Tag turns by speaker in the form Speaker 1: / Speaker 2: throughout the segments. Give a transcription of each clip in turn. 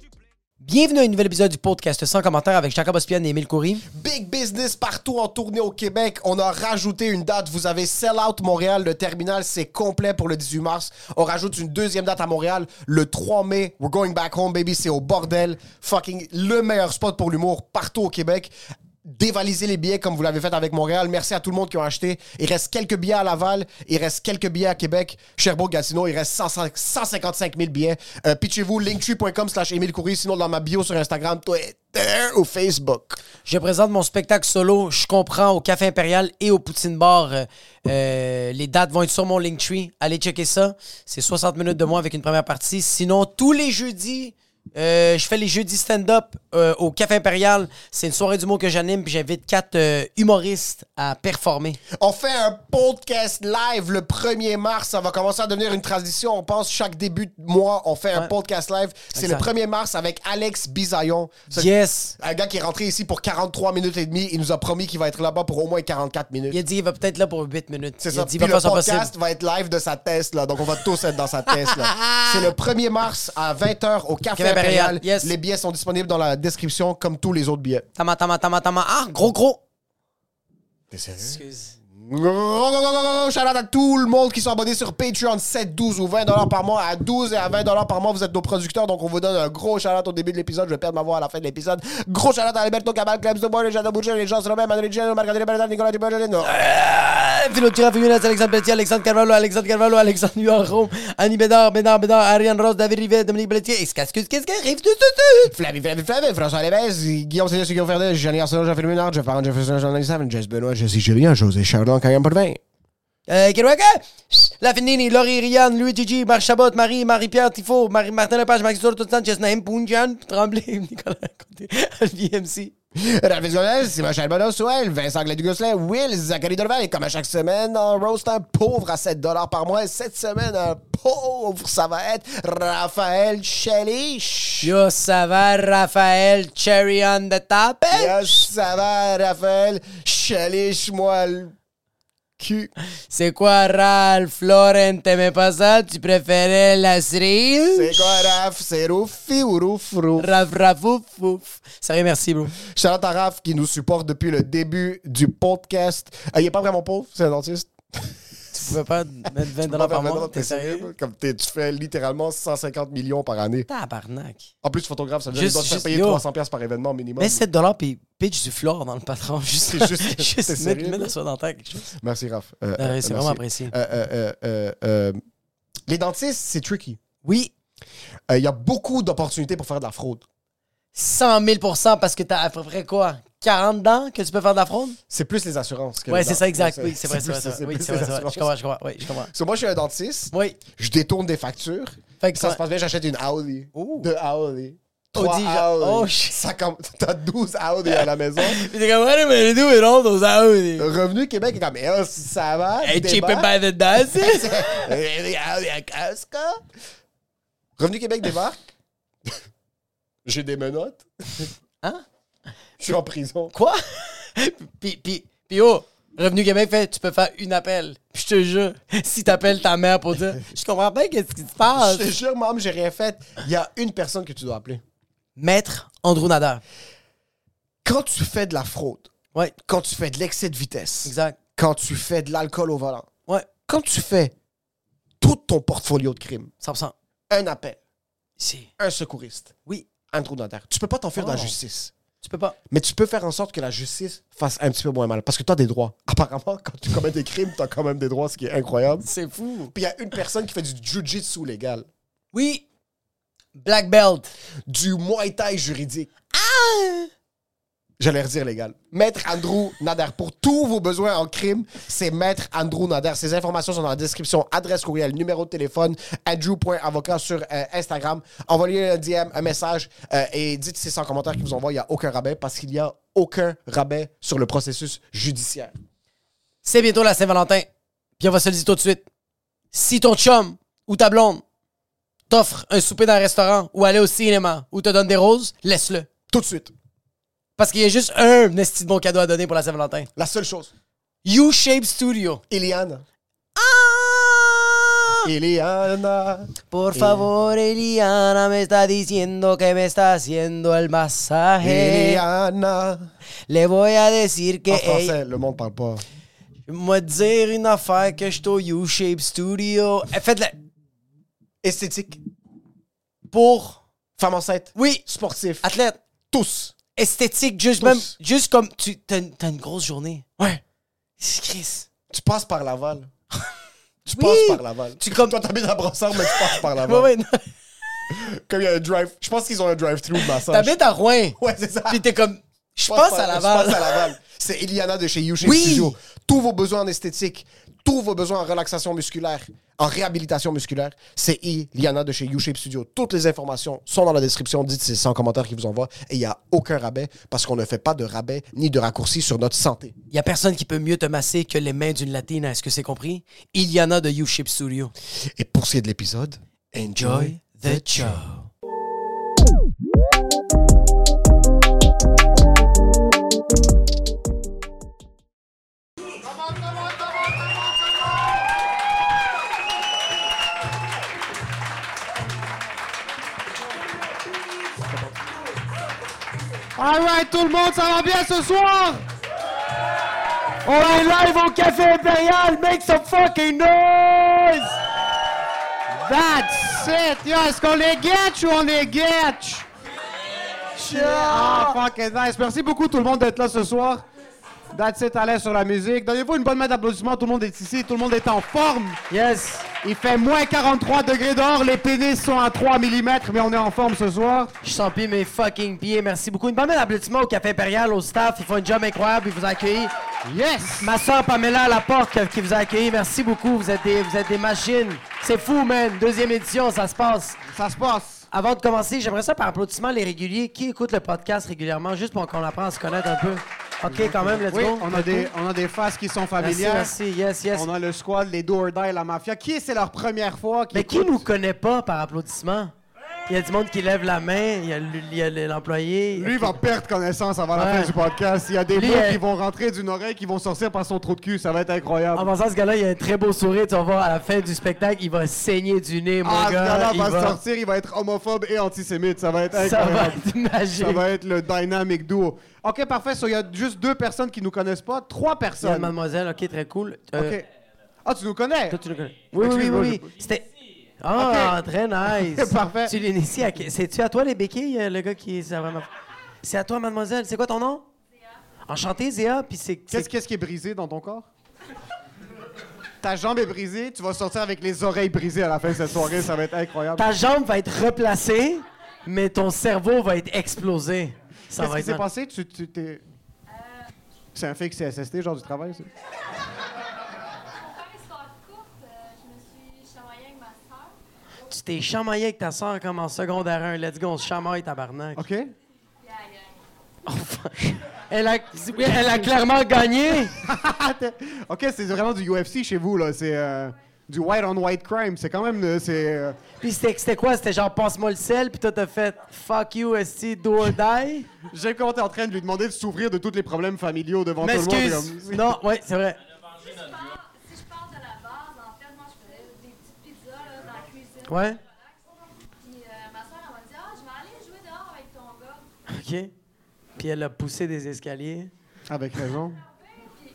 Speaker 1: du blé.
Speaker 2: Bienvenue à un nouvel épisode du podcast sans commentaire avec Jacob Ospian et Émile Coury.
Speaker 3: Big business partout en tournée au Québec. On a rajouté une date. Vous avez Sell Out Montréal. Le terminal, c'est complet pour le 18 mars. On rajoute une deuxième date à Montréal le 3 mai. We're going back home, baby. C'est au bordel. Fucking le meilleur spot pour l'humour partout au Québec. Dévalisez les billets comme vous l'avez fait avec Montréal. Merci à tout le monde qui a acheté. Il reste quelques billets à Laval. Il reste quelques billets à Québec. Sherbrooke, Gatineau, il reste 100 155 000 billets. Euh, Pitchez-vous linktree.com slash Émile Coury. Sinon, dans ma bio sur Instagram, Twitter ou Facebook.
Speaker 2: Je présente mon spectacle solo, je comprends, au Café Impérial et au Poutine Bar. Euh, euh, les dates vont être sur mon Linktree. Allez checker ça. C'est 60 minutes de moi avec une première partie. Sinon, tous les jeudis, euh, je fais les jeudis stand-up euh, au Café Impérial. C'est une soirée du mot que j'anime, puis j'invite quatre euh, humoristes à performer.
Speaker 3: On fait un podcast live le 1er mars. Ça va commencer à devenir une tradition. On pense chaque début de mois, on fait un
Speaker 2: Ouais.
Speaker 3: podcast live. C'est le
Speaker 2: Exact.
Speaker 3: 1er mars avec Alex Bisaillon. Ce-
Speaker 2: Yes!
Speaker 3: Un gars qui est rentré ici pour 43 minutes et demie. Il nous a promis qu'il va être là-bas pour au moins 44 minutes.
Speaker 2: Il a dit qu'il va peut-être là pour 8 minutes.
Speaker 3: C'est
Speaker 2: il a
Speaker 3: ça.
Speaker 2: dit qu'il
Speaker 3: Puis le
Speaker 2: va faire son
Speaker 3: podcast
Speaker 2: possible.
Speaker 3: va être live de sa test, là. Donc, on va tous être dans sa test, là. C'est le 1er mars à 20h au Café
Speaker 2: Café Impérial.
Speaker 3: Impérial.
Speaker 2: Yes.
Speaker 3: Les billets sont disponibles dans la description, comme tous les autres billets.
Speaker 2: Tama, tama, tama, tama. Ah, gros, gros!
Speaker 3: T'es sérieux?
Speaker 2: Excuse.
Speaker 3: Oh, Shout out à tout le monde qui sont abonnés sur Patreon 7, 12 ou 20 dollars par mois. À 12 et à 20 dollars par mois, vous êtes nos producteurs. Donc, on vous donne un gros shout out au début de l'épisode. Je vais perdre ma voix à la fin de l'épisode. Gros shout out à Alberto Cabal, Clems de Bois, les gens de Boucher, les gens de Robin, Manuel Gino, Marc-André Bernard, Nicolas euh, Dubergelino.
Speaker 2: Eh, Philotura Funes, Alexandre Pelletier, Alexandre Carvalho, Alexandre Carvalho, Alexandre Nuaro, Annie Bédard, Bédard, Bédard, Ariane Ross, David Rivet, Dominique Pelletier. Et ce qu'est-ce que- qu'est-ce qui arrive tout, tout, tout?
Speaker 3: Flavie, Flavie, Flavie, François Lévesque, Guillaume Célier, Guillaume Ferdet, Jeanne Arsenault, Jean-Philippe Ménard, Jeff Parent, Jefferson, Jean-Denis Savin, Jess Benoît, Jesse Julien, José Chardon, Kayam Potvin.
Speaker 2: Euh, Kerouaca, La Finini, Laurie Rianne, Louis Gigi, Marc Chabot, Marie, Marie-Pierre Tifo, Marie, Martin Lepage, Maxime Toutan, Chesnaim, Punjan, Tremblay, Nicolas Côté, Olivier MC.
Speaker 3: Ralph Gonel, Simon Chalbano, Souel, Vincent Gladugoslet, Will, Zachary Dorval. Et comme à chaque semaine, on roast un pauvre à 7 par mois. Et Cette semaine, un pauvre, ça va être Raphaël Chelich.
Speaker 2: Yo, ça va, Raphaël, Cherry on the top. eh?
Speaker 3: Yes, ça va, Raphaël Chelich, moi, le cul.
Speaker 2: C'est quoi, Ralph, Lauren, t'aimais pas ça? Tu préférais la cerise?
Speaker 3: C'est quoi, Raph? C'est Roufi ou Rouf, Rouf?
Speaker 2: Raf, raf, ouf, ouf. Sérieux, merci, bro.
Speaker 3: Shout-out à Raph qui nous supporte depuis le début du podcast. Euh, il est pas vraiment pauvre, c'est un dentiste.
Speaker 2: Tu pouvais pas mettre 20 dollars par mois, t'es sérieux?
Speaker 3: Comme t'es- tu fais littéralement 150 millions par année.
Speaker 2: Tabarnak.
Speaker 3: En plus, photographe, ça veut dire
Speaker 2: Juste-
Speaker 3: qu'ils doivent se faire
Speaker 2: juste-
Speaker 3: payer
Speaker 2: yo.
Speaker 3: 300 pièces par événement minimum.
Speaker 2: Mets 7 dollars puis pitch du flore dans le patron. Juste,
Speaker 3: C'est juste- c'est
Speaker 2: mettre,
Speaker 3: sérieux,
Speaker 2: mettre
Speaker 3: là?
Speaker 2: la soie dentaire, quelque chose.
Speaker 3: Merci, Raph.
Speaker 2: Ah
Speaker 3: Euh, euh,
Speaker 2: ouais,
Speaker 3: merci.
Speaker 2: c'est vraiment apprécié.
Speaker 3: Euh, euh, euh, euh, euh, les dentistes, c'est tricky.
Speaker 2: Oui,
Speaker 3: Euh, Il y a beaucoup d'opportunités pour faire de la fraude.
Speaker 2: 100 000 parce que t'as à peu près quoi? 40 dents que tu peux faire de la fraude?
Speaker 3: C'est plus les assurances. que
Speaker 2: Ouais,
Speaker 3: les
Speaker 2: c'est
Speaker 3: dents.
Speaker 2: ça, exact.
Speaker 3: Ouais,
Speaker 2: Oui, c'est vrai, c'est vrai.
Speaker 3: plus-
Speaker 2: c'est vrai. Oui,
Speaker 3: plus
Speaker 2: c'est vrai,
Speaker 3: les
Speaker 2: c'est vrai. Je
Speaker 3: assurances.
Speaker 2: comprends, je comprends. Oui, je comprends.
Speaker 3: So, moi, je suis un dentiste.
Speaker 2: Oui.
Speaker 3: Je détourne des factures.
Speaker 2: Fait que
Speaker 3: Ça
Speaker 2: ça,
Speaker 3: se passe bien, j'achète une Audi.
Speaker 2: Ouh.
Speaker 3: Deux
Speaker 2: Audi,
Speaker 3: Audi. Trois
Speaker 2: genre-
Speaker 3: Audi.
Speaker 2: oh, shit.
Speaker 3: Ça com- T'as 12 Audi à la maison.
Speaker 2: Puis t'es comme, what am I doing with all those hours?
Speaker 3: Revenu Québec est comme, eh, si ça va.
Speaker 2: Hey,
Speaker 3: débarque.
Speaker 2: cheaper by the dozen?
Speaker 3: Revenu Québec débarque. J'ai des menottes.
Speaker 2: Hein?
Speaker 3: Je suis en prison.
Speaker 2: Quoi? puis, puis, puis oh, Revenu Québec fait, tu peux faire une appel. Puis je te jure, si t'appelles ta mère pour dire, je comprends pas qu'est-ce qui se passe.
Speaker 3: Je te jure, maman, j'ai rien fait. Il y a une personne que tu dois appeler.
Speaker 2: Maître Andrew Nader.
Speaker 3: Quand tu fais de la fraude,
Speaker 2: Ouais,
Speaker 3: quand tu fais de l'excès de vitesse,
Speaker 2: exact.
Speaker 3: quand tu fais de l'alcool au volant,
Speaker 2: Ouais,
Speaker 3: quand tu fais tout ton portfolio de crimes,
Speaker 2: 100%.
Speaker 3: un appel,
Speaker 2: Si.
Speaker 3: un secouriste,
Speaker 2: Oui,
Speaker 3: un trou dentaire, tu peux pas t'enfuir de la
Speaker 2: Oh.
Speaker 3: justice.
Speaker 2: tu peux pas.
Speaker 3: Mais tu peux faire en sorte que la justice fasse un petit peu moins mal. Parce que tu as des droits. Apparemment, quand tu commets des crimes, tu as quand même des droits, ce qui est incroyable.
Speaker 2: C'est fou.
Speaker 3: Puis il y a une personne qui fait du jujitsu légal,
Speaker 2: Oui. Black Belt.
Speaker 3: du muay thai juridique. Ah! J'allais redire légal. Maître Andrew Nader. Pour tous vos besoins en crime, c'est Maître Andrew Nader. Ces informations sont dans la description. Adresse courriel, numéro de téléphone, andrew.avocat sur euh, Instagram. Envoyez un DM, un message euh, et dites si c'est sans commentaire qui vous envoie. Il n'y a aucun rabais parce qu'il n'y a aucun rabais sur le processus judiciaire.
Speaker 2: C'est bientôt la Saint-Valentin. Puis on va se le dire tout de suite. Si ton chum ou ta blonde t'offre un souper dans un restaurant ou aller au cinéma ou te donne des roses, laisse-le.
Speaker 3: Tout de suite.
Speaker 2: Parce qu'il y a juste un esti de bon cadeau à donner pour la Saint-Valentin.
Speaker 3: La seule chose.
Speaker 2: U-Shape Studio.
Speaker 3: Eliane.
Speaker 2: Ah!
Speaker 3: Eliana.
Speaker 2: Por favor,
Speaker 3: Eh.
Speaker 2: Eliana me está diciendo que me está haciendo el masaje.
Speaker 3: Eliana.
Speaker 2: Le voy a decir que
Speaker 3: En
Speaker 2: ella-
Speaker 3: français, le monde parle pas. eh.
Speaker 2: m'a dire une affaire que je suis au U-Shape Studio. Eh, Faites-le
Speaker 3: Esthétique.
Speaker 2: pour.
Speaker 3: Femme enceinte.
Speaker 2: Oui,
Speaker 3: Sportif.
Speaker 2: athlète.
Speaker 3: Tous.
Speaker 2: Esthétique, juste
Speaker 3: Tous.
Speaker 2: même. Juste comme. Tu as une grosse journée.
Speaker 3: Ouais.
Speaker 2: Chris.
Speaker 3: Tu passes par Laval. tu
Speaker 2: Oui.
Speaker 3: passes par Laval.
Speaker 2: Tu comme.
Speaker 3: Toi, t'habites à Brossard, mais tu passes par
Speaker 2: Ouais,
Speaker 3: Laval.
Speaker 2: ouais, non.
Speaker 3: Comme il y a un drive. Je pense qu'ils ont un drive-through de massage.
Speaker 2: T'habites à Rouen.
Speaker 3: Ouais, c'est ça.
Speaker 2: Puis t'es comme. Je
Speaker 3: Je
Speaker 2: pense à Laval.
Speaker 3: Je pense à Laval. C'est Eliana de chez Yushi
Speaker 2: Oui.
Speaker 3: Studio. Tous vos besoins en esthétique, tous vos besoins en relaxation musculaire, en réhabilitation musculaire, c'est Eliana de chez YouShape Studio. Toutes les informations sont dans la description. Dites c'est en commentaire qui vous envoie. Et il n'y a aucun rabais parce qu'on ne fait pas de rabais ni de raccourci sur notre santé.
Speaker 2: Il y a personne qui peut mieux te masser que les mains d'une latine, est-ce que c'est compris? Il y en a de U-Shape Studio.
Speaker 3: Et pour ce qui est de l'épisode,
Speaker 2: Enjoy the show.
Speaker 4: Alright tout le monde, ça va bien ce soir? On est live au Café Impérial, make some fucking noise! That's it! Yo, est-ce qu'on les get ou on les get? Ah, fucking nice! Merci beaucoup tout le monde d'être là ce soir. That's it, allez sur la musique. Donnez-vous une bonne main d'applaudissements, tout le monde est ici, tout le monde est en forme.
Speaker 2: Yes.
Speaker 4: Il fait moins 43 degrés dehors, les pénis sont à 3 mm, mais on est en forme ce soir.
Speaker 2: Je sens plus mes fucking pieds. Merci beaucoup. Une bonne main d'applaudissements au Café Impérial, au staff. Ils font un job incroyable. Ils vous accueillent.
Speaker 4: Yes!
Speaker 2: Ma soeur Pamela à la porte qui vous a accueilli. Merci beaucoup. Vous êtes des, vous êtes des machines. C'est fou, man. Deuxième édition, ça se passe.
Speaker 4: Ça se passe!
Speaker 2: Avant de commencer, j'aimerais ça par applaudissement les réguliers qui écoutent le podcast régulièrement, juste pour qu'on apprend à se connaître un peu. OK, quand même, let's
Speaker 4: Oui,
Speaker 2: go.
Speaker 4: on a, des, on a des faces qui sont
Speaker 2: Merci,
Speaker 4: familières.
Speaker 2: merci. Yes, yes.
Speaker 4: On a le squad, les Do or Die, la mafia. Qui c'est leur première fois? Qui
Speaker 2: Mais qui
Speaker 4: écoute?
Speaker 2: nous connaît pas par applaudissement? Il y a du monde qui lève la main, il y a l- il y a l'employé.
Speaker 4: Lui va perdre connaissance avant la
Speaker 2: Ouais.
Speaker 4: fin du podcast. Il y a des
Speaker 2: Lui,
Speaker 4: mots
Speaker 2: euh,
Speaker 4: qui vont rentrer d'une oreille, qui vont sortir par son trou de cul. Ça va être incroyable.
Speaker 2: En pensant, ce gars-là, il a un très beau sourire. Tu vas voir, à la fin du spectacle, il va saigner du nez, mon
Speaker 4: ah, ce
Speaker 2: gars.
Speaker 4: gars-là
Speaker 2: il
Speaker 4: va, sortir, il va être homophobe et antisémite. Ça va être
Speaker 2: Ça va
Speaker 4: incroyable.
Speaker 2: être magique.
Speaker 4: Ça va être le dynamic duo. Ok, parfait. So, Il y a juste deux personnes qui nous connaissent pas. Trois
Speaker 2: Il y a une
Speaker 4: personnes.
Speaker 2: mademoiselle, ok, très cool. Euh,
Speaker 4: Ok. Ah, tu nous connais?
Speaker 2: Toi, tu le connais. Oui, oui, oui,
Speaker 4: Excuse-moi,
Speaker 2: oui.
Speaker 4: j'ai-
Speaker 2: C'était. Ah, très nice.
Speaker 4: Parfait.
Speaker 2: Tu l'inities à. qui- C'est-tu à toi les béquilles, euh, le gars qui. C'est vraiment- C'est à toi, mademoiselle. C'est quoi ton nom? Zéa. Enchanté, Zéa. Puis c'est.
Speaker 4: Qu'est-ce qu'est-ce qui est brisé dans ton corps? Ta jambe est brisée, tu vas sortir avec les oreilles brisées à la fin de cette soirée, ça va être incroyable.
Speaker 2: Ta jambe va être replacée, mais ton cerveau va être explosé. Ça
Speaker 4: Qu'est-ce
Speaker 2: va
Speaker 4: qui
Speaker 2: être.
Speaker 4: s'est passé? Tu tu- t'es. C'est un fake CSST, genre du travail, ça?
Speaker 5: Faire histoire courte, euh, je me suis chamaillée avec ma soeur.
Speaker 2: Tu t'es chamaillé avec ta soeur comme en secondaire 1. Let's go, on se chamaille, tabarnak.
Speaker 4: OK? oh,
Speaker 2: Enfin, elle, a, oui, elle a clairement gagné.
Speaker 4: OK, c'est vraiment du UFC chez vous, là. C'est euh, du white on white crime. C'est quand même. euh, C'est. euh,
Speaker 2: Puis c'était c'était quoi? C'était genre passe-moi le sel, puis toi t'as fait fuck you, esti, do or die.
Speaker 4: J'aime comment t'es en train de lui demander de s'ouvrir de tous les problèmes familiaux devant tout le monde.
Speaker 2: M'excuse.
Speaker 4: comme-
Speaker 2: Non, ouais, c'est vrai.
Speaker 5: Si je pars- Si je parle de la base, en fait, moi, je faisais des petites pizzas là, dans la cuisine.
Speaker 2: Ouais.
Speaker 5: Puis euh, ma soeur, elle m'a dit Ah, je vais aller jouer dehors avec ton gars.
Speaker 2: OK. Puis elle a poussé des escaliers.
Speaker 4: Avec raison.
Speaker 5: Puis elle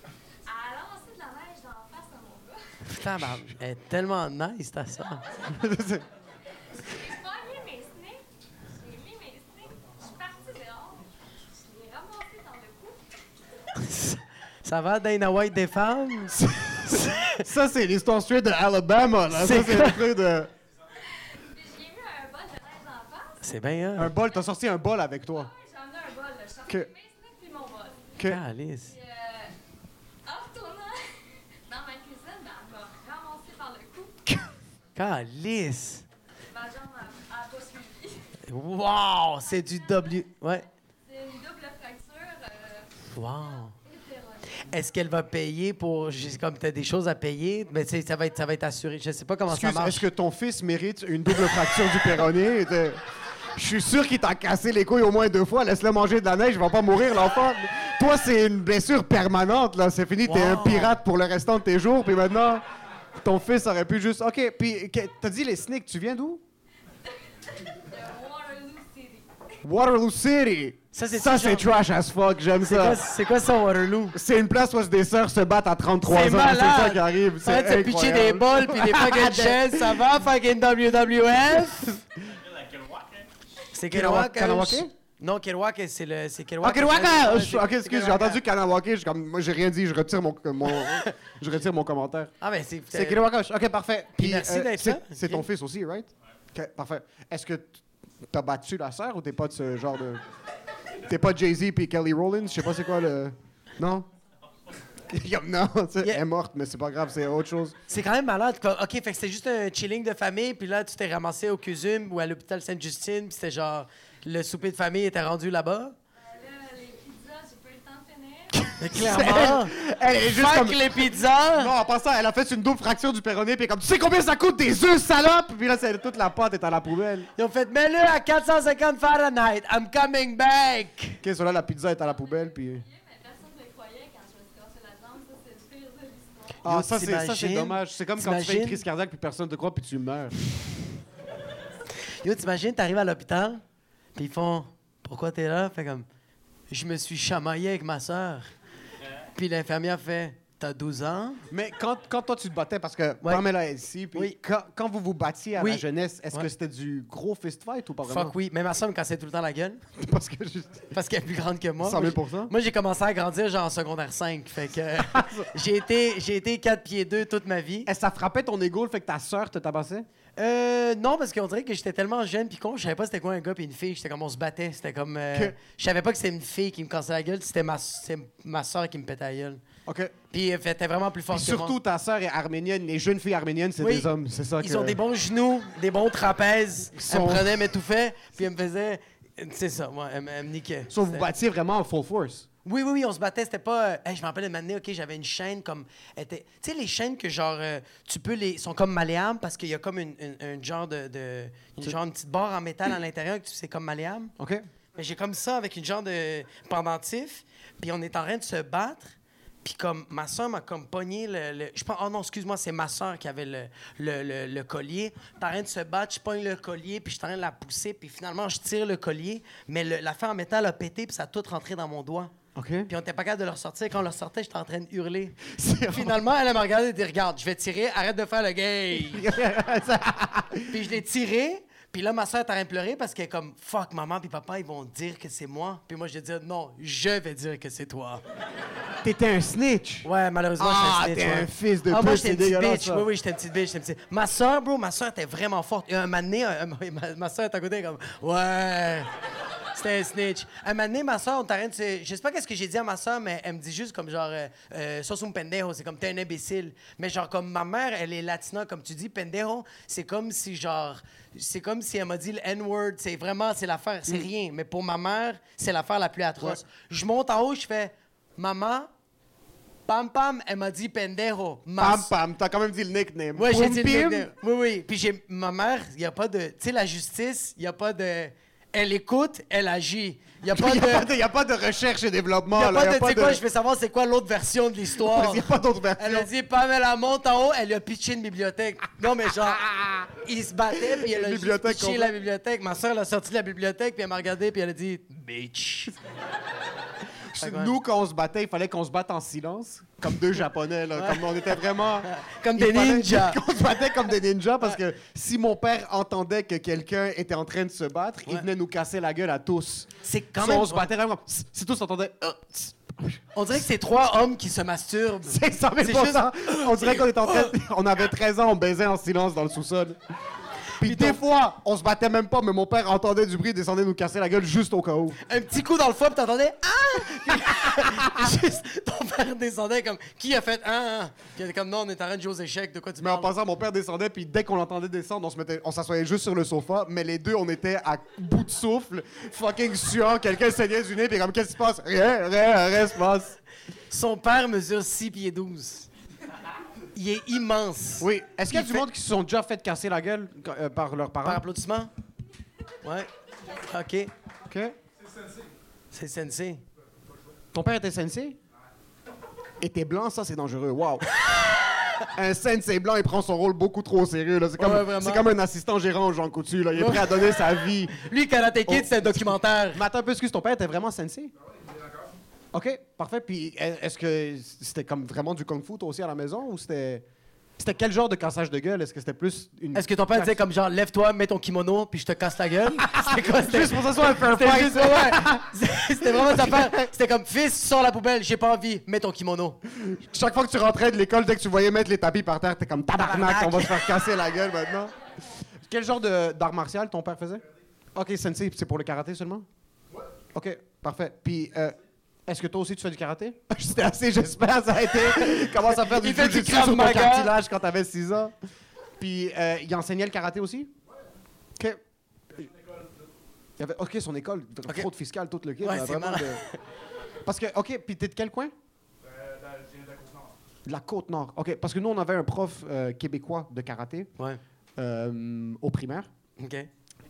Speaker 5: a lancé de la neige dans la face à mon gars.
Speaker 2: Putain, bah, elle est tellement nice, ta soeur.
Speaker 4: C'est-
Speaker 5: J'ai pogné mes sneaks. J'ai mis mes sneaks. Je suis partie dehors. Je l'ai ramassé dans le cou.
Speaker 2: Ça va, Dana White des femmes?
Speaker 4: ça, c'est l'histoire straight de Alabama, là. Ça,
Speaker 2: C'est
Speaker 4: c'est le truc de.
Speaker 5: Puis j'ai mis un bol de neige dans la face.
Speaker 2: C'est bien,
Speaker 4: Un
Speaker 2: hein?
Speaker 4: bol, t'as sorti un bol avec toi.
Speaker 5: J'ai emmené un bol. là. Je suis
Speaker 4: Que-
Speaker 5: sortie mes sneaks puis mon bol.
Speaker 4: OK.
Speaker 2: Ah. Alice.
Speaker 5: Puis, euh, en retournant dans ma cuisine, ben, elle m'a ramassé par le cou.
Speaker 2: Calice!
Speaker 5: Ma jambe n'a pas suivi.
Speaker 2: Wow! C'est du W. Ouais.
Speaker 5: C'est une double fracture euh,
Speaker 2: Wow!
Speaker 5: hétéronée.
Speaker 2: Est-ce est-ce qu'elle va payer pour. j'ai- Comme tu as des choses à payer, mais tu sais, ça va être, ça va être assuré. Je sais pas comment
Speaker 4: Excuse,
Speaker 2: ça marche.
Speaker 4: est-ce que ton fils mérite une double fracture du péroné? De- Je suis sûr qu'il t'a cassé les couilles au moins deux fois. Laisse-le manger de la neige, il va pas mourir, l'enfant. Toi, c'est une blessure permanente, là. C'est fini, t'es un
Speaker 2: Wow.
Speaker 4: pirate pour le restant de tes jours. Puis maintenant, ton fils aurait pu juste... OK, puis que- t'as dit les sneaks, tu viens d'où?
Speaker 5: de Waterloo City.
Speaker 4: Waterloo City!
Speaker 2: Ça, c'est
Speaker 4: Ça,
Speaker 2: ce
Speaker 4: c'est
Speaker 2: genre-
Speaker 4: trash as fuck, j'aime
Speaker 2: C'est quoi-
Speaker 4: ça.
Speaker 2: C'est quoi ça, Waterloo?
Speaker 4: C'est une place où des sœurs se battent à 33 ans.
Speaker 2: C'est malade.
Speaker 4: C'est ça qui arrive. C'est
Speaker 2: Arrête de se pitcher
Speaker 4: incroyable.
Speaker 2: des balles puis des fucking chaises. Ça va, fucking WWF? C'est Kerouac.
Speaker 4: Kerouac? hein?
Speaker 2: euh, Non, Kerouac, c'est le... c'est Kerouac.
Speaker 4: Ok, Kawaka!
Speaker 2: Ouais,
Speaker 4: Je-
Speaker 2: c'est-
Speaker 4: ah, Ok,
Speaker 2: c'est
Speaker 4: excuse, j'ai
Speaker 2: Kerouac. hein.
Speaker 4: entendu Kanawake, j'ai comme, moi j'ai rien dit, je retire mon, mon- je retire mon commentaire.
Speaker 2: Ah ben, c'est...
Speaker 4: C'est Kanawaka, ok, parfait. Puis, euh,
Speaker 2: merci d'être
Speaker 4: c'est-
Speaker 2: là.
Speaker 4: C'est
Speaker 2: Ok.
Speaker 4: ton fils aussi, right? Ok, parfait. Est-ce que t- t'as battu la sœur ou t'es pas de ce genre de. T'es pas Jay-Z puis Kelly Rollins? Je sais pas c'est quoi le. Non? Comme non, tu sais,
Speaker 2: Yeah.
Speaker 4: elle est morte, mais c'est pas grave, c'est autre chose.
Speaker 2: C'est quand même malade. quoi. OK, fait que c'était juste un chilling de famille, puis là, tu t'es ramassé au CUSUM ou à l'hôpital Sainte-Justine, puis c'était genre... Le souper de famille était rendu là-bas.
Speaker 5: Ben là, les pizzas, j'ai pas eu le temps de finir.
Speaker 2: Mais clairement,
Speaker 4: Elle est juste
Speaker 2: Ah. fuck
Speaker 4: comme.
Speaker 2: les pizzas!
Speaker 4: Non, en passant, elle a fait une double fracture du péroné, puis elle est comme, tu sais combien ça coûte des œufs, salope? Puis là, c'est- toute la pâte est à la poubelle.
Speaker 2: Ils ont fait « Mets-le à 450 Fahrenheit! I'm coming back! »
Speaker 4: Ok, sur là, la pizza est à la poubelle, puis.
Speaker 5: Mais personne ne me croyait quand je me suis cassé la jambe. Ça, c'est le pire de l'histoire.
Speaker 4: Ah,
Speaker 2: Yo,
Speaker 4: ça, c'est, ça, c'est
Speaker 2: t'imagines?
Speaker 4: dommage. C'est comme quand tu fais une
Speaker 2: T'imagines?
Speaker 4: crise cardiaque puis personne te croit puis tu meurs.
Speaker 2: Yo, t'imagines, t'arrives à l'hôpital, puis ils font Pourquoi t'es là Fait comme Je me suis chamaillé avec ma soeur. Puis l'infirmière fait T'as 12 ans
Speaker 4: Mais quand, quand toi, tu te battais, parce que
Speaker 2: Ouais.
Speaker 4: Pamela est ici, puis
Speaker 2: Oui.
Speaker 4: quand, quand vous vous battiez à la
Speaker 2: Oui.
Speaker 4: jeunesse, est-ce que
Speaker 2: Ouais.
Speaker 4: c'était du gros fist fight ou pas vraiment?
Speaker 2: Fuck oui. Même ma soeur me cassait tout le temps la gueule,
Speaker 4: Parce que je-
Speaker 2: parce qu'elle est plus grande que moi.
Speaker 4: 100 000
Speaker 2: Moi, j'ai- Moi, j'ai commencé à grandir genre en secondaire 5. Fait que euh, j'ai été, j'ai été 4 pieds 2 toute ma vie.
Speaker 4: Est-ce que ça frappait ton égo le fait que ta sœur te tabassait?
Speaker 2: Euh, non, parce qu'on dirait que j'étais tellement jeune puis con, je savais pas c'était quoi un gars puis une fille. J'étais comme on se battait. C'était comme. euh,
Speaker 4: Que-
Speaker 2: Je savais pas que c'était une fille qui me cassait la gueule, c'était ma, c'est ma soeur qui me pétait la gueule.
Speaker 4: OK.
Speaker 2: Puis euh, elle était vraiment plus
Speaker 4: Puis
Speaker 2: forte que moi.
Speaker 4: surtout, ta sœur est arménienne. Les jeunes filles arméniennes, c'est
Speaker 2: Oui.
Speaker 4: des hommes. C'est ça
Speaker 2: Ils
Speaker 4: que-
Speaker 2: ont des bons genoux, des bons trapèzes.
Speaker 4: sont-
Speaker 2: Elle me prenait, m'étouffait, puis elle me faisait. C'est ça, moi, elle, me- elle me niquait.
Speaker 4: Sauf bah, que vous
Speaker 2: C'était-
Speaker 4: battiez vraiment en full force.
Speaker 2: Oui, oui, oui, on se battait. C'était pas. euh, hey, je me rappelle de m'amener, OK, j'avais une chaîne comme. elle était- Tu sais, les chaînes que genre. euh, tu peux les. sont comme malléables parce qu'il y a comme une, une- un genre de. de- une genre une petite barre en métal à l'intérieur que tu sais comme malléable.
Speaker 4: OK?
Speaker 2: Mais j'ai comme ça avec une genre de pendentif, puis on est en train de se battre. Puis comme ma soeur m'a comme pogné le, le- je pense oh non excuse-moi c'est ma soeur qui avait le, le, le- le collier. T'es en train de se battre, je pogne le collier puis je suis en train de la pousser puis finalement je tire le collier mais le- la fin en métal a pété puis ça a tout rentré dans mon doigt.
Speaker 4: OK?
Speaker 2: Puis on était pas capable de le ressortir. Quand on le ressortait, j'étais en train de hurler.
Speaker 4: C'est-
Speaker 2: Finalement, elle elle m'a regardé et dit Regarde, je vais tirer, arrête de faire le gay. puis je l'ai tiré, puis là, ma soeur est en train de pleurer parce qu'elle est comme Fuck, maman, puis papa, ils vont dire que c'est moi. Puis moi, je dit Non, je vais dire que c'est toi.
Speaker 4: T'étais un snitch.
Speaker 2: Ouais, malheureusement,
Speaker 4: Ah,
Speaker 2: j'étais
Speaker 4: t'es
Speaker 2: ouais.
Speaker 4: un fils de
Speaker 2: ah, moi, j'étais
Speaker 4: pute, c'est
Speaker 2: une petite
Speaker 4: dégueulasse,
Speaker 2: bitch.
Speaker 4: ça.
Speaker 2: Oui, oui, j'étais une petite bitch. j'étais une petite- Ma soeur, bro, ma soeur était vraiment forte. Et un moment donné, un, un- ma, ma soeur est à côté comme Ouais. C'était un snitch. Un moment donné, ma soeur, on t'arrête. Je sais pas qu'est-ce que j'ai dit à ma soeur, mais elle me dit juste comme genre euh, euh, Sos un pendejo. C'est comme t'es un imbécile. Mais genre, comme ma mère, elle est latina, comme tu dis, pendejo, c'est comme si genre. C'est comme si elle m'a dit le N-word. C'est vraiment, c'est l'affaire, c'est
Speaker 4: Mm.
Speaker 2: rien. Mais pour ma mère, c'est l'affaire la plus atroce. Je monte en haut, je fais Maman, Pam Pam, elle m'a dit pendejo. Ma
Speaker 4: Pam, pam. T'as quand même dit le nickname.
Speaker 2: Ouais, j'ai
Speaker 4: Poum,
Speaker 2: dit
Speaker 4: pim.
Speaker 2: le nickname. Oui, oui. Puis j'ai ma mère, il n'y a pas de. Tu sais, la justice, il n'y a pas de. Elle écoute, elle agit. Il n'y a pas
Speaker 4: Il
Speaker 2: de.
Speaker 4: n'y a, pas de-
Speaker 2: Il
Speaker 4: y a pas de recherche et développement.
Speaker 2: n'y a
Speaker 4: là,
Speaker 2: pas de. Tu sais quoi, je
Speaker 4: Il
Speaker 2: vais savoir c'est quoi l'autre version de l'histoire.
Speaker 4: n'y a pas d'autre version.
Speaker 2: Elle a dit Pamela monte en haut, elle lui a pitché une bibliothèque. Non, mais genre, il se battait, puis elle a
Speaker 4: Une
Speaker 2: juste
Speaker 4: bibliothèque
Speaker 2: pitché
Speaker 4: complète.
Speaker 2: la bibliothèque. Ma soeur l'a sorti de la bibliothèque, puis elle m'a regardé, puis elle a dit Bitch.
Speaker 4: Puis Nous, quand on se battait, il fallait qu'on se batte en silence, comme deux Japonais, là. Comme on était vraiment...
Speaker 2: Comme
Speaker 4: Il
Speaker 2: des
Speaker 4: fallait
Speaker 2: ninjas.
Speaker 4: qu'on se battait comme des ninjas, parce que si mon père entendait que quelqu'un était en train de se battre, il
Speaker 2: Ouais.
Speaker 4: venait nous casser la gueule à tous.
Speaker 2: C'est quand
Speaker 4: Si
Speaker 2: même-
Speaker 4: on se battait vraiment... Si si tous entendaient... Ah, tss,
Speaker 2: On dirait que c'est trois hommes qui se masturbent.
Speaker 4: C'est 100 000
Speaker 2: C'est juste-
Speaker 4: On dirait qu'on était en train... de- On avait 13 ans, on baisait en silence dans le sous-sol. Puis Puis des fois, on se battait même pas, mais mon père entendait du bruit, descendait nous casser la gueule juste au cas où.
Speaker 2: Un petit coup dans le foie, puis t'entendais Ah! Juste, ton père descendait comme Qui a fait Ah! ah? Puis il était comme Non, on est en train de jouer aux échecs, de quoi tu
Speaker 4: Mais en
Speaker 2: parles?
Speaker 4: passant, mon père descendait, puis dès qu'on l'entendait descendre, on se mettait, on s'assoyait juste sur le sofa, mais les deux, on était à bout de souffle, fucking suant, quelqu'un saignait du nez, puis comme, qu'est-ce qui se passe? Rien, rien, rien se passe.
Speaker 2: Son père mesure 6 pieds 12. Il est immense.
Speaker 4: Oui. Est-ce qu'il y a
Speaker 2: Il
Speaker 4: du
Speaker 2: fait-
Speaker 4: monde qui se sont déjà fait casser la gueule euh, par leurs
Speaker 2: Par
Speaker 4: parents?
Speaker 2: applaudissement? Ouais. OK.
Speaker 4: OK.
Speaker 2: C'est sensé.
Speaker 4: Ton père était sensei? Et t'es blanc, ça, c'est dangereux. Wow. Un sensei blanc, il prend son rôle beaucoup trop au sérieux. là. C'est comme,
Speaker 2: Ouais, vraiment.
Speaker 4: c'est comme un assistant gérant, Jean Coutu. Là. Il est prêt à donner sa vie.
Speaker 2: Lui, Karate Kid,
Speaker 4: Oh.
Speaker 2: c'est un documentaire.
Speaker 4: Mais attends un peu, excuse, ton père était vraiment sensei? OK, parfait. Puis est- est-ce que c'était comme vraiment du kung-fu, toi aussi, à la maison, ou c'était... C'était quel genre de cassage de gueule? Est-ce que c'était plus une...
Speaker 2: Est-ce que ton père disait comme genre lève-toi, mets ton kimono, puis je te casse la gueule C'était quoi c'était-
Speaker 4: Juste pour que ça soit un fair
Speaker 2: C'était
Speaker 4: fight.
Speaker 2: juste- ouais. C'était vraiment sa affaire. C'était comme fils, sors la poubelle, j'ai pas envie, mets ton kimono.
Speaker 4: Chaque fois que tu rentrais de l'école, dès que tu voyais mettre les tapis par terre, t'es comme tabarnak,
Speaker 2: Tabarnak.
Speaker 4: on va se faire casser la gueule maintenant. Quel genre de- d'art martial ton père faisait? Ok, sensei, c'est pour le karaté seulement? Ok, parfait. Puis, euh, est-ce que toi aussi tu fais du karaté? C'était assez, j'espère, ça a été. Commence à faire du
Speaker 2: Il fait du
Speaker 4: jujitsu
Speaker 2: Krav
Speaker 4: sur ton
Speaker 2: Maga.
Speaker 4: cartilage quand t'avais 6 ans. Puis, euh, il enseignait le karaté aussi? Ok. Il y avait, ok, son école,
Speaker 2: Ok.
Speaker 4: fraude fiscale, tout le kit.
Speaker 2: Ouais,
Speaker 4: là,
Speaker 2: c'est
Speaker 4: vraiment
Speaker 2: malade.
Speaker 4: de- Parce que, ok, puis t'es de quel coin? Euh, De la côte nord. OK. Parce que nous, on avait un prof euh, québécois de karaté
Speaker 2: Ouais.
Speaker 4: euh, au primaire.
Speaker 2: OK.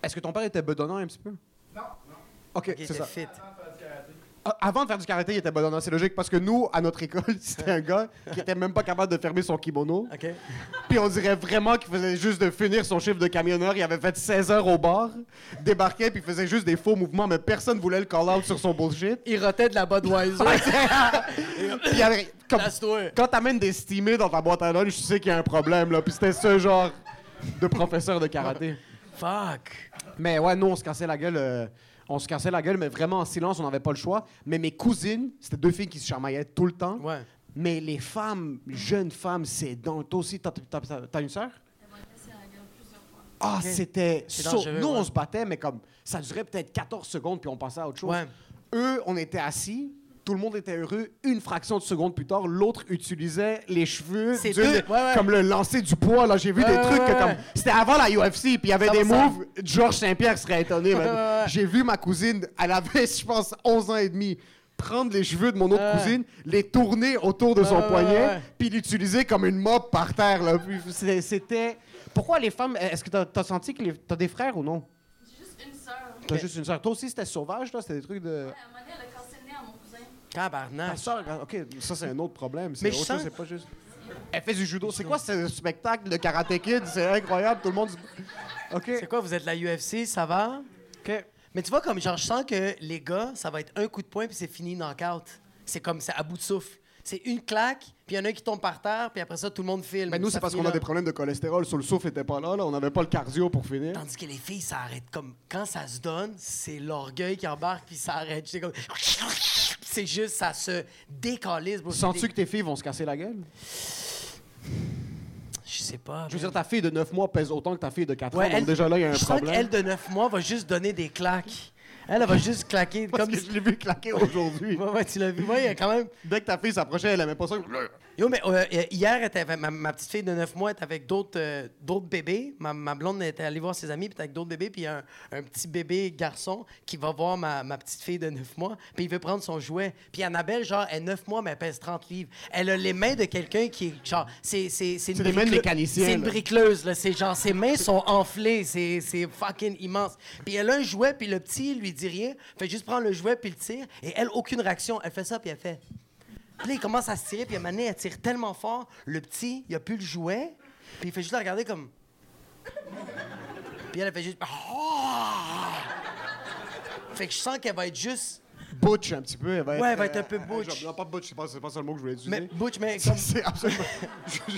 Speaker 4: Est-ce que ton père était bedonnant un petit peu? Non. OK,
Speaker 2: Il
Speaker 4: c'est
Speaker 2: était
Speaker 4: ça.
Speaker 2: fit.
Speaker 4: Ah, Avant de faire du karaté, il était bedonnant. C'est logique parce que nous, à notre école, c'était un gars qui était même pas capable de fermer son kimono.
Speaker 2: OK.
Speaker 4: Puis on dirait vraiment qu'il faisait juste de finir son chiffre de camionneur. Il avait fait 16 heures au bar, débarquait, puis faisait juste des faux mouvements, mais personne voulait le call-out sur son bullshit.
Speaker 2: Il rotait de la Budweiser.
Speaker 4: Puis il y avait- comme-
Speaker 2: Place-toi.
Speaker 4: quand t'amènes des steamés dans ta boîte à lunch, tu sais qu'il y a un problème, là. Puis c'était ce genre de professeur de karaté.
Speaker 2: Fuck.
Speaker 4: Mais ouais, nous, on se cassait la gueule. euh, on se cassait la gueule, mais vraiment en silence, on n'avait pas le choix. Mais mes cousines, c'était deux filles qui se charmaillaient tout le temps.
Speaker 2: Ouais.
Speaker 4: Mais les femmes, jeunes femmes, c'est donc. Toi aussi, t'as- t'as t'as- t'as une sœur?
Speaker 5: Elle m'a cassé la gueule plusieurs fois.
Speaker 4: Ah, c'était.
Speaker 2: C'est
Speaker 4: sau-
Speaker 2: dangereux,
Speaker 4: Nous,
Speaker 2: ouais.
Speaker 4: on se battait, mais comme ça durait peut-être 14 secondes, puis on passait à autre chose.
Speaker 2: Ouais.
Speaker 4: Eux, on était assis, tout le monde était heureux. Une fraction de seconde plus tard, l'autre utilisait les cheveux
Speaker 2: C'est
Speaker 4: d'une-
Speaker 2: deux- ouais, ouais.
Speaker 4: comme le lancer du poids. Là, j'ai vu
Speaker 2: Ouais,
Speaker 4: des
Speaker 2: ouais,
Speaker 4: trucs que
Speaker 2: ouais,
Speaker 4: comme
Speaker 2: ouais.
Speaker 4: c'était avant la UFC, puis il y avait
Speaker 2: Ça
Speaker 4: des
Speaker 2: va, ça va.
Speaker 4: moves. Georges Saint-Pierre serait étonné. man.
Speaker 2: Ouais, ouais, ouais.
Speaker 4: J'ai vu ma cousine, elle avait, je pense, 11 ans et demi. Prendre les cheveux de mon autre
Speaker 2: Ouais.
Speaker 4: cousine, les tourner autour de son
Speaker 2: ouais,
Speaker 4: poignet,
Speaker 2: ouais, ouais.
Speaker 4: puis l'utiliser comme une mop par terre. là. Puis c'est- C'était. Pourquoi les femmes. Est-ce que t'as as senti que les- t'as des frères ou non?
Speaker 5: J'ai juste une sœur.
Speaker 4: T'as juste une sœur. Toi aussi, c'était sauvage, toi? C'était des trucs de.
Speaker 5: À un moment donné, elle a cassé le nez à mon cousin.
Speaker 4: Ta
Speaker 2: Tabarnak.
Speaker 4: sœur, ok, ça c'est un autre problème. C'est
Speaker 2: Mais je
Speaker 4: autre
Speaker 2: sens-
Speaker 4: chose, c'est pas juste. Elle fait du judo. C'est quoi ce spectacle de Karate Kid? C'est incroyable, tout le monde. se-
Speaker 2: C'est
Speaker 4: Ok.
Speaker 2: quoi, vous êtes la UFC, ça va?
Speaker 4: Ok.
Speaker 2: Mais tu vois, comme genre, je sens que les gars, ça va être un coup de poing, puis c'est fini, knockout. C'est comme, c'est à bout de souffle. C'est une claque, puis il y en a un qui tombe par terre, puis après ça, tout le monde filme.
Speaker 4: Mais Ben, nous, c'est
Speaker 2: Ça
Speaker 4: parce
Speaker 2: finit
Speaker 4: qu'on a
Speaker 2: là.
Speaker 4: des problèmes de cholestérol. Sur le souffle, était pas là, là. On n'avait pas le cardio pour finir.
Speaker 2: Tandis que les filles, ça arrête comme. Quand ça se donne, c'est l'orgueil qui embarque, puis ça arrête. J'étais comme. C'est juste, ça se décalise. bro.
Speaker 4: Sens-tu que tes filles vont se casser la gueule?
Speaker 2: Je sais pas.
Speaker 4: Je veux
Speaker 2: man.
Speaker 4: dire, ta fille de 9 mois pèse autant que ta fille de 4
Speaker 2: Ouais,
Speaker 4: ans. Donc déjà là, il y a un
Speaker 2: je
Speaker 4: problème.
Speaker 2: sens qu'elle de 9 mois va juste donner des claques. Elle, elle va juste claquer.
Speaker 4: Parce
Speaker 2: comme...
Speaker 4: que je l'ai vu claquer aujourd'hui.
Speaker 2: Ouais, ouais, tu l'as vu. Ouais, il y a quand même.
Speaker 4: Dès que ta fille s'approchait, elle aimait pas ça.
Speaker 2: Yo, mais euh, euh, hier, elle était avec ma, ma petite fille de 9 mois elle était avec d'autres euh, d'autres bébés. Ma, ma blonde était allée voir ses amis, puis était avec d'autres bébés. Puis il y a un, un petit bébé garçon qui va voir ma, ma petite fille de 9 mois, puis il veut prendre son jouet. Puis Annabelle, genre, elle est 9 mois, mais elle pèse 30 livres. Elle a les mains de quelqu'un qui est, genre, c'est c'est- c'est une
Speaker 4: C'est des mains de
Speaker 2: bricleu-
Speaker 4: mécanicien,
Speaker 2: C'est une
Speaker 4: là.
Speaker 2: bricleuse, là. C'est genre, ses mains sont enflées. C'est c'est fucking immense. Puis elle a un jouet, puis le petit, il lui dit rien. Fait juste prendre le jouet, puis le tire. Et elle, aucune réaction. Elle fait ça, puis elle fait. Puis là, il commence à se tirer, puis à un moment donné, elle tire tellement fort, le petit, il a plus le jouet, puis il fait juste la regarder comme. Puis elle, elle fait juste. Ah! Fait que je sens qu'elle va être juste
Speaker 4: butch un petit peu. Elle va
Speaker 2: Ouais,
Speaker 4: être,
Speaker 2: elle va être un peu
Speaker 4: euh, euh,
Speaker 2: butch.
Speaker 4: genre, Non, pas butch, c'est pas, c'est pas ça le mot que je voulais utiliser.
Speaker 2: Mais, Butch, mais
Speaker 4: Ça,
Speaker 2: comme-
Speaker 4: c'est absolument.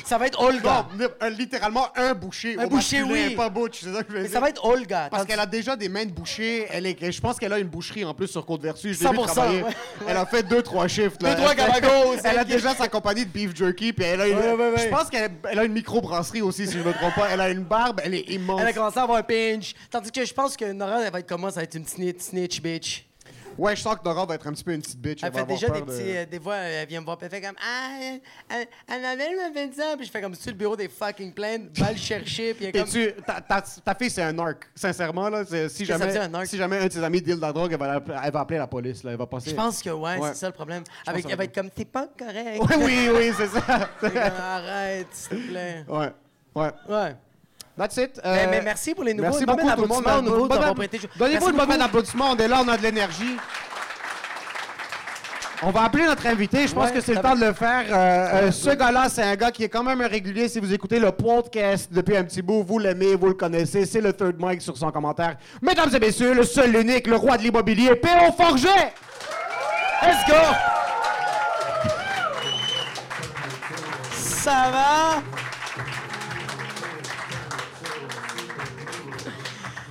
Speaker 2: ça va être Olga.
Speaker 4: Non, euh, littéralement un boucher.
Speaker 2: Un
Speaker 4: au
Speaker 2: boucher,
Speaker 4: masculin,
Speaker 2: oui.
Speaker 4: Pas butch, c'est ça que je voulais
Speaker 2: Mais
Speaker 4: dire.
Speaker 2: ça va être Olga.
Speaker 4: Parce
Speaker 2: Tandis-
Speaker 4: qu'elle a déjà des mains de boucher. Elle est, je pense qu'elle a une boucherie en plus sur Côte-Vertu. Je l'ai vu
Speaker 2: 100%,
Speaker 4: travailler.
Speaker 2: ouais.
Speaker 4: Elle a fait deux, trois chiffres. là.
Speaker 2: Deux, trois gabagos,
Speaker 4: Elle a
Speaker 2: elle qui-
Speaker 4: déjà sa compagnie de beef jerky. Puis elle a une,
Speaker 2: Ouais, ouais, ouais.
Speaker 4: Je pense qu'elle elle a une microbrasserie aussi, si je me trompe pas. Elle a une barbe, elle est immense.
Speaker 2: Elle a commencé à avoir un pinch. Tandis que je pense que Nora, elle va être comme moi, ça va être une snitch, snitch bitch.
Speaker 4: Ouais, je sens que Nora va être un petit peu une petite bitch.
Speaker 2: Elle
Speaker 4: va
Speaker 2: fait
Speaker 4: avoir
Speaker 2: déjà des
Speaker 4: peur de-
Speaker 2: petits. euh, des voix, elle vient me voir, puis elle fait comme Ah, euh, Annabelle m'a fait ça. Puis je fais comme si tu le bureau des fucking plaintes, va le chercher. Puis elle est comme.
Speaker 4: T'es-tu- ta, ta- ta fille, c'est un narc. Sincèrement, là, c'est- si,
Speaker 2: Qu'est-ce que ça
Speaker 4: jamais,
Speaker 2: veut dire, un narc?
Speaker 4: si jamais un de ses amis deal de la drogue, elle va, la- elle va appeler la police. Là, elle va passer.
Speaker 2: Je pense que, ouais,
Speaker 4: Ouais.
Speaker 2: c'est ça le problème.
Speaker 4: pense
Speaker 2: Avec,
Speaker 4: que ça
Speaker 2: elle va
Speaker 4: va
Speaker 2: être comme T'es pas correct.
Speaker 4: Oui, oui, oui, c'est ça.
Speaker 2: T'es comme, Arrête, s'il te plaît.
Speaker 4: ouais. Ouais.
Speaker 2: Ouais.
Speaker 4: That's it. Euh,
Speaker 2: Mais- mais merci pour les nouveaux. ben,
Speaker 4: Merci
Speaker 2: Une bonne
Speaker 4: beaucoup
Speaker 2: main
Speaker 4: tout le monde.
Speaker 2: d'applaudissement aux nouveaux
Speaker 4: Bonne- bonne-
Speaker 2: d'avoir prêté- Merci
Speaker 4: Donnez-vous une bonne main
Speaker 2: beaucoup.
Speaker 4: d'applaudissement. On est là, on a de l'énergie. On va appeler notre invité. Je pense
Speaker 2: Ouais,
Speaker 4: que c'est
Speaker 2: ça
Speaker 4: le temps de le faire. Euh, euh, ce gars-là, c'est un gars qui est quand même un régulier. Si vous écoutez le podcast depuis un petit bout, vous l'aimez, vous le connaissez. C'est le Third Mike sur son commentaire. Mesdames et messieurs, le seul, l'unique, le roi de l'immobilier, P.O. Forget! Let's go!
Speaker 2: Ça va?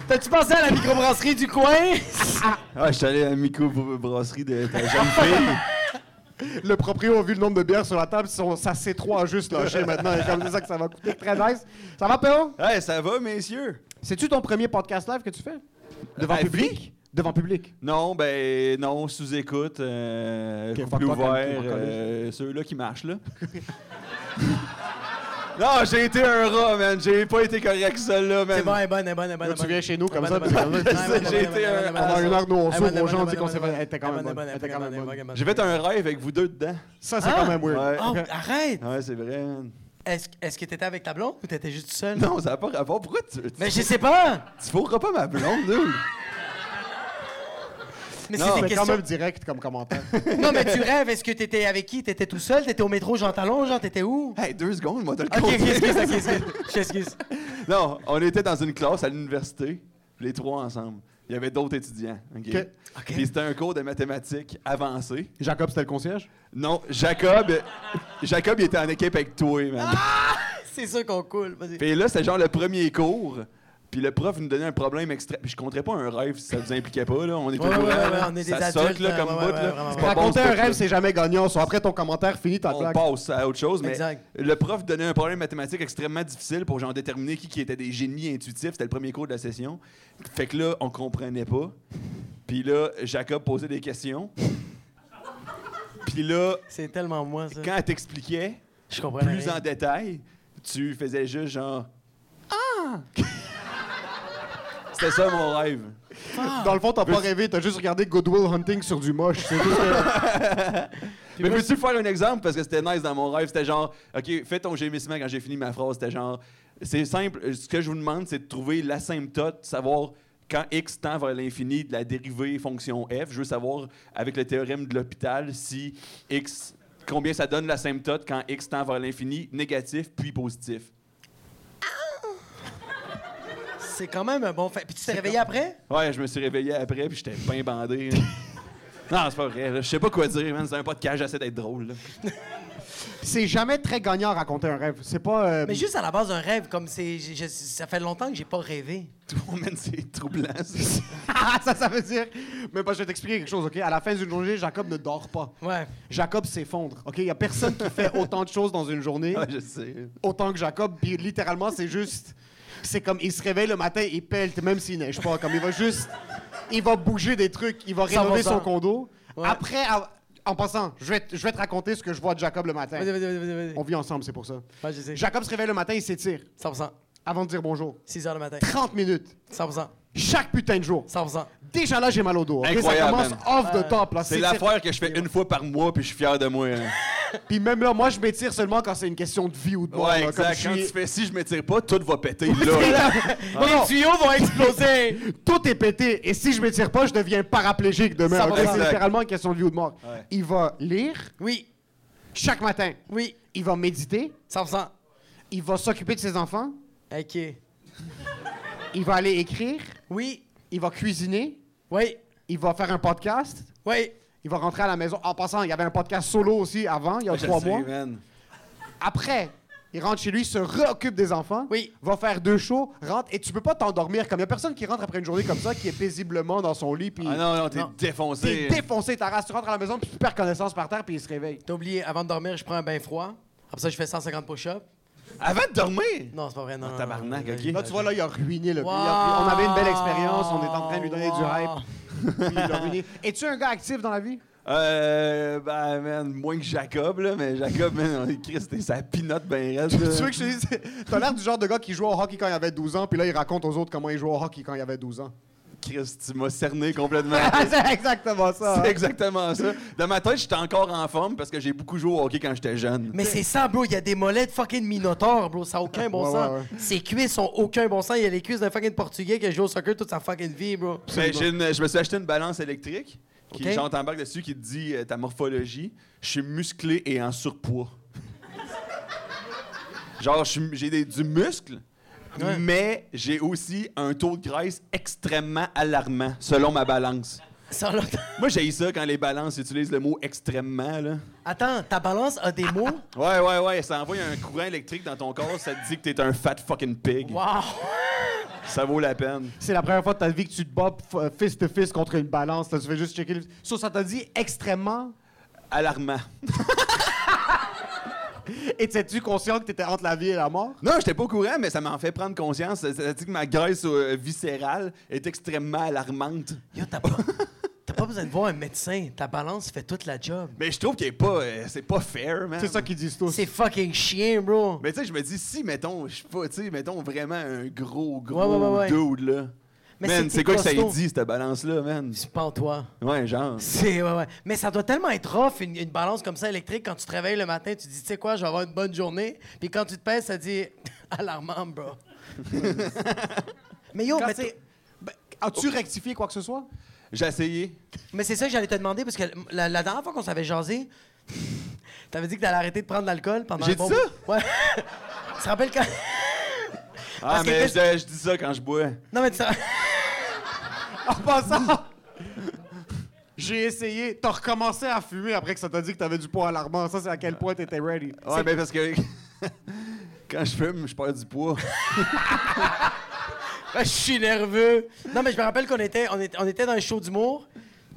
Speaker 2: T'as-tu pensé à la microbrasserie du coin?
Speaker 6: Ah, je suis allé à la micro-brasserie de ta jeune fille.
Speaker 4: Le proprio a vu le nombre de bières sur la table. Son, sa C3 a juste lâché maintenant. Et comme c'est ça que ça va coûter. Très nice. Ça va, P.O.?
Speaker 6: Hey, ça va, messieurs?
Speaker 4: C'est-tu ton premier podcast live que tu fais? Devant
Speaker 6: Live
Speaker 4: public? Devant public.
Speaker 6: Non, ben, non, sous-écoute. Euh, je suis
Speaker 4: fuck
Speaker 6: plus
Speaker 4: toi,
Speaker 6: ouvert.
Speaker 4: calme-toi,
Speaker 6: euh, Ceux-là qui marchent, là. non, j'ai été un rat, man. J'ai pas été correct, seul-là, man.
Speaker 2: C'est bon, elle est bonne, elle est bonne, elle est bonne.
Speaker 4: Là, tu Ben, viens chez nous comme
Speaker 2: Ouais,
Speaker 4: ça.
Speaker 2: ouais,
Speaker 4: puis
Speaker 2: ouais,
Speaker 4: comme
Speaker 2: ouais, ouais,
Speaker 4: ça,
Speaker 2: ouais,
Speaker 6: j'ai
Speaker 2: ouais,
Speaker 6: été
Speaker 2: ouais,
Speaker 6: un-
Speaker 2: ouais, ouais,
Speaker 4: pendant
Speaker 2: ouais,
Speaker 4: une heure, nous, on
Speaker 2: ouais,
Speaker 4: s'ouvre
Speaker 2: ouais,
Speaker 4: aux
Speaker 2: ouais,
Speaker 4: gens, on dit
Speaker 2: ouais,
Speaker 4: qu'on
Speaker 2: ouais,
Speaker 4: s'est fait-
Speaker 2: ouais,
Speaker 4: elle était quand
Speaker 2: ouais,
Speaker 4: même
Speaker 2: ouais,
Speaker 4: bonne, elle était
Speaker 2: ouais,
Speaker 4: quand même
Speaker 2: ouais,
Speaker 4: bonne.
Speaker 2: ouais, ouais,
Speaker 6: J'ai fait un rêve avec vous deux dedans.
Speaker 4: Ça, c'est quand même weird.
Speaker 6: Ah! Ouais.
Speaker 2: Oh, arrête!
Speaker 6: Ouais, c'est vrai, man.
Speaker 2: Est-ce est-ce que t'étais avec ta blonde ou t'étais juste seul?
Speaker 6: Non, ça n'a pas rapport. Pourquoi tu. tu-
Speaker 2: Mais je sais pas!
Speaker 6: Tu fourras pas ma blonde, dude.
Speaker 2: Mais
Speaker 6: Non,
Speaker 2: c'est des
Speaker 4: C'est quand
Speaker 2: questions.
Speaker 4: même direct comme commentaire.
Speaker 2: Non, mais tu rêves, est-ce que t'étais avec qui? T'étais tout seul? T'étais au métro Jean Talon? Genre, t'étais où?
Speaker 6: Hey, deux secondes, moi, t'as le
Speaker 2: Ok, ok,
Speaker 6: compte.
Speaker 2: excuse, ok, excuse. Je excuse.
Speaker 6: Non, on était dans une classe à l'université, les trois ensemble. Il y avait d'autres étudiants. OK?
Speaker 4: Ok.
Speaker 2: Ok.
Speaker 6: Puis c'était un cours de mathématiques avancées.
Speaker 4: Jacob, c'était le concierge?
Speaker 6: Non, Jacob, euh, Jacob il était en équipe avec toi, man.
Speaker 2: C'est sûr qu'on coule. Vas-y.
Speaker 6: Puis là, c'était genre le premier cours. Puis le prof nous donnait un problème extrême. Puis je compterais pas un rêve si ça vous impliquait pas, là. On est
Speaker 2: Ouais,
Speaker 6: au
Speaker 2: ouais,
Speaker 6: courant,
Speaker 2: ouais,
Speaker 6: là.
Speaker 2: ouais, on est
Speaker 6: ça
Speaker 2: des
Speaker 6: soque,
Speaker 2: adultes, là.
Speaker 6: là, comme
Speaker 2: Ouais,
Speaker 6: bout,
Speaker 2: ouais,
Speaker 6: là.
Speaker 2: ouais, vraiment,
Speaker 6: C'est pas bon,
Speaker 4: Raconter un
Speaker 6: ce
Speaker 4: rêve,
Speaker 6: truc-là.
Speaker 4: c'est jamais gagnant. Soit après ton commentaire, finis ta
Speaker 6: On
Speaker 4: blague.
Speaker 6: passe à autre chose, mais
Speaker 2: Exact.
Speaker 6: le prof donnait un problème mathématique extrêmement difficile pour genre déterminer qui, qui était des génies intuitifs. C'était le premier cours de la session. Fait que là, on comprenait pas. Puis là, Jacob posait des questions. Puis là,
Speaker 2: C'est tellement moi, ça.
Speaker 6: quand elle t'expliquait
Speaker 2: Je comprends.
Speaker 6: plus en détail, tu faisais juste genre Ah! C'était ça mon rêve.
Speaker 4: Dans le fond, t'as pas rêvé, t'as juste regardé Goodwill Hunting sur du moche. C'est juste que-
Speaker 6: Mais peux-tu faire un exemple? Parce que c'était nice dans mon rêve. C'était genre, OK, fais ton gémissement quand j'ai fini ma phrase. C'était genre, c'est simple. Euh, Ce que je vous demande, c'est de trouver l'asymptote, savoir quand x tend vers l'infini de la dérivée fonction f. Je veux savoir, avec le théorème de l'hôpital, si x, combien ça donne l'asymptote quand x tend vers l'infini, négatif puis positif.
Speaker 2: C'est quand même un bon fait. Puis tu t'es réveillé après?
Speaker 6: Ouais, je me suis réveillé après puis j'étais bien bandé. là. non, c'est pas vrai. là. Je sais pas quoi dire, man. C'est un podcast, j'essaie d'être drôle. là.
Speaker 4: c'est jamais très gagnant à raconter un rêve. C'est pas. euh,
Speaker 2: Mais juste à la base, un rêve, comme c'est. je- je- Ça fait longtemps que j'ai pas rêvé.
Speaker 6: Tout le monde, man, c'est troublant. ça.
Speaker 4: Ah, ça, ça veut dire. Mais parce que je vais t'expliquer quelque chose, OK? À la fin d'une journée, Jacob ne dort pas.
Speaker 2: Ouais.
Speaker 4: Jacob s'effondre, OK? Il y a personne qui fait autant de choses dans une journée,
Speaker 6: Ouais, je sais.
Speaker 4: autant que Jacob. Puis littéralement, c'est juste. C'est comme il se réveille le matin, il pèlte, même s'il neige pas. Comme il va juste. Il va bouger des trucs, il va
Speaker 2: 100%.
Speaker 4: rénover son condo.
Speaker 2: Ouais.
Speaker 4: Après, à- en passant, je vais, te- je vais te raconter ce que je vois de Jacob le matin.
Speaker 2: Vas-y, vas-y, vas-y, vas-y.
Speaker 4: On vit ensemble, c'est pour ça.
Speaker 2: Ouais, je sais.
Speaker 4: Jacob se réveille le matin, il s'étire
Speaker 2: 100%.
Speaker 4: avant de dire bonjour.
Speaker 2: 6 h le matin.
Speaker 4: 30 minutes,
Speaker 2: 100%.
Speaker 4: chaque putain de jour.
Speaker 2: 100%.
Speaker 4: Déjà là, j'ai mal au dos. ok?
Speaker 6: Incroyable,
Speaker 4: Ça
Speaker 6: man.
Speaker 4: commence off the top. là.
Speaker 6: C'est l'affaire que je fais une fois par mois, puis je suis fier de moi. hein.
Speaker 4: Puis même là, moi, je m'étire seulement quand c'est une question de vie ou de mort.
Speaker 6: ouais,
Speaker 4: là, comme
Speaker 6: exact.
Speaker 4: je
Speaker 6: Quand
Speaker 4: suis-
Speaker 6: tu fais si je m'étire pas, tout va péter. Là. Ah.
Speaker 4: Non, non,
Speaker 2: tuyaux vont exploser!
Speaker 4: tout est pété. Et si je m'étire pas, je deviens paraplégique demain. ok?
Speaker 6: 100%.
Speaker 4: C'est littéralement une question de vie ou de mort.
Speaker 6: Ouais.
Speaker 4: Il va lire
Speaker 2: Oui,
Speaker 4: chaque matin.
Speaker 2: oui,
Speaker 4: Il va méditer.
Speaker 2: 100%.
Speaker 4: Il va s'occuper de ses enfants.
Speaker 2: Ok.
Speaker 4: Il va aller écrire.
Speaker 2: Oui,
Speaker 4: Il va cuisiner.
Speaker 2: oui,
Speaker 4: Il va faire un podcast.
Speaker 2: oui,
Speaker 4: Il va rentrer à la maison. En passant, il y avait un podcast solo aussi avant, il y a trois mois.
Speaker 6: man.
Speaker 4: Après, il rentre chez lui, se réoccupe des enfants.
Speaker 2: Oui.
Speaker 4: Va faire deux shows, rentre. Et tu peux pas t'endormir. Comme il y a personne qui rentre après une journée comme ça, qui est paisiblement dans son lit. Puis
Speaker 6: Ah non, non, t'es
Speaker 2: Non.
Speaker 6: défoncé.
Speaker 4: t'es défoncé, ta race. Tu rentres à la maison, puis tu perds connaissance par terre, puis il se réveille.
Speaker 2: T'as oublié, avant de dormir, je prends un bain froid. Après ça, je fais 150 push-ups.
Speaker 6: Avant de dormir!
Speaker 2: Non, c'est pas vrai, non. non, non,
Speaker 6: Ah, Tabarnak,
Speaker 2: non, non.
Speaker 6: ok.
Speaker 4: Là, tu vois, là, il a ruiné le
Speaker 2: Wow.
Speaker 4: il a- On avait une belle expérience, on est en train de lui donner du
Speaker 2: Wow.
Speaker 4: hype. Puis il l'a ruiné. Es-tu un gars actif dans la vie?
Speaker 6: Euh, ben, man, moins que Jacob, là, mais Jacob, man, on écrit, c'était sa pinote ben reste. là.
Speaker 4: Tu veux que je te dise, t'as l'air du genre de gars qui jouait au hockey quand il avait 12 ans, puis là, il raconte aux autres comment il jouait au hockey quand il avait 12 ans.
Speaker 6: Chris, tu m'as cerné complètement.
Speaker 4: c'est exactement ça.
Speaker 6: C'est exactement ça. Dans ma tête, j'étais encore en forme parce que j'ai beaucoup joué au hockey quand j'étais jeune.
Speaker 2: Mais c'est ça, bro. Il y a des mollets de fucking minotaure, bro. Ça a aucun bon
Speaker 4: Ouais,
Speaker 2: sens.
Speaker 4: ouais,
Speaker 2: Ses cuisses sont aucun bon sens. Il y a les cuisses d'un fucking Portugais qui a joué au soccer toute sa fucking vie, bro.
Speaker 6: Mais Ben, j'ai une- je me suis acheté une balance électrique. Qui,
Speaker 2: Ok.
Speaker 6: Genre, t'embarques dessus qui te dit euh, ta morphologie. Je suis musclé et en surpoids. genre, je suis- j'ai des- du muscle,
Speaker 2: Ouais.
Speaker 6: mais j'ai aussi un taux de graisse extrêmement alarmant, selon ma balance.
Speaker 2: Ça, là, t-
Speaker 6: Moi, j'ai ça quand les balances utilisent le mot extrêmement. Là.
Speaker 2: Attends, ta balance a des mots?
Speaker 6: Ouais, ouais, ouais. Ça envoie un courant électrique dans ton corps. Ça te dit que t'es un fat fucking
Speaker 4: Ah,
Speaker 6: pig.
Speaker 2: Wow!
Speaker 6: Ça vaut la peine.
Speaker 4: C'est la première fois de ta vie que tu te bats f- fist to fist contre une balance. Là, tu fais juste checker. le- So, ça t'a dit extrêmement.
Speaker 6: Alarmant.
Speaker 4: Et t'es-tu conscient que t'étais entre la vie et la mort?
Speaker 6: Non, j'étais pas au courant, mais ça m'en fait prendre conscience. Ça ça dit que ma graisse euh, viscérale est extrêmement alarmante.
Speaker 2: Yo, t'as pas... t'as pas besoin de voir un médecin. Ta balance fait toute la job.
Speaker 6: Mais je trouve qu'elle est pas. euh, c'est pas fair, man.
Speaker 4: C'est ça qu'ils disent tous.
Speaker 2: C'est fucking chien, bro.
Speaker 6: Mais tu sais, je me dis, si, mettons, je sais pas, tu sais, mettons vraiment un gros, gros
Speaker 2: Ouais, ouais, ouais, ouais.
Speaker 6: dude, là.
Speaker 2: Mais
Speaker 6: man,
Speaker 2: c'est
Speaker 6: c'est quoi que ça
Speaker 2: costaud.
Speaker 6: dit, cette balance-là, man?
Speaker 2: C'est pas en toi.
Speaker 6: Ouais, genre.
Speaker 2: C'est, ouais, ouais. Mais ça doit tellement être rough, une, une balance comme ça électrique. Quand tu te réveilles le matin, tu dis, tu sais quoi, je vais avoir une bonne journée. Puis quand tu te pèses, ça dit, alarmant, bro. mais yo,
Speaker 4: Quand
Speaker 2: mais,
Speaker 4: c'est-
Speaker 2: t-
Speaker 4: Ben, As-tu rectifié quoi que ce soit?
Speaker 6: J'ai essayé.
Speaker 2: mais c'est ça que j'allais te demander, parce que la, la dernière fois qu'on s'avait jasé, t'avais dit que t'allais arrêter de prendre de l'alcool pendant
Speaker 6: J'ai
Speaker 2: un bon
Speaker 6: dit
Speaker 2: bout. Ouais. tu te rappelles quand.
Speaker 6: Ah,
Speaker 2: Parce que
Speaker 6: mais
Speaker 2: qu'est-ce-
Speaker 6: je je dis ça quand je bois.
Speaker 2: Non, mais tu. te-
Speaker 4: En passant, j'ai essayé. T'as recommencé à fumer après que ça t'a dit que t'avais du poids alarmant. Ça, c'est à quel point t'étais ready.
Speaker 6: Ouais, ben parce que. quand je fume, je perds du poids.
Speaker 2: Ah, Je suis nerveux. Non, mais je me rappelle qu'on était, on était, on était dans un show d'humour.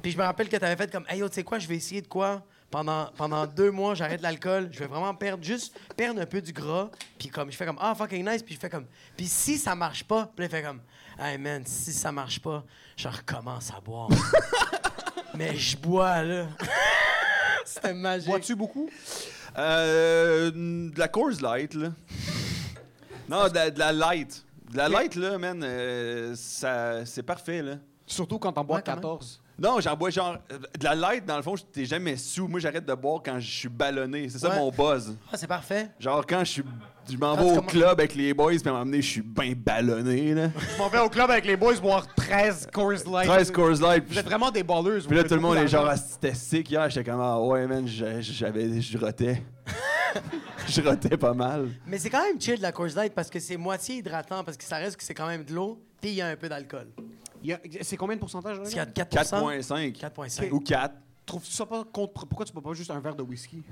Speaker 2: Puis je me rappelle que t'avais fait comme, hey yo, tu sais quoi, je vais essayer de quoi pendant, pendant deux mois, j'arrête l'alcool, je vais vraiment perdre, juste perdre un peu du gras. Puis comme, je fais comme, ah fucking nice. Puis je fais comme, puis si ça marche pas, puis là, il fait comme, hey man, si ça marche pas, je recommence à boire. mais je bois, là. C'était magique.
Speaker 4: Bois-tu beaucoup?
Speaker 6: Euh, de la Coors Light, là. non, de la, de la Light. De la Light, là, man, euh, ça, c'est parfait, là.
Speaker 4: Surtout quand t'en bois
Speaker 2: Ouais, quand même.
Speaker 4: 14.
Speaker 6: Non, j'en bois genre... euh, De la Light, dans le fond, je- t'es jamais sous. Moi, j'arrête de boire quand je suis ballonné. C'est ça
Speaker 2: Ouais.
Speaker 6: mon buzz.
Speaker 2: Ah, c'est parfait.
Speaker 6: Genre, quand je suis... Je m'en
Speaker 2: Quand
Speaker 6: vais
Speaker 2: tu
Speaker 6: au
Speaker 2: commences-
Speaker 6: club avec les boys, puis à un moment donné, je suis bien ballonné, là.
Speaker 4: Je m'en vais au club avec les boys boire 13 Coors Light.
Speaker 6: 13 Coors Light, puis
Speaker 4: Vous êtes vraiment des balleuses.
Speaker 6: puis là, tout le monde est genre, Ah, c'était sick hier. J'étais comme, ah ouais, man, je- j'avais, je rotais. je rotais pas mal.
Speaker 2: Mais c'est quand même chill de la course Light parce que c'est moitié hydratant, parce que ça reste que c'est quand même de l'eau, puis il y a un peu d'alcool.
Speaker 4: Il y a- C'est combien de pourcentage? là,
Speaker 2: Parce qu'il y a 4%.
Speaker 6: 4.5.
Speaker 2: 4.5.
Speaker 6: Ou 4.
Speaker 4: Trouves-tu ça pas contre... Pourquoi tu peux pas juste un verre de whisky?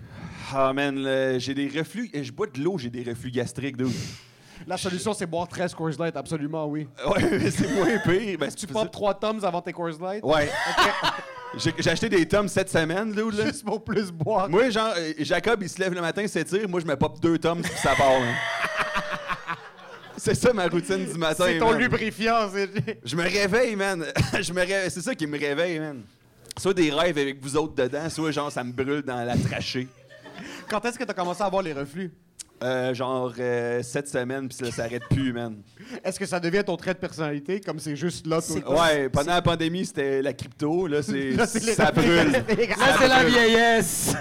Speaker 6: Ah, man, le- j'ai des reflux. et Je bois de l'eau, j'ai des reflux gastriques, dude.
Speaker 4: La solution, c'est boire 13 Coors Light, absolument, oui.
Speaker 6: Ouais, mais c'est moins pire. Ben, c'est
Speaker 4: Tu
Speaker 6: plus
Speaker 4: popes 3 toms avant tes Coors Light?
Speaker 6: ça. Ouais. J'ai j'ai acheté des tomes cette semaine, dude. là.
Speaker 4: Juste pour plus boire.
Speaker 6: Moi, genre, euh, Jacob, il se lève le matin, s'étire. Moi, je me pop deux tomes, puis ça part, man. C'est ça ma routine du matin.
Speaker 4: C'est ton
Speaker 6: man.
Speaker 4: lubrifiant, c'est...
Speaker 6: Je me réveille, man. je me réveille. C'est ça qui me réveille, man. Soit des rêves avec vous autres dedans, soit genre ça me brûle dans la trachée.
Speaker 4: Quand est-ce que t'as commencé à avoir les reflux?
Speaker 6: Euh, genre euh, cette semaine, puis là, ça arrête plus, man.
Speaker 4: Est-ce que ça devient ton trait de personnalité, comme c'est juste là tout le
Speaker 2: C'est-
Speaker 4: temps?
Speaker 6: Ouais, pendant la pandémie, c'était la crypto. Là, c'est
Speaker 4: Là, c'est les
Speaker 6: ça brûle.
Speaker 2: Là, c'est la
Speaker 6: brûle.
Speaker 2: vieillesse.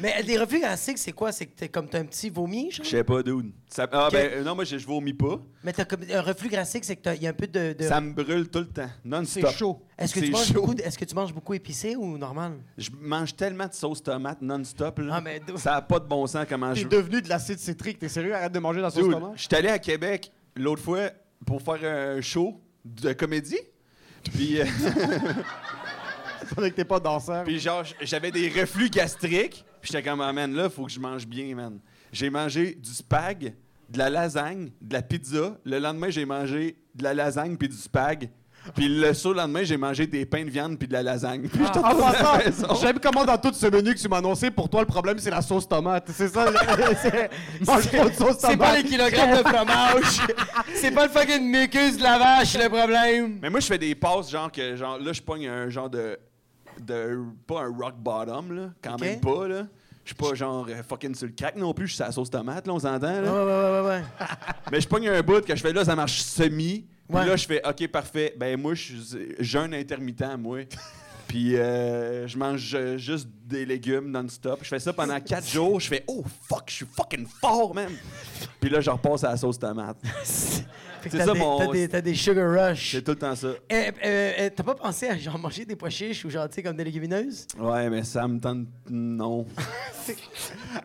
Speaker 2: Mais les reflux gastriques, c'est quoi? C'est que t'es comme t'as un petit vomi, genre?
Speaker 6: Je sais pas, dude. Ça- ah, ben, euh, non, moi, je, je vomis pas.
Speaker 2: Mais t'as comme un reflux gastrique, c'est qu'il y a un peu de... de-
Speaker 6: Ça me brûle tout le temps, non-stop.
Speaker 4: C'est chaud.
Speaker 2: Est-ce que, tu
Speaker 6: c'est
Speaker 2: manges
Speaker 6: chaud.
Speaker 2: beaucoup de- est-ce que tu manges beaucoup épicé ou normal?
Speaker 6: Je mange tellement de sauce tomate non-stop. là.
Speaker 2: Ah, mais dude.
Speaker 6: Ça a pas de bon sens comment
Speaker 4: T'es
Speaker 6: je...
Speaker 4: devenu de l'acide citrique, t'es sérieux? Arrête de manger dans sauce
Speaker 6: Dude,
Speaker 4: tomate?
Speaker 6: je suis allé à Québec l'autre fois pour faire un show de comédie. Puis. euh,
Speaker 4: Pendant que t'es pas danseur.
Speaker 6: Puis genre, j- j'avais des reflux gastriques. Puis j'étais comme, ah, man, là, faut que je mange bien, man. J'ai mangé du spag, de la lasagne, de la pizza. Le lendemain, j'ai mangé de la lasagne puis du spag. Puis le surlendemain, j'ai mangé des pains de viande puis de la lasagne. Puis j'étais
Speaker 4: Ah, En
Speaker 6: retourné à la
Speaker 4: passant,
Speaker 6: maison.
Speaker 4: j'aime comment dans tout ce menu que tu m'as annoncé, pour toi, le problème, c'est la sauce tomate. C'est ça? le- c'est- Mange trop de sauce tomate.
Speaker 2: C'est pas les kilogrammes de fromage. C'est pas le fucking mucus de la vache, le problème.
Speaker 6: Mais moi, je fais des passes, genre, que genre, là, je pogne un genre de. de pas un rock bottom, là. Quand
Speaker 2: Ok.
Speaker 6: même pas, là. Je suis pas genre euh, fucking sur le crack non plus, je suis à la sauce tomate, là, on s'entend, là.
Speaker 4: Ah,
Speaker 2: Ouais, ouais, ouais, ouais, ouais.
Speaker 6: Mais je pogne un bout que je fais là, ça marche semi. Puis
Speaker 2: Ouais.
Speaker 6: là, je fais OK, parfait. Ben, moi, je suis jeûne intermittent, moi. Puis euh, je mange euh, juste des légumes non-stop. Je fais ça pendant quatre jours. Je fais Oh fuck, je suis fucking fort, man. Puis là, je repasse à la sauce tomate.
Speaker 2: Fait que
Speaker 6: C'est
Speaker 2: t'as
Speaker 6: ça,
Speaker 2: des-
Speaker 6: mon-
Speaker 2: T'as des, t'as des sugar rush.
Speaker 6: C'est tout le temps ça.
Speaker 2: Eh, eh, eh, T'as pas pensé à genre manger des pois chiches ou genre, tu sais, comme des légumineuses?
Speaker 6: Ouais, mais ça me tente. Non.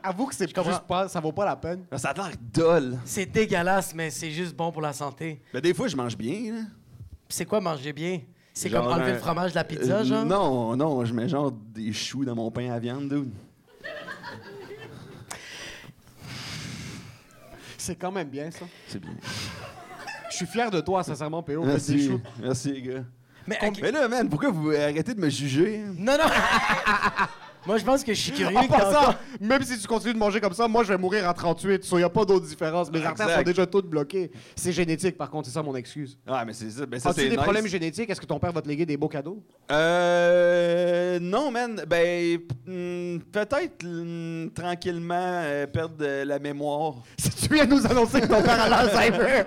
Speaker 4: Avoue que c'est
Speaker 2: comprends.
Speaker 4: juste pas, ça vaut pas la peine.
Speaker 6: Ça a l'air dol.
Speaker 2: C'est dégueulasse, mais c'est juste bon pour la santé.
Speaker 6: Mais des fois, je mange bien, là.
Speaker 2: Puis C'est quoi manger bien? C'est
Speaker 6: Genre
Speaker 2: comme enlever
Speaker 6: un-
Speaker 2: le fromage de la pizza,
Speaker 6: Euh,
Speaker 2: genre?
Speaker 6: Non, non, je mets genre des choux dans mon pain à viande, dude.
Speaker 4: C'est quand même bien, ça.
Speaker 6: C'est bien.
Speaker 4: Je suis fier de toi, sincèrement, PO. Fais des
Speaker 6: Merci.
Speaker 4: choux.
Speaker 6: Merci, les gars.
Speaker 2: Mais, ok.
Speaker 6: Mais là, man, pourquoi vous arrêtez de me juger?
Speaker 2: Non, non! Moi, je pense que je suis curieux.
Speaker 4: En
Speaker 2: que t'as encore-
Speaker 4: passant, même si tu continues de manger comme ça, moi je vais mourir à 38, so y a pas d'autre différence. Mes
Speaker 6: Exact.
Speaker 4: artères sont déjà toutes bloquées. C'est génétique par contre, c'est ça mon excuse.
Speaker 6: Ah, mais c'est ça. Ben, ça
Speaker 4: As-tu
Speaker 6: c'est
Speaker 4: des
Speaker 6: nice.
Speaker 4: problèmes génétiques? Est-ce que ton père va te léguer des beaux cadeaux?
Speaker 6: Euh. Non, man. Ben. p- hmm, Peut-être hmm, tranquillement euh, perdre de la mémoire.
Speaker 4: Si tu viens nous annoncer que ton père a l'Alzheimer!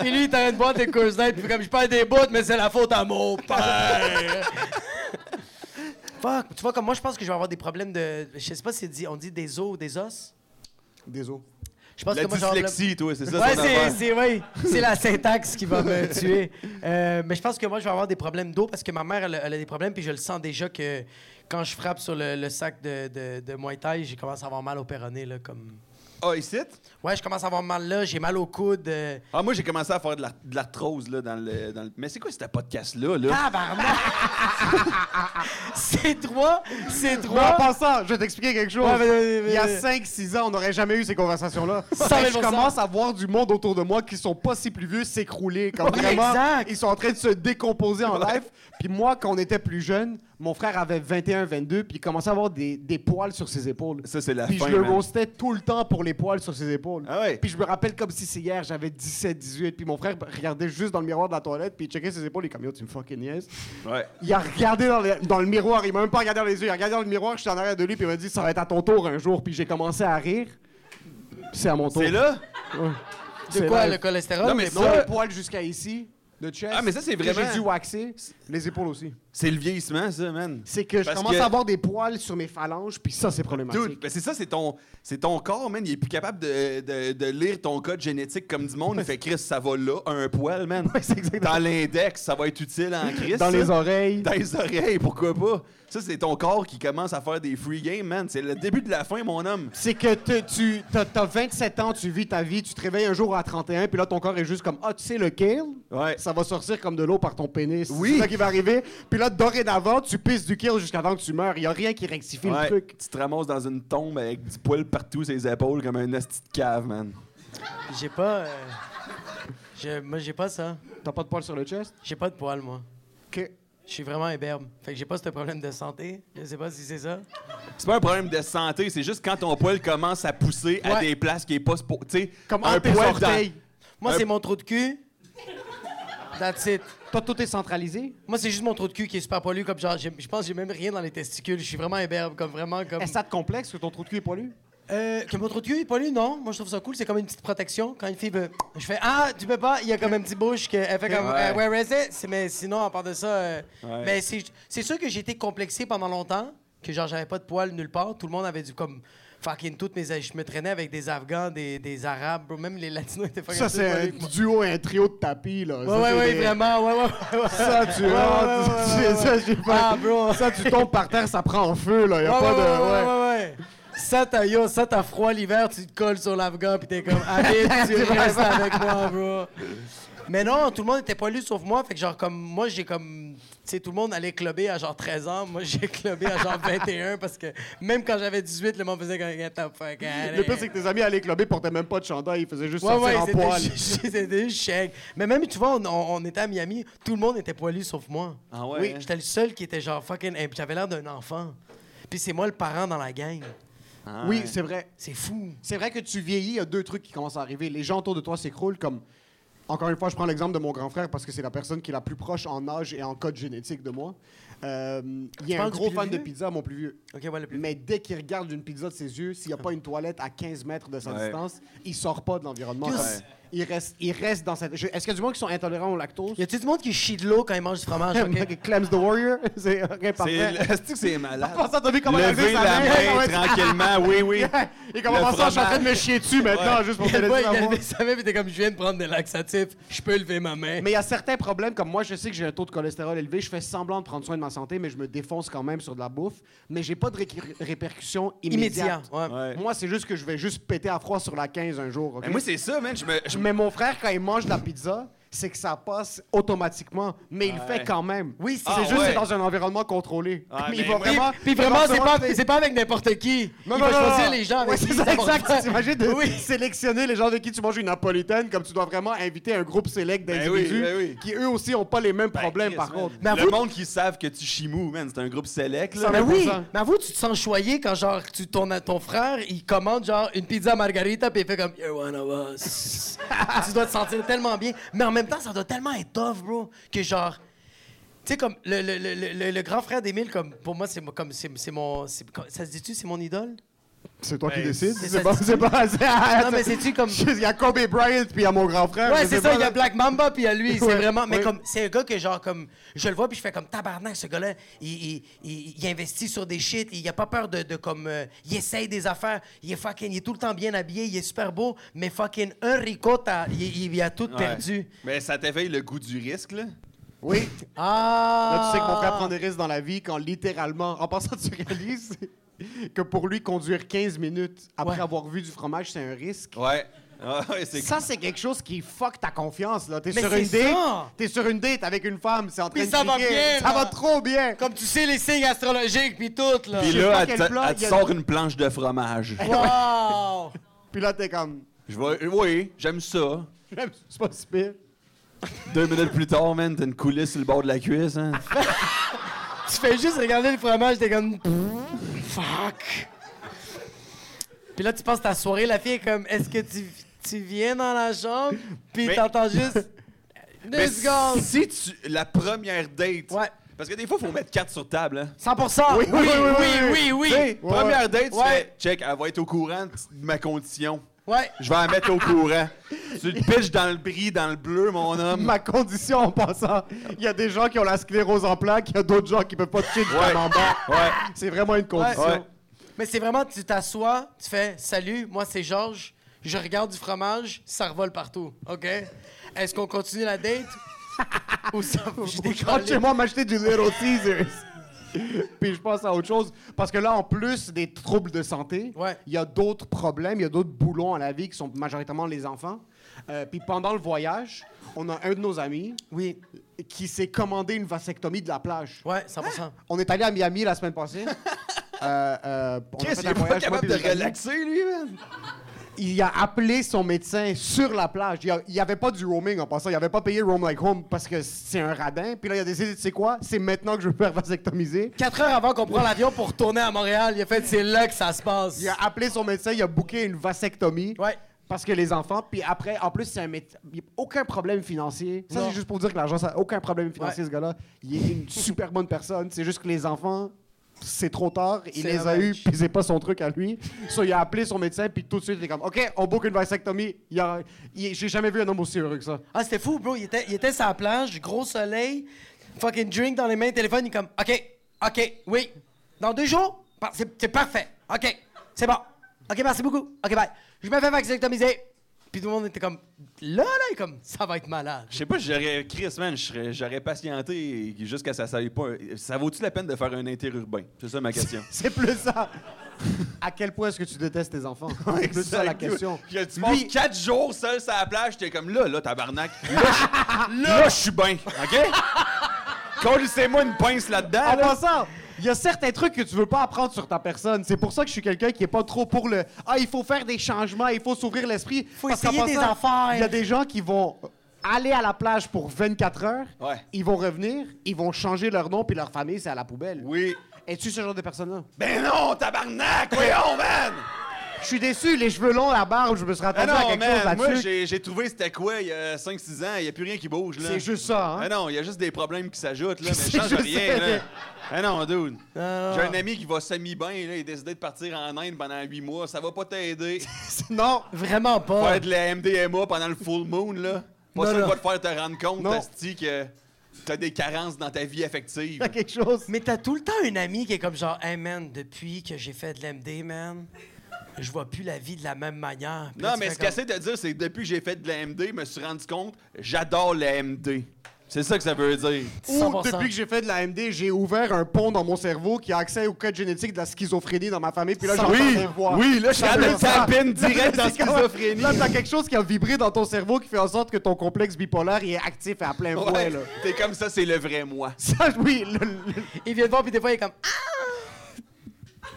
Speaker 2: Puis lui, il t'arrête de boire tes courses Light, puis comme je perds des bouts, mais c'est la faute à mon père. Fuck, tu vois, comme moi, je pense que je vais avoir des problèmes de. Je sais pas si c'est dit, on dit des os ou des os.
Speaker 4: Des os.
Speaker 2: Je pense
Speaker 6: La
Speaker 2: que moi, je vais avoir
Speaker 6: dyslexie, toi, c'est ça?
Speaker 2: Ouais,
Speaker 6: ton
Speaker 2: c'est,
Speaker 6: affaire.
Speaker 2: c'est, oui. c'est la syntaxe qui va me tuer. Euh, mais je pense que moi, je vais avoir des problèmes d'eau parce que ma mère, elle, a- elle a des problèmes, puis je le sens déjà que quand je frappe sur le, le sac de, de, de Muay Thai, j'ai commencé à avoir mal au péroné, là, comme...
Speaker 6: Ah, ici?
Speaker 2: Ouais, je commence à avoir mal là, j'ai mal au coude. euh,
Speaker 6: Ah, moi, j'ai commencé à faire de, la, de l'arthrose, là, dans le, dans le- Mais c'est quoi ce podcast-là, là?
Speaker 4: Ah, bah,
Speaker 2: Tabarnak! c'est trois, c'est
Speaker 4: Mais en
Speaker 2: trois.
Speaker 4: passant, je vais t'expliquer quelque chose.
Speaker 2: Ouais, mais- mais-
Speaker 4: Il y a
Speaker 2: mais-
Speaker 4: 5-6 ans, on n'aurait jamais eu ces conversations-là.
Speaker 2: 100 000
Speaker 4: je commence à voir du monde autour de moi qui sont pas si plus vieux s'écrouler. Comme
Speaker 2: Ouais,
Speaker 4: vraiment,
Speaker 2: exact.
Speaker 4: ils sont en train de se décomposer en live. Puis moi, quand on était plus jeune, mon frère avait 21-22, puis il commençait à avoir des, des poils sur ses épaules.
Speaker 6: Ça, c'est la
Speaker 4: Puis
Speaker 6: fin.
Speaker 4: je le
Speaker 6: man.
Speaker 4: roastais tout le temps pour les poils sur ses épaules.
Speaker 6: Ah ouais?
Speaker 4: Puis je me rappelle comme si c'est hier, j'avais 17-18. Puis mon frère regardait juste dans le miroir de la toilette, puis il checkait ses épaules, il est comme yo, tu me fucking niaises.
Speaker 6: Ouais.
Speaker 4: Il a regardé dans le, dans le miroir, il m'a même pas regardé dans les yeux, il a regardé dans le miroir, j'étais en arrière de lui, puis il m'a dit ça va être à ton tour un jour, puis j'ai commencé à rire. C'est à mon tour.
Speaker 6: C'est là?
Speaker 4: C'est
Speaker 2: Quoi,
Speaker 4: live.
Speaker 2: le cholestérol?
Speaker 6: Non, mais
Speaker 4: Non,
Speaker 6: ça-
Speaker 4: les poils jusqu'à ici, de chest.
Speaker 6: Ah, mais ça, c'est
Speaker 4: que
Speaker 6: vraiment-
Speaker 4: J'ai dû waxer, les épaules aussi.
Speaker 6: C'est le vieillissement, ça, man.
Speaker 4: C'est que je
Speaker 6: Parce
Speaker 4: commence
Speaker 6: que-
Speaker 4: à avoir des poils sur mes phalanges, puis ça, c'est
Speaker 6: Dude,
Speaker 4: problématique.
Speaker 6: ben c'est ça, c'est ton, c'est ton corps, man. Il est plus capable de, de- de lire ton code génétique comme du monde. Il fait Chris, ça va là, un poil, man.
Speaker 4: Ouais, c'est exactement-
Speaker 6: Dans l'index, ça va être utile en Chris.
Speaker 4: Dans les
Speaker 6: ça.
Speaker 4: oreilles.
Speaker 6: Dans les oreilles, pourquoi pas? Ça, c'est ton corps qui commence à faire des free games, man. C'est le début de la fin, mon homme.
Speaker 4: C'est que te- tu t'as t'as 27 ans, tu vis ta vie, tu te réveilles un jour à 31, puis là ton corps est juste comme ah tu sais lequel
Speaker 6: Ouais.
Speaker 4: Ça va sortir comme de l'eau par ton pénis.
Speaker 6: Oui.
Speaker 4: C'est ça qui va arriver. Puis là dorénavant tu pisses du kill jusqu'à avant que tu meurs. Il y a rien qui rectifie
Speaker 6: Ouais.
Speaker 4: le truc.
Speaker 6: Tu te ramasses dans une tombe avec du poil partout sur les épaules comme un asti de cave, man.
Speaker 2: J'ai pas... euh, je- moi, j'ai pas ça.
Speaker 4: T'as pas de poils sur le chest
Speaker 2: J'ai pas de poils, moi.
Speaker 4: Ok.
Speaker 2: Je suis vraiment imberbe. Fait que j'ai pas ce problème de santé. Je sais pas si c'est ça.
Speaker 6: C'est pas un problème de santé, c'est juste quand ton poil commence à pousser à
Speaker 4: Ouais.
Speaker 6: des places qui est pas... spo- Tu sais,
Speaker 4: Comme
Speaker 6: un
Speaker 4: entre tes
Speaker 6: poil dans-
Speaker 4: orteils.
Speaker 2: Moi,
Speaker 6: Un-
Speaker 2: c'est mon trou de cul. That's it.
Speaker 4: Toi tout est centralisé.
Speaker 2: Moi, c'est juste mon trou de cul qui est super poilu. Comme genre, j'ai- je pense que j'ai même rien dans les testicules. Je suis vraiment imberbe. Comme vraiment, comme.
Speaker 4: Est-ce que ça te complexe que ton trou de cul est poilu
Speaker 2: Euh, que mon trou de cul est poilu, non? Moi, je trouve ça cool. C'est comme une petite protection. Quand une fille veut. Je fais Ah, tu peux pas. Il y a comme un petit bouche qu'elle fait comme
Speaker 6: Ouais.
Speaker 2: euh, Where is it? C'est- Mais sinon, à part de ça. euh,
Speaker 6: Ouais.
Speaker 2: ben, c'est c'est sûr que j'ai été complexé pendant longtemps. Que genre, j'avais pas de poils nulle part. Tout le monde avait du comme. Fucking toutes mes. Je me traînais avec des Afghans, des, des Arabes, bro. Même les Latinos étaient fucking.
Speaker 4: Ça
Speaker 2: tous
Speaker 4: c'est un
Speaker 2: poilus que moi.
Speaker 4: duo et un trio de tapis là.
Speaker 2: Ouais, ouais, ouais, vraiment, ouais, ouais, ouais, ouais.
Speaker 4: Ça tu
Speaker 2: Ouais, ouais,
Speaker 4: ah, tu-
Speaker 2: ouais,
Speaker 4: tu-
Speaker 2: ouais,
Speaker 4: ça,
Speaker 2: ouais.
Speaker 4: j'ai pas-
Speaker 2: Ah, bro.
Speaker 4: ça, tu tombes par terre, ça prend en feu là. Y a
Speaker 2: Ouais,
Speaker 4: pas
Speaker 2: ouais,
Speaker 4: de
Speaker 2: ouais,
Speaker 4: ouais.
Speaker 2: ouais, ouais. Ça, t'as, yo, ça, t'as froid l'hiver, tu te colles sur l'Afghan, pis t'es comme, allez, tu restes avec moi, bro. Mais non, tout le monde était poilu sauf moi, fait que genre, comme, moi, j'ai comme sais, tout le monde allait clubber à genre 13 ans. Moi, j'ai clubé à genre 21 parce que même quand j'avais 18, le monde faisait comme Get the fuck out of
Speaker 4: Le pire,
Speaker 2: here.
Speaker 4: c'est que tes amis allaient clubber, portaient même pas de chandail, ils faisaient juste
Speaker 2: Ouais, ouais,
Speaker 4: sortir en
Speaker 2: c'était chi-
Speaker 4: poil.
Speaker 2: c'était des chèques. Mais même, tu vois, on, on- on était à Miami, tout le monde était poilu sauf moi.
Speaker 6: Ah ouais,
Speaker 2: Oui,
Speaker 6: hein?
Speaker 2: j'étais le seul qui était genre fucking. et puis J'avais l'air d'un enfant. Puis c'est moi le parent dans la gang.
Speaker 6: Ah,
Speaker 4: Oui,
Speaker 6: ouais.
Speaker 4: c'est vrai.
Speaker 2: C'est fou.
Speaker 4: C'est vrai que tu vieillis, il y a deux trucs qui commencent à arriver. Les gens autour de toi s'écroulent comme. Encore une fois, je prends l'exemple de mon grand frère parce que c'est la personne qui est la plus proche en âge et en code génétique de moi. Euh, il est
Speaker 2: parles
Speaker 4: un
Speaker 2: du
Speaker 4: gros
Speaker 2: plus
Speaker 4: fan de
Speaker 2: vieux?
Speaker 4: pizza, mon plus vieux.
Speaker 2: Ok, ouais, le plus.
Speaker 4: Mais dès qu'il regarde une pizza de ses yeux, s'il n'y a pas une toilette à 15 mètres de sa
Speaker 6: Ouais.
Speaker 4: distance, il sort pas de l'environnement.
Speaker 2: Yo,
Speaker 4: Comme-
Speaker 2: c'est-
Speaker 4: Il, reste, il reste dans cette. je- Est-ce qu'il y a du monde qui sont intolérants au lactose?
Speaker 2: Y a-tu du monde qui chie de l'eau quand il mange du fromage? ok?
Speaker 4: Clems the Warrior, c'est rien
Speaker 6: C'est
Speaker 4: parfait.
Speaker 6: est-ce que c'est malade.
Speaker 4: Pour ça, t'as vu comment il a levé
Speaker 6: Levez
Speaker 4: sa
Speaker 6: la
Speaker 4: main?
Speaker 6: main
Speaker 4: Ouais,
Speaker 6: tranquillement, oui, oui.
Speaker 4: Et comment
Speaker 6: Le
Speaker 4: ça, je suis en train de me
Speaker 6: fromage.
Speaker 4: chier dessus maintenant,
Speaker 6: Ouais.
Speaker 4: juste pour
Speaker 2: Il y
Speaker 4: te
Speaker 2: a le
Speaker 4: laisser
Speaker 2: gars, il
Speaker 4: avoir.
Speaker 2: levait sa main, puis t'es comme, je viens de prendre des laxatifs, je peux lever ma main.
Speaker 4: Mais il y a certains problèmes, comme moi, je sais que j'ai un taux de cholestérol élevé, je fais semblant de prendre soin de ma santé, mais je me défonce quand même sur de la bouffe, mais j'ai pas de ré- répercussions
Speaker 2: immédiat.
Speaker 4: immédiates.
Speaker 2: ouais.
Speaker 6: Ouais.
Speaker 4: Moi, c'est juste que je vais juste péter à froid sur la 15 un jour. ok?
Speaker 6: Mais moi, c'est ça, man. Je me, je me-
Speaker 4: mais mon frère, quand il mange de la pizza, c'est que ça passe automatiquement, mais il le
Speaker 6: Ouais.
Speaker 4: fait quand même.
Speaker 2: Oui, c'est-
Speaker 4: c'est
Speaker 6: Ah,
Speaker 4: juste que
Speaker 6: ouais.
Speaker 4: c'est dans un environnement contrôlé.
Speaker 6: Ah,
Speaker 4: Mais il va
Speaker 6: mais moi-
Speaker 2: Puis,
Speaker 4: vraiment.
Speaker 2: puis vraiment, c'est pas,
Speaker 4: c'est
Speaker 2: c'est pas avec n'importe qui.
Speaker 4: Non,
Speaker 2: il
Speaker 4: non,
Speaker 2: va
Speaker 4: non,
Speaker 2: choisir
Speaker 4: non.
Speaker 2: les gens avec
Speaker 4: Ouais,
Speaker 2: qui
Speaker 4: c'est
Speaker 2: il
Speaker 4: ça,
Speaker 2: va
Speaker 4: exact.
Speaker 2: faire.
Speaker 4: Tu t'imagines de
Speaker 2: Oui.
Speaker 4: sélectionner les gens avec qui tu manges une napolitaine, comme tu dois vraiment inviter un groupe sélect
Speaker 6: Ben
Speaker 4: d'individus
Speaker 6: oui, ben oui.
Speaker 4: qui, eux aussi, ont pas les mêmes
Speaker 6: Ben,
Speaker 4: problèmes,
Speaker 6: Chris,
Speaker 4: par
Speaker 6: man.
Speaker 4: contre.
Speaker 2: Mais
Speaker 6: le
Speaker 2: avoue-
Speaker 6: monde qui savent que tu chimou, man, c'est un groupe select. là.
Speaker 2: Mais oui,
Speaker 4: 100%.
Speaker 2: mais avoue, tu te sens choyé quand genre tu ton, ton frère, il commande genre une pizza margarita puis il fait comme You're one of us. tu dois te sentir tellement bien, mais en même temps, ça doit tellement être tough, bro, que genre tu sais comme le, le, le, le- le, le grand frère d'Émile comme pour moi c'est mo- comme c'est c'est mon c'est- ça se dit-tu c'est mon idole
Speaker 4: C'est toi qui
Speaker 6: Ben,
Speaker 4: décides.
Speaker 2: c'est
Speaker 4: C'est
Speaker 2: ça-
Speaker 4: pas. C'est pas.
Speaker 2: Non mais c'est tu comme
Speaker 4: Il y a Kobe Bryant puis il y a mon grand frère.
Speaker 2: Ouais,
Speaker 4: je
Speaker 2: c'est
Speaker 4: sais
Speaker 2: ça,
Speaker 4: pas,
Speaker 2: il y a
Speaker 4: là.
Speaker 2: Black Mamba, puis il y a lui, c'est
Speaker 4: Ouais,
Speaker 2: vraiment... Mais
Speaker 4: ouais.
Speaker 2: comme, c'est un gars que, genre, comme, je le vois, puis je fais comme, tabarnak, ce gars-là, il, il, il- il investit sur des shit, il a pas peur de, de comme, euh, il essaye des affaires, il est fucking, il est tout le temps bien habillé, il est super beau, mais fucking, un ricotta, il, il, il a tout
Speaker 6: Ouais.
Speaker 2: perdu.
Speaker 6: Mais ça t'éveille le goût du risque, là.
Speaker 4: Oui.
Speaker 2: Ah!
Speaker 4: Là, tu sais que mon frère prend des risques dans la vie quand littéralement, en passant, tu réalises que pour lui, conduire 15 minutes après
Speaker 2: Ouais.
Speaker 4: avoir vu du fromage, c'est un risque.
Speaker 6: Ouais. Ah, ouais, c'est
Speaker 4: Ça, c'est quelque chose qui fuck ta confiance, là. T'es
Speaker 2: Mais
Speaker 4: sur
Speaker 2: c'est
Speaker 4: une date,
Speaker 2: ça!
Speaker 4: t'es sur une date avec une femme, c'est en train
Speaker 2: Puis
Speaker 4: de
Speaker 2: ça va
Speaker 4: crier,
Speaker 2: bien,
Speaker 4: Ça
Speaker 2: là.
Speaker 4: va trop bien!
Speaker 2: Comme tu sais les signes astrologiques, puis tout, là.
Speaker 6: Puis
Speaker 4: sais pas
Speaker 6: là, elle
Speaker 4: quel
Speaker 6: te-
Speaker 4: plat,
Speaker 6: elle te
Speaker 4: il y a-
Speaker 6: sort une planche de fromage.
Speaker 2: Wow!
Speaker 4: Puis là, t'es comme...
Speaker 6: Je vais- oui, j'aime ça.
Speaker 4: J'aime, C'est pas si pire.
Speaker 6: Deux minutes plus tard, man, t'as une coulisse sur le bord de la cuisse, hein.
Speaker 2: tu fais juste regarder le fromage, t'es comme... Fuck! Puis là, tu passes ta soirée, la fille est comme, est-ce que tu, tu viens dans la chambre? Puis
Speaker 6: Mais-
Speaker 2: t'entends juste... Deux
Speaker 6: Mais
Speaker 2: secondes!
Speaker 6: si tu... La première date...
Speaker 2: Ouais.
Speaker 6: Parce que des fois, faut mettre quatre sur table, hein.
Speaker 2: 100%! Oui, oui, oui, oui! oui,
Speaker 6: Tu sais, Première date, tu
Speaker 2: Ouais.
Speaker 6: fais, check, elle va être au courant de ma condition.
Speaker 2: Ouais.
Speaker 6: Je vais la mettre au courant. Tu te pitches dans le bris, dans le bleu, mon homme.
Speaker 4: Ma condition, en passant, il y a des gens qui ont la sclérose en plaques, il y a d'autres gens qui peuvent pas toucher du
Speaker 6: Ouais.
Speaker 4: camembert.
Speaker 6: Ouais.
Speaker 4: C'est vraiment une condition.
Speaker 6: Ouais.
Speaker 2: Mais c'est vraiment, tu t'assois, tu fais Salut, moi c'est Georges, je regarde du fromage, ça revole partout. OK? Est-ce qu'on continue la date? Ou ça. Je
Speaker 4: Je rentre chez
Speaker 2: décolle.
Speaker 4: moi m'acheter du Little Caesars. Puis je passe à autre chose. Parce que là, en plus des troubles de santé, il
Speaker 2: Ouais.
Speaker 4: y a d'autres problèmes, il y a d'autres boulons à la vie qui sont majoritairement les enfants. Euh, puis pendant le voyage, on a un de nos amis
Speaker 2: Oui.
Speaker 4: qui s'est commandé une vasectomie de la plage.
Speaker 2: Ouais, 100%.
Speaker 4: On est allé à Miami la semaine passée. Euh, euh, on a
Speaker 6: Qu'est-ce
Speaker 4: fait
Speaker 6: qu'il
Speaker 4: un
Speaker 6: est pas
Speaker 4: voyage, moi, puis
Speaker 6: capable de
Speaker 4: des amis.
Speaker 6: relaxer, lui, man?
Speaker 4: Il a appelé son médecin sur la plage. Il n'y avait pas du roaming en passant. Il avait pas payé Roam Like Home parce que c'est un radin. Puis là, il a décidé, tu sais quoi, c'est maintenant que je veux me faire vasectomiser.
Speaker 2: Quatre heures avant qu'on prend l'avion pour retourner à Montréal, il a fait c'est là que ça se passe.
Speaker 4: Il a appelé son médecin, il a booké une vasectomie.
Speaker 2: Ouais.
Speaker 4: Parce que les enfants, puis après, en plus, c'est un médecin. Aucun problème financier. Ça,
Speaker 2: Non.
Speaker 4: c'est juste pour dire que l'argent, ça aucun problème financier,
Speaker 2: Ouais.
Speaker 4: ce gars-là. Il est une super bonne personne. C'est juste que les enfants, c'est trop tard. Il
Speaker 2: C'est
Speaker 4: les a
Speaker 2: dommage.
Speaker 4: eus, puis c'est pas son truc à lui. So, il a appelé son médecin, puis tout de suite, il est comme OK, on book une vasectomie. Il a- il- J'ai jamais vu un homme aussi heureux que ça.
Speaker 2: Ah, c'était fou, bro. Il était, il était sur la plage, gros soleil, fucking drink dans les mains, téléphone, il est comme, OK, OK, oui. Dans deux jours, par- c'est c'est parfait. OK, c'est bon. OK, merci beaucoup. OK, bye. Je me fais vasectomiser. Puis tout le monde était comme, là, là, il est comme, ça va être malade.
Speaker 6: Je sais pas, j'aurais Chris, man, je serais- j'aurais patienté jusqu'à ça ça aille pas. Ça vaut-tu la peine de faire un interurbain? C'est ça ma question.
Speaker 4: C'est plus ça. à quel point est-ce que tu détestes tes enfants? C'est plus ça la
Speaker 6: Exact.
Speaker 4: question.
Speaker 6: Je- tu passes
Speaker 4: Lui-
Speaker 6: quatre jours seul sur la plage, t'es comme là, là, tabarnak. Là, je- là, je suis bien, OK? Colissez-moi une pince là-dedans.
Speaker 4: En
Speaker 6: là.
Speaker 4: passant, il y a certains trucs que tu veux pas apprendre sur ta personne. C'est pour ça que je suis quelqu'un qui est pas trop pour le Ah, il faut faire des changements, il faut s'ouvrir l'esprit.
Speaker 2: Faut
Speaker 4: Parce qu'en
Speaker 2: essayer des
Speaker 4: passant,
Speaker 2: affaires.
Speaker 4: Il y a des gens qui vont aller à la plage pour 24 heures,
Speaker 6: Ouais.
Speaker 4: ils vont revenir, ils vont changer leur nom puis leur famille, c'est à la poubelle.
Speaker 6: Oui.
Speaker 4: Es-tu ce genre de personne-là?
Speaker 6: Ben non, tabarnak, voyons, man!
Speaker 4: Je suis déçu, les cheveux longs, la barbe, je me serais
Speaker 6: Ben
Speaker 4: attendu à
Speaker 6: non,
Speaker 4: quelque
Speaker 6: man,
Speaker 4: chose
Speaker 6: moi,
Speaker 4: là-dessus.
Speaker 6: j'ai j'ai trouvé c'était quoi il y a 5-6 ans, il n'y a plus rien qui bouge, là.
Speaker 4: C'est juste ça, hein?
Speaker 6: Ben non, il y a juste des problèmes qui s'ajoutent, là, mais
Speaker 4: C'est
Speaker 6: je change
Speaker 4: juste
Speaker 6: rien,
Speaker 4: ça. Ah
Speaker 6: là. Ben non, dude. J'ai
Speaker 2: non,
Speaker 6: un ami qui va semi-bain, là, il a décidé de partir en Inde pendant 8 mois, ça va pas t'aider.
Speaker 4: Non,
Speaker 2: Vraiment
Speaker 4: Ah.
Speaker 2: pas.
Speaker 6: Faire de la MDMA pendant le full moon, là.
Speaker 2: Non,
Speaker 6: Pas sûr
Speaker 2: non.
Speaker 6: que va te faire te rendre compte,
Speaker 4: Non.
Speaker 6: Asti, que t'as des carences dans ta vie affective.
Speaker 4: il y a quelque chose.
Speaker 2: Mais t'as tout le temps un ami qui est comme genre, hey man, depuis que j'ai fait de l'MD, man, je vois plus la vie de la même manière. Puis là,
Speaker 6: Non,
Speaker 2: tu
Speaker 6: mais
Speaker 2: fais
Speaker 6: ce
Speaker 2: comme-
Speaker 6: qu'elle essaie de dire, c'est que depuis que j'ai fait de la MD, je me suis rendu compte, j'adore la MD. C'est ça que ça veut dire.
Speaker 4: Ou
Speaker 2: 100%.
Speaker 4: depuis que j'ai fait de la MD, j'ai ouvert un pont dans mon cerveau qui a accès au code génétique de la schizophrénie dans ma famille. Puis là, j'entends
Speaker 6: Oui,
Speaker 4: des voix.
Speaker 6: oui, là, je suis
Speaker 4: Ça
Speaker 6: allé
Speaker 4: fait ça.
Speaker 6: tapine direct dans la
Speaker 4: C'est comme-
Speaker 6: schizophrénie.
Speaker 4: Là, t'as quelque chose qui a vibré dans ton cerveau qui fait en sorte que ton complexe bipolaire il est actif et à plein
Speaker 6: Ouais,
Speaker 4: fouet, là.
Speaker 6: T'es comme ça, c'est le vrai moi.
Speaker 4: Ça, oui, le- le-
Speaker 2: Il vient de voir, puis des fois, il est comme, ah!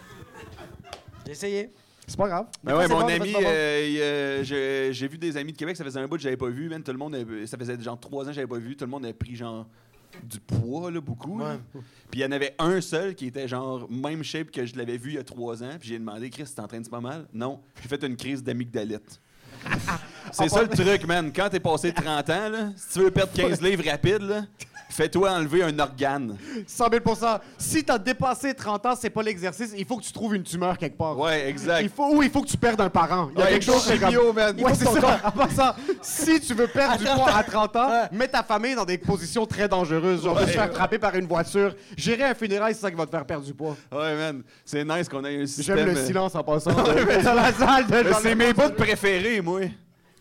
Speaker 2: J'ai essayé.
Speaker 4: c'est pas grave.
Speaker 6: Ben ouais,
Speaker 4: C'est
Speaker 6: mon
Speaker 4: bon,
Speaker 6: ami,
Speaker 4: c'est pas bon.
Speaker 6: euh, il, euh, j'ai j'ai vu des amis de Québec, ça faisait un bout que j'avais pas vu, man. Tout le monde, avait- ça faisait genre trois ans que j'avais pas vu, tout le monde avait pris genre du poids, là, beaucoup. là. Puis il y en avait un seul qui était genre même shape que je l'avais vu il y a trois ans. Puis j'ai demandé, Chris, t'entraînes pas mal? Non, j'ai fait une crise d'amygdalite.
Speaker 4: Ah,
Speaker 6: C'est ça le truc, man. Quand t'es passé 30 ans, là, si tu veux perdre 15 livres rapide, là, fais-toi enlever un organe.
Speaker 4: 100 000 Si t'as dépassé 30 ans, c'est pas l'exercice. Il faut que tu trouves une tumeur quelque part.
Speaker 6: Ouais, exact.
Speaker 4: Il faut, ou il faut que tu perdes un parent. Il y a
Speaker 6: Ouais,
Speaker 4: quelque chose qui est
Speaker 6: chimio,
Speaker 4: comme-
Speaker 6: man.
Speaker 4: Il faut
Speaker 6: Ouais,
Speaker 4: que
Speaker 6: c'est
Speaker 4: ton
Speaker 6: ça.
Speaker 4: corps- à part ça, si tu veux perdre du poids à 30 ans, mets ta famille dans des positions très dangereuses. Genre, de se faire frapper par une voiture. Gérer un funérail, c'est ça qui va te faire perdre du poids.
Speaker 6: Ouais, man. C'est nice qu'on ait un système.
Speaker 4: J'aime le
Speaker 6: euh,
Speaker 4: silence en passant. dans la salle de
Speaker 6: Ben, c'est mes bouts préférés, moi.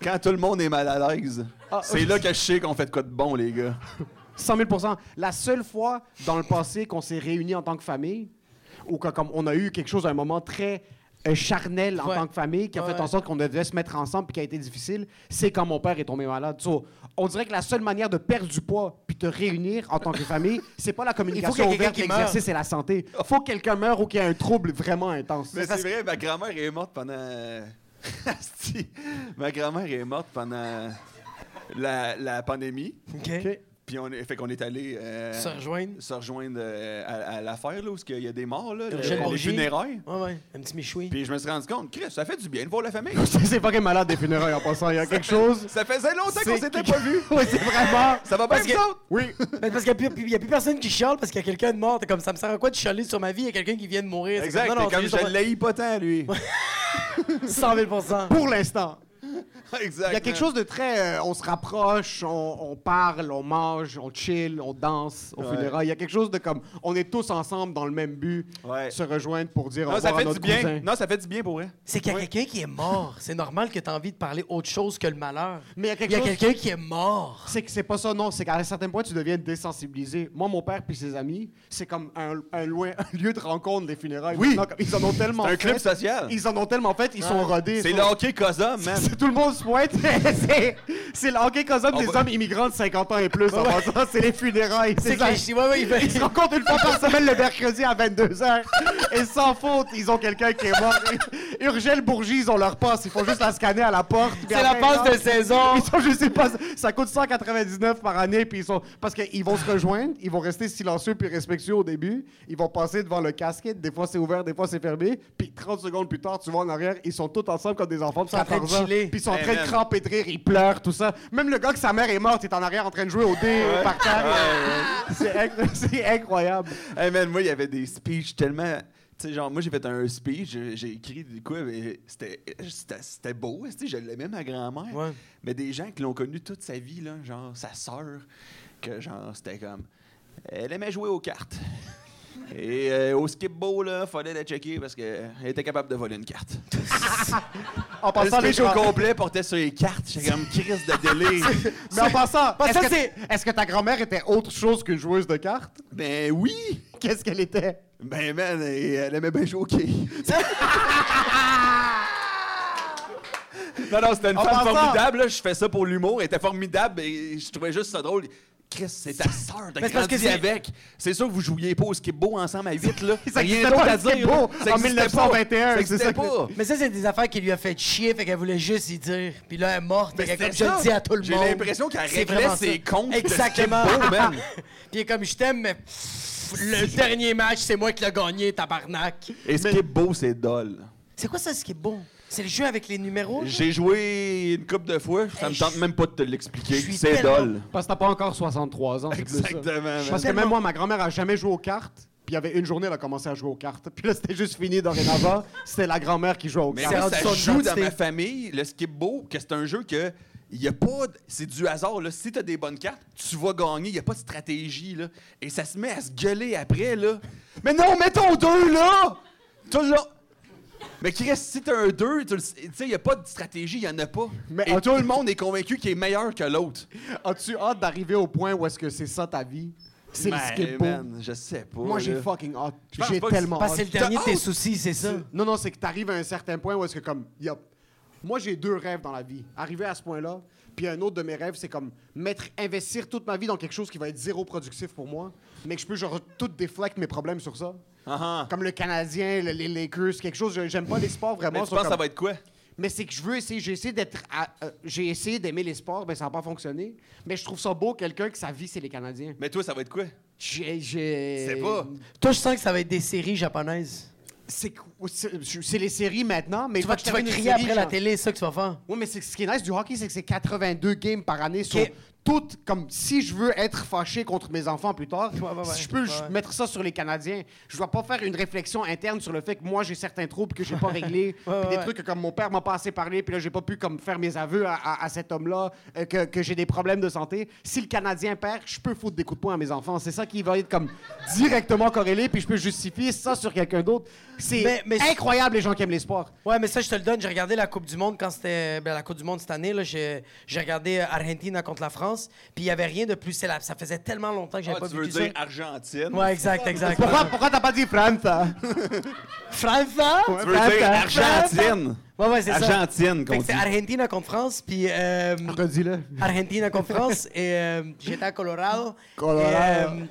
Speaker 6: Quand tout le monde est mal à l'aise. c'est là que je sais qu'on fait de quoi de bon, les gars.
Speaker 4: 100 000 La seule fois dans le passé qu'on s'est réunis en tant que famille, ou que, comme on a eu quelque chose, un moment très euh, charnel en
Speaker 2: Ouais.
Speaker 4: tant que famille, qui a
Speaker 2: Ouais,
Speaker 4: fait en
Speaker 2: ouais.
Speaker 4: sorte qu'on devait se mettre ensemble puis qui a été difficile, c'est quand mon père est tombé malade. So, on dirait que la seule manière de perdre du poids puis te réunir en tant que famille, c'est pas la
Speaker 2: qu'il y
Speaker 4: communication
Speaker 2: ait quelqu'un
Speaker 4: ouverte,
Speaker 2: qui meure.
Speaker 4: l'exercice et la santé. Faut que quelqu'un meure ou qu'il y ait un trouble vraiment intense.
Speaker 6: Mais c'est vrai, ma grand-mère est morte pendant. euh, Asti. ma grand-mère est morte pendant euh, la, la pandémie.
Speaker 2: OK.
Speaker 4: Ok.
Speaker 6: Puis on est, fait qu'on est allé euh,
Speaker 2: Se rejoindre.
Speaker 6: se rejoindre, euh, à, à l'affaire, là, où il y a des morts, là,
Speaker 2: Eugène
Speaker 6: les, les
Speaker 2: Bourgier.
Speaker 6: funérailles.
Speaker 2: Ouais, ouais, un petit michoui.
Speaker 6: Puis je me suis rendu compte, Chris, ça fait du bien de voir la famille.
Speaker 4: c'est pas malade des funérailles en passant. Il y a quelque chose.
Speaker 6: ça faisait longtemps qu'on
Speaker 4: C'est-
Speaker 6: s'était pas vus.
Speaker 4: Oui, c'est vraiment.
Speaker 6: Ça va pas,
Speaker 2: Parce
Speaker 6: vous
Speaker 2: que-
Speaker 6: autres?
Speaker 4: Oui.
Speaker 2: Mais Ben, parce qu'il n'y a, plus personne qui chiale parce qu'il y a quelqu'un de mort. T'es comme, ça me sert à quoi de chialer sur ma vie? Il y a quelqu'un qui vient de mourir. C'est
Speaker 6: Exact, t'es comme
Speaker 2: c'est
Speaker 6: je
Speaker 2: juste-
Speaker 6: l'ai pas tant, lui.
Speaker 2: 100 000
Speaker 4: Pour l'instant.
Speaker 6: exact.
Speaker 4: Il y a quelque
Speaker 6: man.
Speaker 4: chose de très. euh, on se rapproche, on, on parle, on mange, on chill, on danse au
Speaker 6: Ouais.
Speaker 4: funérail. Il y a quelque chose de comme. On est tous ensemble dans le même but,
Speaker 6: Ouais.
Speaker 4: se rejoindre pour dire au
Speaker 6: Non, ça
Speaker 4: revoir à
Speaker 6: fait du
Speaker 4: notre
Speaker 6: bien.
Speaker 4: cousin.
Speaker 6: Non, ça fait du bien pour elle.
Speaker 2: C'est qu'il y a quelqu'un qui est mort. C'est normal que t'as envie de parler autre chose que le malheur.
Speaker 4: Mais il y a quelque
Speaker 2: Il y a
Speaker 4: chose-
Speaker 2: quelqu'un qui est mort.
Speaker 4: C'est que c'est pas ça, non. C'est qu'à un certain point, tu deviens désensibilisé. Moi, mon père puis ses amis, c'est comme un, un loin- un lieu de rencontre des funérailles.
Speaker 6: Oui.
Speaker 4: Maintenant, comme- Ils en ont tellement
Speaker 6: C'est un
Speaker 4: fait.
Speaker 6: club social.
Speaker 4: Ils en ont tellement fait, ils sont rodés.
Speaker 6: C'est
Speaker 4: Ils
Speaker 6: le
Speaker 4: sont-
Speaker 6: hockey Cosum, man.
Speaker 4: C'est- Tout le monde se pointe. C'est- c'est le hockey cosum
Speaker 6: On
Speaker 4: des
Speaker 6: va-
Speaker 4: hommes immigrants de 50 ans et plus. en passant. c'est les funérailles.
Speaker 2: C'est que
Speaker 4: ça.
Speaker 2: les Chinois, ouais, ils-
Speaker 4: Ils se rencontrent une fois par semaine le mercredi à 22h. Et sans faute, ils ont quelqu'un qui est mort. Urgel Bourgie, ils ont leur passe. Ils font juste la scanner à la porte. puis
Speaker 2: C'est la
Speaker 4: après,
Speaker 2: passe
Speaker 4: ils
Speaker 2: de
Speaker 4: rentrent.
Speaker 2: saison.
Speaker 4: Ils sont, je sais pas, ça coûte 199 par année, puis ils sont. Parce qu'ils vont se rejoindre, ils vont rester silencieux puis respectueux au début. Ils vont passer devant le casquette. Des fois, c'est ouvert, des fois, c'est fermé. Puis 30 secondes plus tard, tu vois en arrière, ils sont tous ensemble comme des enfants de
Speaker 2: en train de
Speaker 4: 14 ans.
Speaker 2: chiller.
Speaker 4: Puis ils sont en
Speaker 6: Hey,
Speaker 4: train de
Speaker 6: man.
Speaker 4: cramper de rire, ils pleurent, tout ça. Même le gars que sa mère est morte, il est en arrière en train de jouer au dé par terre. C'est inc- C'est incroyable.
Speaker 6: Hey, man, moi, il y avait des speeches tellement. Tu sais, genre, moi, j'ai fait un speech, j'ai- j'ai écrit du coup, mais c'était c'était- c'était beau, tu sais, je l'aimais, ma grand-mère.
Speaker 2: Ouais.
Speaker 6: Mais des gens qui l'ont connue toute sa vie, là, genre sa sœur, que genre, c'était comme. Elle aimait jouer aux cartes. Et euh, au skip bow, là, fallait la checker parce qu'elle était capable de voler une carte.
Speaker 4: En
Speaker 6: Le
Speaker 4: passant, les
Speaker 6: speech au
Speaker 4: gens.
Speaker 6: complet portait sur les cartes. J'étais comme crise de délire.
Speaker 4: Mais en passant,
Speaker 2: Parce
Speaker 4: est-ce
Speaker 2: que
Speaker 4: que,
Speaker 2: c'est-
Speaker 4: est-ce que ta grand-mère était autre chose qu'une joueuse de cartes?
Speaker 6: ben oui!
Speaker 4: Qu'est-ce qu'elle était?
Speaker 6: Ben, man, elle elle aimait bien jouer au quai. non, non, c'était une
Speaker 4: En
Speaker 6: femme
Speaker 4: passant-
Speaker 6: formidable. là. Je fais ça pour l'humour. Elle était formidable. Et je trouvais juste ça drôle. Chris, c'est ta sœur, t'as
Speaker 2: Mais c'est parce
Speaker 6: grandi
Speaker 2: que c'est-
Speaker 6: avec. C'est sûr que vous jouiez pas au skip-beau ensemble à 8, là.
Speaker 4: Ça existait pas, le skip-bo, en
Speaker 6: Ça existait
Speaker 4: 1921,
Speaker 6: pas. Ça
Speaker 4: c'est
Speaker 6: existait
Speaker 4: ça que-
Speaker 6: pas.
Speaker 2: Mais ça, c'est des affaires qui lui a fait chier, fait qu'elle voulait juste y dire. Puis là, elle est morte.
Speaker 6: Mais
Speaker 2: fait que
Speaker 6: c'était
Speaker 2: comme je
Speaker 6: ça.
Speaker 2: le dis à tout le monde.
Speaker 6: J'ai l'impression qu'elle
Speaker 2: c'est
Speaker 6: réglait
Speaker 2: vraiment
Speaker 6: ses
Speaker 2: ça.
Speaker 6: comptes de
Speaker 2: Exactement.
Speaker 6: skate-ball, man.
Speaker 2: Puis elle est comme je t'aime, mais pff, le dernier match, c'est moi qui l'ai gagné, tabarnak.
Speaker 6: Et skip-beau, c'est dol.
Speaker 2: C'est quoi ça, ce qui est bon? C'est le jeu avec les numéros? là?
Speaker 6: J'ai joué une couple de fois, ça
Speaker 2: Hey,
Speaker 6: me tente
Speaker 2: je-
Speaker 6: même pas de te
Speaker 2: je
Speaker 6: l'expliquer.
Speaker 2: suis
Speaker 6: C'est
Speaker 2: tellement-
Speaker 6: dol.
Speaker 4: Parce que t'as pas encore 63 ans, c'est plus ça.
Speaker 6: Exactement, man.
Speaker 4: Parce que
Speaker 2: Tellement-
Speaker 4: même moi, ma grand-mère a jamais joué aux cartes. Puis il y avait une journée, elle a commencé à jouer aux cartes. Puis là, c'était juste fini dorénavant. C'était la grand-mère qui jouait aux
Speaker 6: Mais
Speaker 4: cartes.
Speaker 6: moi,
Speaker 2: rendu son
Speaker 6: ça joue dans
Speaker 2: identité.
Speaker 6: ma famille, le skip-beau, que c'est un jeu que. Il y a pas. de- C'est du hasard, là. Si t'as des bonnes cartes, tu vas gagner. Il n'y a pas de stratégie, là. Et ça se met à se gueuler après, là. Mais non, mets ton 2, là! Tout là! Mais Chris, si t'as un 2, tu le sais, tu sais, il n'y a pas de stratégie, il n'y en a pas.
Speaker 4: Mais
Speaker 6: Et
Speaker 4: en-
Speaker 6: tout le monde est convaincu qu'il est meilleur que l'autre.
Speaker 4: As-tu hâte d'arriver au point où est-ce que c'est ça ta vie? C'est le
Speaker 6: Mais,
Speaker 4: skip-bo.
Speaker 6: man, Je sais pas.
Speaker 4: Moi, j'ai
Speaker 6: là.
Speaker 4: fucking hâte.
Speaker 6: pense
Speaker 4: J'ai
Speaker 6: pas que
Speaker 4: tellement
Speaker 2: Parce que
Speaker 4: hâte.
Speaker 2: c'est le dernier de tes
Speaker 6: hâte.
Speaker 2: soucis, c'est ça.
Speaker 4: Non, non, c'est que t'arrives à un certain point où est-ce que comme... yup. Moi, j'ai deux rêves dans la vie. Arriver à ce point-là, puis un autre de mes rêves, c'est comme mettre, investir toute ma vie dans quelque chose qui va être zéro productif pour moi, mais que je peux genre tout déflecte mes problèmes sur ça.
Speaker 6: Ah, ah.
Speaker 4: Comme le Canadien, le- les Lakers, quelque chose. je- J'aime pas les sports
Speaker 6: Mais
Speaker 4: vraiment.
Speaker 6: tu
Speaker 4: sont
Speaker 6: penses que ça
Speaker 4: comme-
Speaker 6: va être quoi?
Speaker 4: Mais c'est que je veux essayer. J'ai essayé d'être. à- euh, j'ai essayé d'aimer les sports, mais ça n'a pas fonctionné. Mais je trouve ça beau quelqu'un que sa vie c'est les Canadiens.
Speaker 6: Mais toi, ça va être quoi?
Speaker 4: J'ai. j'ai-
Speaker 6: C'est pas.
Speaker 2: Toi, je sens que ça va être des séries japonaises.
Speaker 4: C'est qu- c'est- c'est les séries maintenant, mais
Speaker 2: Tu vas,
Speaker 4: que je
Speaker 2: tu vas
Speaker 4: termine une
Speaker 2: crier
Speaker 4: série,
Speaker 2: après la
Speaker 4: genre-
Speaker 2: télé, c'est ça que tu vas faire.
Speaker 4: Oui, mais c'est- ce qui est nice du hockey, c'est que c'est 82 games par année sur
Speaker 2: Ok.
Speaker 4: toutes. Comme si je veux être fâché contre mes enfants plus tard,
Speaker 2: ouais,
Speaker 4: si je
Speaker 2: ouais,
Speaker 4: peux
Speaker 2: ouais.
Speaker 4: je- mettre ça sur les Canadiens, je dois pas faire une réflexion interne sur le fait que moi j'ai certains troubles que j'ai pas réglés, puis
Speaker 2: ouais,
Speaker 4: des
Speaker 2: ouais.
Speaker 4: trucs que comme mon père m'a pas assez parlé, puis là j'ai pas pu comme faire mes aveux à, à- à cet homme-là, euh, que, que j'ai des problèmes de santé. Si le Canadien perd, je peux foutre des coups de poing à mes enfants. C'est ça qui va être comme directement corrélé, puis je peux justifier ça sur quelqu'un d'autre. C'est
Speaker 2: Mais- mais-
Speaker 4: incroyable les gens qui aiment les sports.
Speaker 2: Ouais, mais ça, je te le donne. J'ai regardé la Coupe du Monde quand c'était. ben, la Coupe du Monde cette année, là. J'ai j'ai regardé euh, Argentina contre la France. Puis il n'y avait rien de plus célèbre. Ça faisait tellement longtemps que j'avais
Speaker 6: Ah,
Speaker 2: pas
Speaker 6: tu
Speaker 2: vu
Speaker 6: veux
Speaker 2: du ça.
Speaker 6: dire Argentine?
Speaker 2: Ouais, exact, exact.
Speaker 4: Pourquoi, pourquoi t'as pas dit France? hein?
Speaker 2: France?
Speaker 6: Tu veux dire Argentine?
Speaker 2: Ouais, ouais, c'est ça.
Speaker 6: Argentine,
Speaker 2: Fait
Speaker 6: qu'on
Speaker 2: que c'est
Speaker 6: dit.
Speaker 2: Argentina contre France, puis euh,
Speaker 4: Redis-le.
Speaker 2: Argentina contre France, et euh, j'étais à Colorado.
Speaker 4: Colorado.
Speaker 2: Et, euh,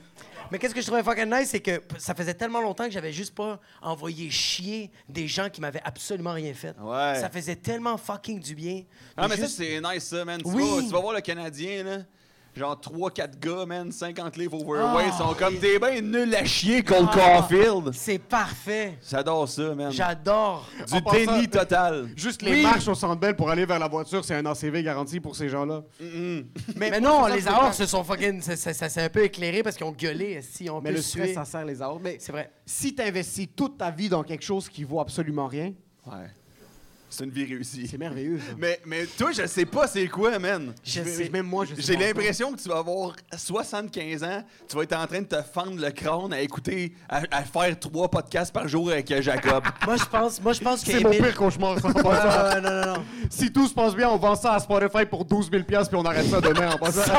Speaker 2: mais qu'est-ce que je trouvais fucking nice, c'est que p- ça faisait tellement longtemps que j'avais juste pas envoyé chier des gens qui m'avaient absolument rien fait.
Speaker 6: Ouais.
Speaker 2: Ça faisait tellement fucking du bien.
Speaker 6: Ah, mais
Speaker 2: Juste-
Speaker 6: ça, c'est nice, ça, man. Tu,
Speaker 2: Oui.
Speaker 6: vas, tu vas voir le Canadien, là. Genre 3-4 gars, man, 50 livres overweight, ils sont comme des bains nuls à chier contre
Speaker 2: Ah.
Speaker 6: Caulfield.
Speaker 2: c'est parfait.
Speaker 6: J'adore ça, man.
Speaker 2: J'adore.
Speaker 6: Du
Speaker 4: En
Speaker 6: déni
Speaker 4: passant-
Speaker 6: total.
Speaker 4: Juste les
Speaker 2: Oui.
Speaker 4: marches au centre belle pour aller vers la voiture, c'est un ACV garanti pour ces gens-là.
Speaker 2: Mais, non, les Ahors se sont fucking. Ça, ça- ça s'est un peu éclairé parce qu'ils ont gueulé. Si on
Speaker 4: Mais
Speaker 2: peut
Speaker 4: le
Speaker 2: suer.
Speaker 4: stress, ça sert les arbres. Mais
Speaker 2: C'est vrai.
Speaker 4: si t'investis toute ta vie dans quelque chose qui vaut absolument rien,
Speaker 6: Ouais. C'est une vie réussie.
Speaker 4: c'est merveilleux. ça.
Speaker 6: Mais, mais toi, je sais pas c'est quoi, man.
Speaker 2: Je
Speaker 4: Mais-
Speaker 2: sais.
Speaker 4: Même moi, je sais
Speaker 6: J'ai
Speaker 4: pas.
Speaker 6: l'impression que tu vas avoir 75 ans, tu vas être en train de te fendre le crâne à écouter, à, à faire trois podcasts par jour avec euh, Jacob.
Speaker 2: Moi, je pense, moi, je pense que.
Speaker 4: C'est mon
Speaker 2: Emile-
Speaker 4: pire cauchemar. ça, en
Speaker 2: Ouais,
Speaker 4: passant.
Speaker 2: ouais, ouais, non, non, non.
Speaker 4: si tout se passe bien, on vend ça à Spotify pour 12 000 puis on arrête ça demain en passant.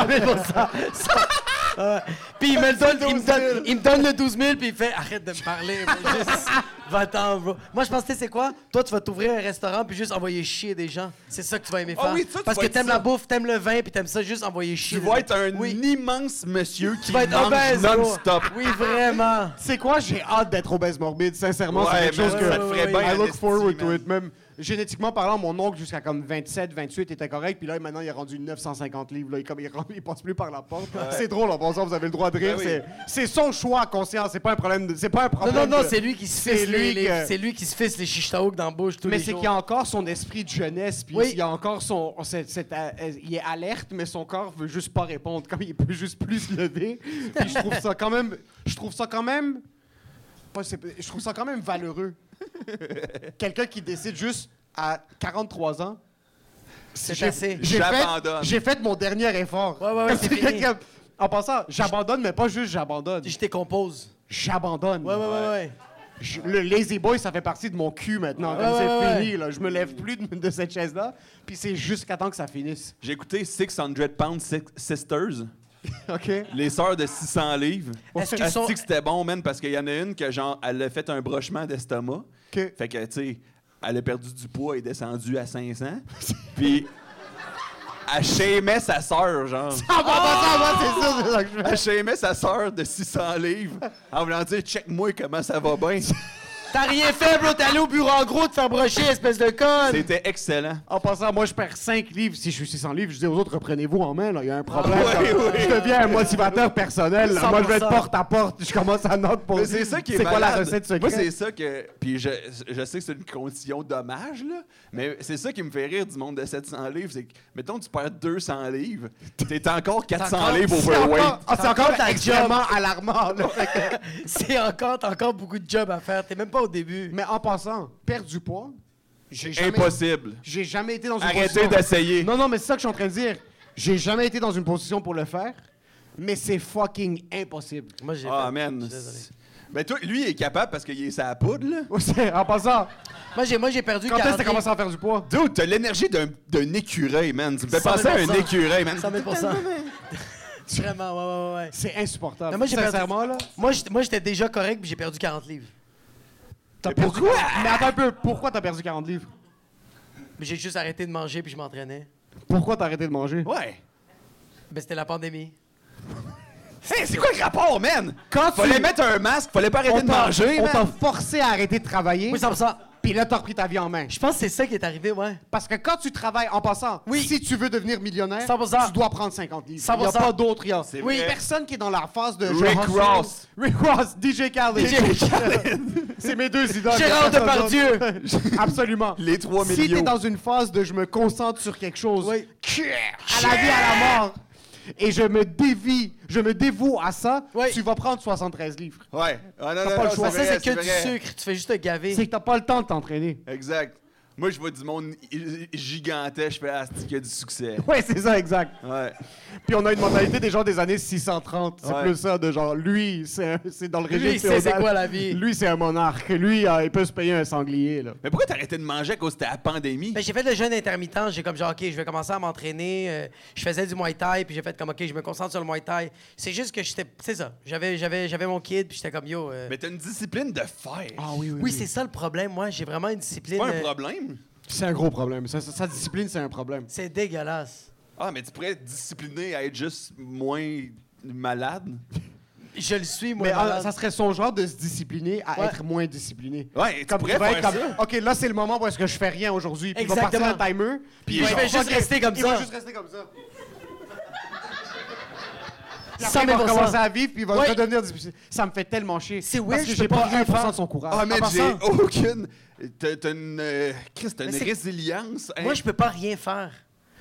Speaker 2: Puis il me le donne, il me donne, il me donne le 12 000, puis il fait arrête de me parler, bro. juste va-t'en, bro. Moi, je pensais, c'est quoi? Toi, tu vas t'ouvrir un restaurant, puis juste envoyer chier des gens. C'est ça que tu vas aimer
Speaker 6: Ah
Speaker 2: faire.
Speaker 6: oui, ça, tu
Speaker 2: Parce
Speaker 6: vas
Speaker 2: que
Speaker 6: être
Speaker 2: t'aimes
Speaker 6: ça.
Speaker 2: la bouffe, t'aimes le vin, puis t'aimes ça, juste envoyer
Speaker 6: tu
Speaker 2: chier. des
Speaker 6: vas
Speaker 2: gens.
Speaker 6: être un
Speaker 2: Oui.
Speaker 6: immense monsieur qui
Speaker 2: Tu vas être
Speaker 6: mange
Speaker 2: obèse, bro.
Speaker 6: non-stop.
Speaker 2: Oui, vraiment.
Speaker 4: C'est quoi? J'ai hâte d'être obèse morbide. Sincèrement,
Speaker 6: Ouais,
Speaker 4: c'est quelque
Speaker 6: man,
Speaker 4: chose que.
Speaker 6: ça te ferait bien
Speaker 4: I
Speaker 6: en
Speaker 4: look
Speaker 6: esti,
Speaker 4: forward to
Speaker 6: man.
Speaker 4: it. Même génétiquement parlant, mon oncle jusqu'à comme 27, 28 était correct. Puis là, maintenant, il est rendu 950 livres. Là. Il, comme, il, rend- il passe plus par la porte. C'est drôle en pensant, vous avez le droit de rire.
Speaker 6: Ben oui.
Speaker 4: c'est, c'est son choix conscient. C'est pas un problème. De, c'est pas
Speaker 2: Non,
Speaker 4: un problème.
Speaker 2: non, non,
Speaker 4: de-
Speaker 2: c'est lui qui se
Speaker 4: c'est
Speaker 2: fisse les,
Speaker 4: lui
Speaker 2: les-
Speaker 4: que-
Speaker 2: c'est lui qui se fisse les chichetaouks dans la bouche tous
Speaker 4: Mais
Speaker 2: les
Speaker 4: c'est
Speaker 2: jours.
Speaker 4: qu'il a encore son esprit de jeunesse, puis
Speaker 2: Oui.
Speaker 4: il a encore son. cette- cette- euh, il est alerte, mais son corps veut juste pas répondre, comme il peut juste plus se lever. Puis je trouve ça quand même. Je trouve ça quand même. pas- c'est- je trouve ça quand même valeureux. Quelqu'un qui décide juste à 43 ans.
Speaker 2: C'est
Speaker 4: j'ai-
Speaker 2: assez.
Speaker 4: J'ai fait,
Speaker 6: J'abandonne.
Speaker 4: j'ai fait mon dernier effort.
Speaker 2: Ouais, ouais, ouais, c'est fini.
Speaker 4: Comme- En passant, j'abandonne, mais pas juste j'abandonne.
Speaker 2: Je décompose.
Speaker 4: J'abandonne.
Speaker 2: Ouais, ouais, ouais, ouais.
Speaker 4: Je- le lazy boy, ça fait partie de mon cul maintenant. comme
Speaker 2: Ouais,
Speaker 4: c'est
Speaker 2: ouais,
Speaker 4: fini, là. Je me lève plus de, de cette chaise-là. Puis c'est jusqu'à temps que ça finisse.
Speaker 6: J'ai écouté 600 Pound Si- Sisters,
Speaker 4: OK?
Speaker 6: les sœurs de 600 livres.
Speaker 2: Est-ce qu'ils
Speaker 6: Asti
Speaker 2: sont-
Speaker 6: que c'était bon, man, parce qu'il y en a une que, genre, elle a fait un brochement d'estomac.
Speaker 4: OK.
Speaker 6: Fait que, tu sais, elle a perdu du poids et est descendue à 500. Puis, elle shamait sa sœur, genre.
Speaker 4: Ah, bah, bah, ça, bah, c'est ça, c'est ça que je veux.
Speaker 6: Elle shamait sa sœur de 600 livres en voulant dire « check-moi comment ça va bien
Speaker 2: T'as rien fait, bro, t'es allé au bureau en gros de faire brocher, espèce de ». conne!
Speaker 6: C'était excellent.
Speaker 4: En passant, moi, je perds 5 livres. Si je suis 600 livres, je dis aux autres, reprenez-vous en main, là. Il y a un problème.
Speaker 6: Ah, oui,
Speaker 4: Comme-
Speaker 6: oui.
Speaker 4: Je deviens un motivateur personnel. là. Moi, je vais de
Speaker 7: 100%.
Speaker 4: porte à porte. Je commence à noter pour
Speaker 6: Mais c'est ça qui est
Speaker 4: C'est quoi la
Speaker 6: malade.
Speaker 4: recette
Speaker 6: Moi,
Speaker 4: secrète?
Speaker 6: c'est ça que. Puis je, je sais que c'est une condition dommage, là. Mais c'est ça qui me fait rire du monde de 700 livres. C'est que, mettons, tu perds 200 livres. T'es encore 400 livres
Speaker 4: C'est
Speaker 6: overweight.
Speaker 4: encore, ah, c'est encore
Speaker 2: ta
Speaker 4: extrêmement alarmant. là. Fait que-
Speaker 2: C'est encore, t'as encore beaucoup de jobs à faire, t'es même pas au début.
Speaker 4: Mais en passant, perdre du poids, j'ai jamais,
Speaker 6: Impossible.
Speaker 4: j'ai jamais été dans une
Speaker 6: Arrêtez
Speaker 4: position...
Speaker 6: d'essayer.
Speaker 4: Non, non, mais c'est ça que je suis en train de dire. J'ai jamais été dans une position pour le faire, mais c'est fucking impossible.
Speaker 2: Moi, j'ai
Speaker 6: Ah,
Speaker 2: fait-
Speaker 6: man.
Speaker 2: je suis désolé.
Speaker 6: Ben, toi, lui, il est capable parce qu'il est sa poudre, là.
Speaker 4: C'est- en passant,
Speaker 2: Moi, j'ai, moi, j'ai perdu
Speaker 4: quand est-ce que
Speaker 2: 40
Speaker 4: t'as commencé à faire du poids?
Speaker 6: Dude, t'as l'énergie d'un, d'un écureuil, man. Tu me fais
Speaker 2: 100 000
Speaker 6: penser à un écureuil, man.
Speaker 2: 100 000 Vraiment, ouais, ouais, ouais. ouais.
Speaker 4: C'est insupportable.
Speaker 2: Mais moi, j'ai perdu-
Speaker 4: Sincèrement, là.
Speaker 2: Moi, j'étais- moi, j'étais déjà correct, puis j'ai perdu 40 livres.
Speaker 4: T'as perdu... Pourquoi? Mais attends un peu, pourquoi t'as perdu 40 livres?
Speaker 2: Mais j'ai juste arrêté de manger, puis je m'entraînais.
Speaker 4: Pourquoi t'as arrêté de manger?
Speaker 6: Ouais.
Speaker 2: Ben, c'était la pandémie.
Speaker 6: Hey, c'est quoi le rapport, man?
Speaker 4: Quand tu-
Speaker 6: fallait mettre un masque, fallait pas arrêter de
Speaker 4: t'a-
Speaker 6: manger,
Speaker 4: on
Speaker 6: man.
Speaker 4: t'a forcé à arrêter de travailler,
Speaker 2: Oui, 100
Speaker 4: puis là, t'as repris ta vie en main.
Speaker 2: Je pense que c'est ça qui est arrivé, ouais.
Speaker 4: Parce que quand tu travailles, en passant,
Speaker 2: Oui.
Speaker 4: si tu veux devenir millionnaire,
Speaker 2: 100%.
Speaker 4: tu dois prendre 50 livres. Il n'y a
Speaker 2: 100%.
Speaker 4: pas d'autre. Il y a
Speaker 6: Oui. vrai.
Speaker 4: personne qui est dans la phase de...
Speaker 6: Rick
Speaker 4: hustle.
Speaker 6: Ross.
Speaker 4: Rick Ross, DJ Khaled.
Speaker 2: DJ
Speaker 4: C'est mes deux idoles.
Speaker 2: Gérard
Speaker 4: Il y a personne
Speaker 2: Depardieu.
Speaker 4: d'autre. Absolument.
Speaker 6: Les trois
Speaker 4: Si
Speaker 6: millions.
Speaker 4: t'es dans une phase de je me concentre sur quelque chose,
Speaker 2: Oui.
Speaker 4: à la vie, à la mort, et je me dévie, je me dévoue à ça,
Speaker 2: Oui.
Speaker 4: tu vas prendre 73 livres.
Speaker 6: Ouais. Ah, non,
Speaker 4: T'as pas
Speaker 6: non,
Speaker 4: le
Speaker 6: non,
Speaker 4: choix.
Speaker 2: Mais ça,
Speaker 6: vrai,
Speaker 2: c'est que du
Speaker 6: vrai.
Speaker 2: sucre. Tu fais juste te gaver.
Speaker 4: C'est que t'as pas le temps de t'entraîner.
Speaker 6: Exact. Moi, je vois du monde i- i- gigantesque, je fais ah, c'est qu'il y a du succès.
Speaker 4: Ouais, c'est ça, exact.
Speaker 6: Ouais.
Speaker 4: Puis on a une mentalité des gens des années 630. C'est
Speaker 6: Ouais.
Speaker 4: plus ça, de genre, lui, c'est c'est dans le régime
Speaker 2: Lui, il sait c'est
Speaker 4: féodal.
Speaker 2: quoi la vie.
Speaker 4: Lui, c'est un monarque. Lui, euh, il peut se payer un sanglier, là.
Speaker 6: Mais pourquoi t'as arrêté de manger à cause de la pandémie?
Speaker 2: Ben, j'ai fait le jeûne intermittent. J'ai comme genre, OK, je vais commencer à m'entraîner. euh, je faisais du Muay Thai, puis j'ai fait comme, OK, je me concentre sur le Muay Thai. C'est juste que j'étais. C'est ça. J'avais, j'avais, j'avais mon kid, puis j'étais comme, yo. euh,
Speaker 6: Mais t'as une discipline de fer.
Speaker 2: Ah
Speaker 4: Ah
Speaker 2: oui, c'est ça le problème. Moi, j'ai vraiment une discipline.
Speaker 6: c'est pas un
Speaker 2: euh,
Speaker 6: problème.
Speaker 4: C'est un gros problème. Sa, sa- sa discipline, c'est un problème.
Speaker 2: C'est dégueulasse.
Speaker 6: Ah, mais tu pourrais être discipliné à être juste moins malade.
Speaker 2: Je le suis, moi.
Speaker 4: Mais ah,
Speaker 2: malade.
Speaker 4: ça serait son genre de se discipliner à
Speaker 2: Ouais.
Speaker 4: être moins discipliné.
Speaker 6: Ouais, tu
Speaker 4: Comme il
Speaker 6: pourrais
Speaker 4: va
Speaker 6: faire
Speaker 4: être comme,
Speaker 6: ça.
Speaker 4: OK, là, c'est le moment où est-ce que je fais rien aujourd'hui. Puis il va partir un
Speaker 2: Exactement.
Speaker 4: timer. Puis
Speaker 6: Il
Speaker 4: va
Speaker 6: va
Speaker 4: faire,
Speaker 2: juste
Speaker 4: OK,
Speaker 2: rester comme
Speaker 4: Il va
Speaker 2: ça.
Speaker 4: juste rester comme ça. Puis après,
Speaker 2: Ça
Speaker 4: il va
Speaker 2: mais pour
Speaker 4: commencer
Speaker 2: ça.
Speaker 4: à vivre, puis il va
Speaker 2: Ouais.
Speaker 4: redevenir discipliné. Ça me fait tellement chier.
Speaker 2: C'est
Speaker 4: Parce
Speaker 2: weird,
Speaker 4: que
Speaker 2: je peux
Speaker 4: j'ai pas
Speaker 2: pas rien
Speaker 4: 1% de
Speaker 2: faire.
Speaker 4: son courage.
Speaker 6: Ah, mais
Speaker 4: En
Speaker 6: j'ai
Speaker 4: passant-
Speaker 6: aucune. T'as t'as une. euh, Chris, t'as
Speaker 2: Mais
Speaker 6: une
Speaker 2: c'est-
Speaker 6: résilience. hein.
Speaker 2: Moi, je peux pas rien faire.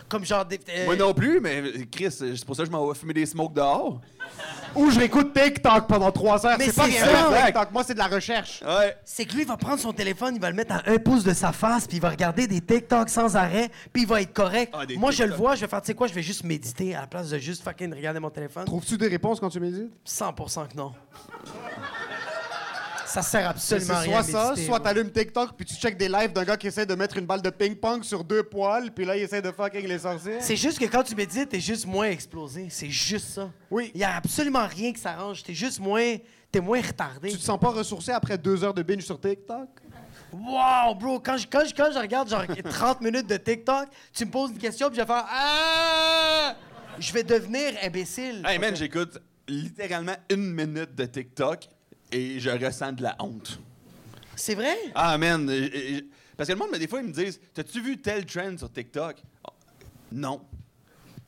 Speaker 2: Comme genre. des- euh,
Speaker 6: Moi non plus, mais euh, Chris, euh, c'est pour ça que je m'en vais fumer des smokes dehors.
Speaker 4: Ou je réécoute TikTok pendant 3 heures.
Speaker 2: Mais
Speaker 4: C'est pas
Speaker 2: c'est
Speaker 4: rien
Speaker 2: ça.
Speaker 4: faire, TikTok. Moi, c'est de la recherche.
Speaker 6: Ouais.
Speaker 2: C'est que lui, il va prendre son téléphone, il va le mettre à un pouce de sa face, puis il va regarder des TikTok sans arrêt, puis il va être correct.
Speaker 6: Ah, des
Speaker 2: Moi, je le
Speaker 6: TikTok.
Speaker 2: vois, je vais faire, tu sais quoi, je vais juste méditer à la place de juste fucking regarder mon téléphone.
Speaker 4: Trouves-tu des réponses quand tu médites?
Speaker 2: 100% que non. Ça sert
Speaker 4: C'est
Speaker 2: absolument à rien.
Speaker 4: soit
Speaker 2: de
Speaker 4: ça,
Speaker 2: méditer,
Speaker 4: soit
Speaker 2: ouais.
Speaker 4: t'allumes TikTok puis tu check des lives d'un gars qui essaie de mettre une balle de ping-pong sur deux poils puis là il essaie de fucking les sortir.
Speaker 2: C'est juste que quand tu médites, t'es juste moins explosé. C'est juste ça.
Speaker 4: Oui.
Speaker 2: Il y a absolument rien qui s'arrange. T'es juste moins. T'es moins retardé.
Speaker 4: Tu te sens pas ressourcé après deux heures de binge sur TikTok?
Speaker 2: Wow, bro, quand je, quand, je, quand je regarde genre 30 minutes de TikTok, tu me poses une question, puis je vais faire Ah! Je vais devenir imbécile.
Speaker 6: Hey man, j'écoute littéralement une minute de TikTok et je ressens de la honte.
Speaker 2: C'est vrai?
Speaker 6: Ah man, euh, euh, parce que le monde, mais des fois, ils me disent T'as-tu vu tel trend sur TikTok Ah, Non.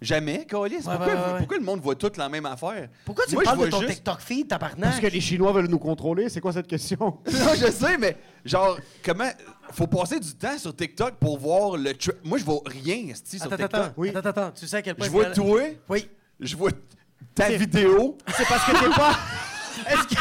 Speaker 6: Jamais, Colis.
Speaker 2: ouais,
Speaker 6: pourquoi,
Speaker 2: ouais, ouais.
Speaker 6: pourquoi le monde voit toute la même affaire
Speaker 2: Pourquoi tu
Speaker 6: Moi, je
Speaker 2: parles de
Speaker 6: vois
Speaker 2: ton
Speaker 6: juste-
Speaker 2: TikTok feed, tabarnak?
Speaker 4: les Chinois veulent nous contrôler, c'est quoi cette question?
Speaker 6: Non, je sais, mais genre, comment. Faut passer du temps sur TikTok pour voir le. tr- Moi, je vois rien, esti, sur
Speaker 2: Attends, attends,
Speaker 6: TikTok.
Speaker 2: attends, attends, attends. Tu sais à quel point...
Speaker 6: Je vois
Speaker 2: tout.
Speaker 6: toi,
Speaker 2: Oui.
Speaker 6: je vois ta vidéo.
Speaker 4: c'est parce que t'es pas.
Speaker 2: Est-ce que...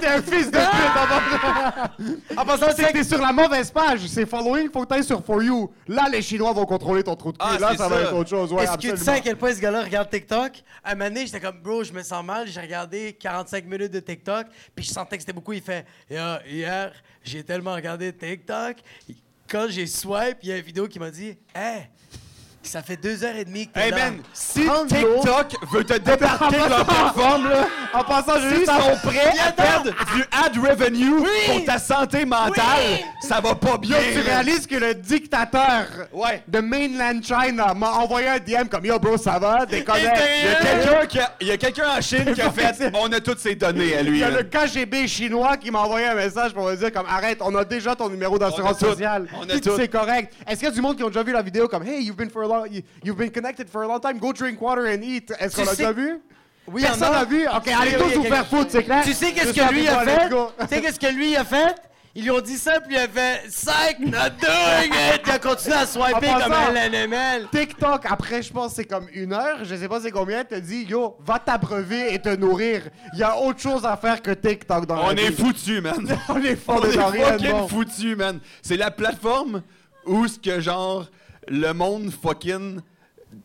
Speaker 4: T'es un fils de pute avant En passant, c'est que t'es sur la mauvaise page. C'est following, faut que t'ailles sur For You. Là, les Chinois vont contrôler ton trou de cul.
Speaker 6: Ah,
Speaker 4: là,
Speaker 6: c'est
Speaker 4: ça va
Speaker 6: ça.
Speaker 4: être autre chose. Ouais,
Speaker 2: Est-ce que tu sais à
Speaker 4: absolument.
Speaker 2: quel point ce gars-là regarde TikTok? À un moment donné, j'étais comme, bro, je me sens mal. J'ai regardé 45 minutes de TikTok, puis je sentais que c'était beaucoup. Il fait, Yeah, hier, j'ai tellement regardé TikTok. Quand j'ai swipe, il y a une vidéo qui m'a dit, hey, Ça fait deux heures et demie que t'es
Speaker 6: Hey
Speaker 2: là.
Speaker 6: man, si
Speaker 2: Prends de l'eau.
Speaker 6: TikTok veut te débarquer de leur plateforme, là,
Speaker 4: En passant, je
Speaker 6: ils
Speaker 4: juste
Speaker 6: sont prêts à perdre du ad revenue pour ta santé mentale. Ça va pas bien.
Speaker 4: Tu
Speaker 6: là.
Speaker 4: réalises que le dictateur
Speaker 6: Ouais.
Speaker 4: de Mainland China m'a envoyé un DM comme Yo, bro, ça va?
Speaker 6: Il
Speaker 2: ben,
Speaker 4: Déconnecte.
Speaker 2: euh,
Speaker 6: y a quelqu'un qui a- il y a quelqu'un en Chine qui a fait on a toutes ces données à
Speaker 4: Il
Speaker 6: lui.
Speaker 4: y a
Speaker 2: euh.
Speaker 6: là.
Speaker 4: le KGB chinois qui m'a envoyé un message pour me dire comme arrête, on a déjà ton numéro d'assurance
Speaker 6: On a tout.
Speaker 4: sociale.
Speaker 6: On a
Speaker 4: Puis
Speaker 6: tout.
Speaker 4: C'est correct. Est-ce qu'il y a du monde qui ont déjà vu la vidéo comme hey, you've been for a long, you- you've been connected for a long time, go drink water and eat. Est-ce
Speaker 2: Tu
Speaker 4: qu'on l'a
Speaker 2: sais-
Speaker 4: déjà vu?
Speaker 2: Oui,
Speaker 4: Personne
Speaker 2: y'en a.
Speaker 4: l'a vu. Ok, allez
Speaker 2: oui,
Speaker 4: tous
Speaker 2: il y a
Speaker 4: vous faire
Speaker 2: quelque-
Speaker 4: foutre, c'est clair.
Speaker 2: Tu sais qu'est-ce
Speaker 4: Juste
Speaker 2: que lui a
Speaker 4: appelez-moi,
Speaker 2: fait?
Speaker 4: let's go.
Speaker 2: Tu sais qu'est-ce que lui a fait? Ils lui ont dit ça, puis il a fait 5, not doing it! Il a continué à swiper
Speaker 4: En
Speaker 2: comme
Speaker 4: passant.
Speaker 2: un animal.
Speaker 4: TikTok, après, je pense, c'est comme une heure, je sais pas c'est combien, te dit, yo, va t'abreuver et te nourrir. Il y a autre chose à faire que TikTok dans la
Speaker 6: On est
Speaker 4: vie.
Speaker 6: foutu, man.
Speaker 4: On est fous,
Speaker 6: On
Speaker 4: de
Speaker 6: est
Speaker 4: dans rien de
Speaker 6: fucking
Speaker 4: bon.
Speaker 6: foutu, man. C'est la plateforme où ce que genre le monde fucking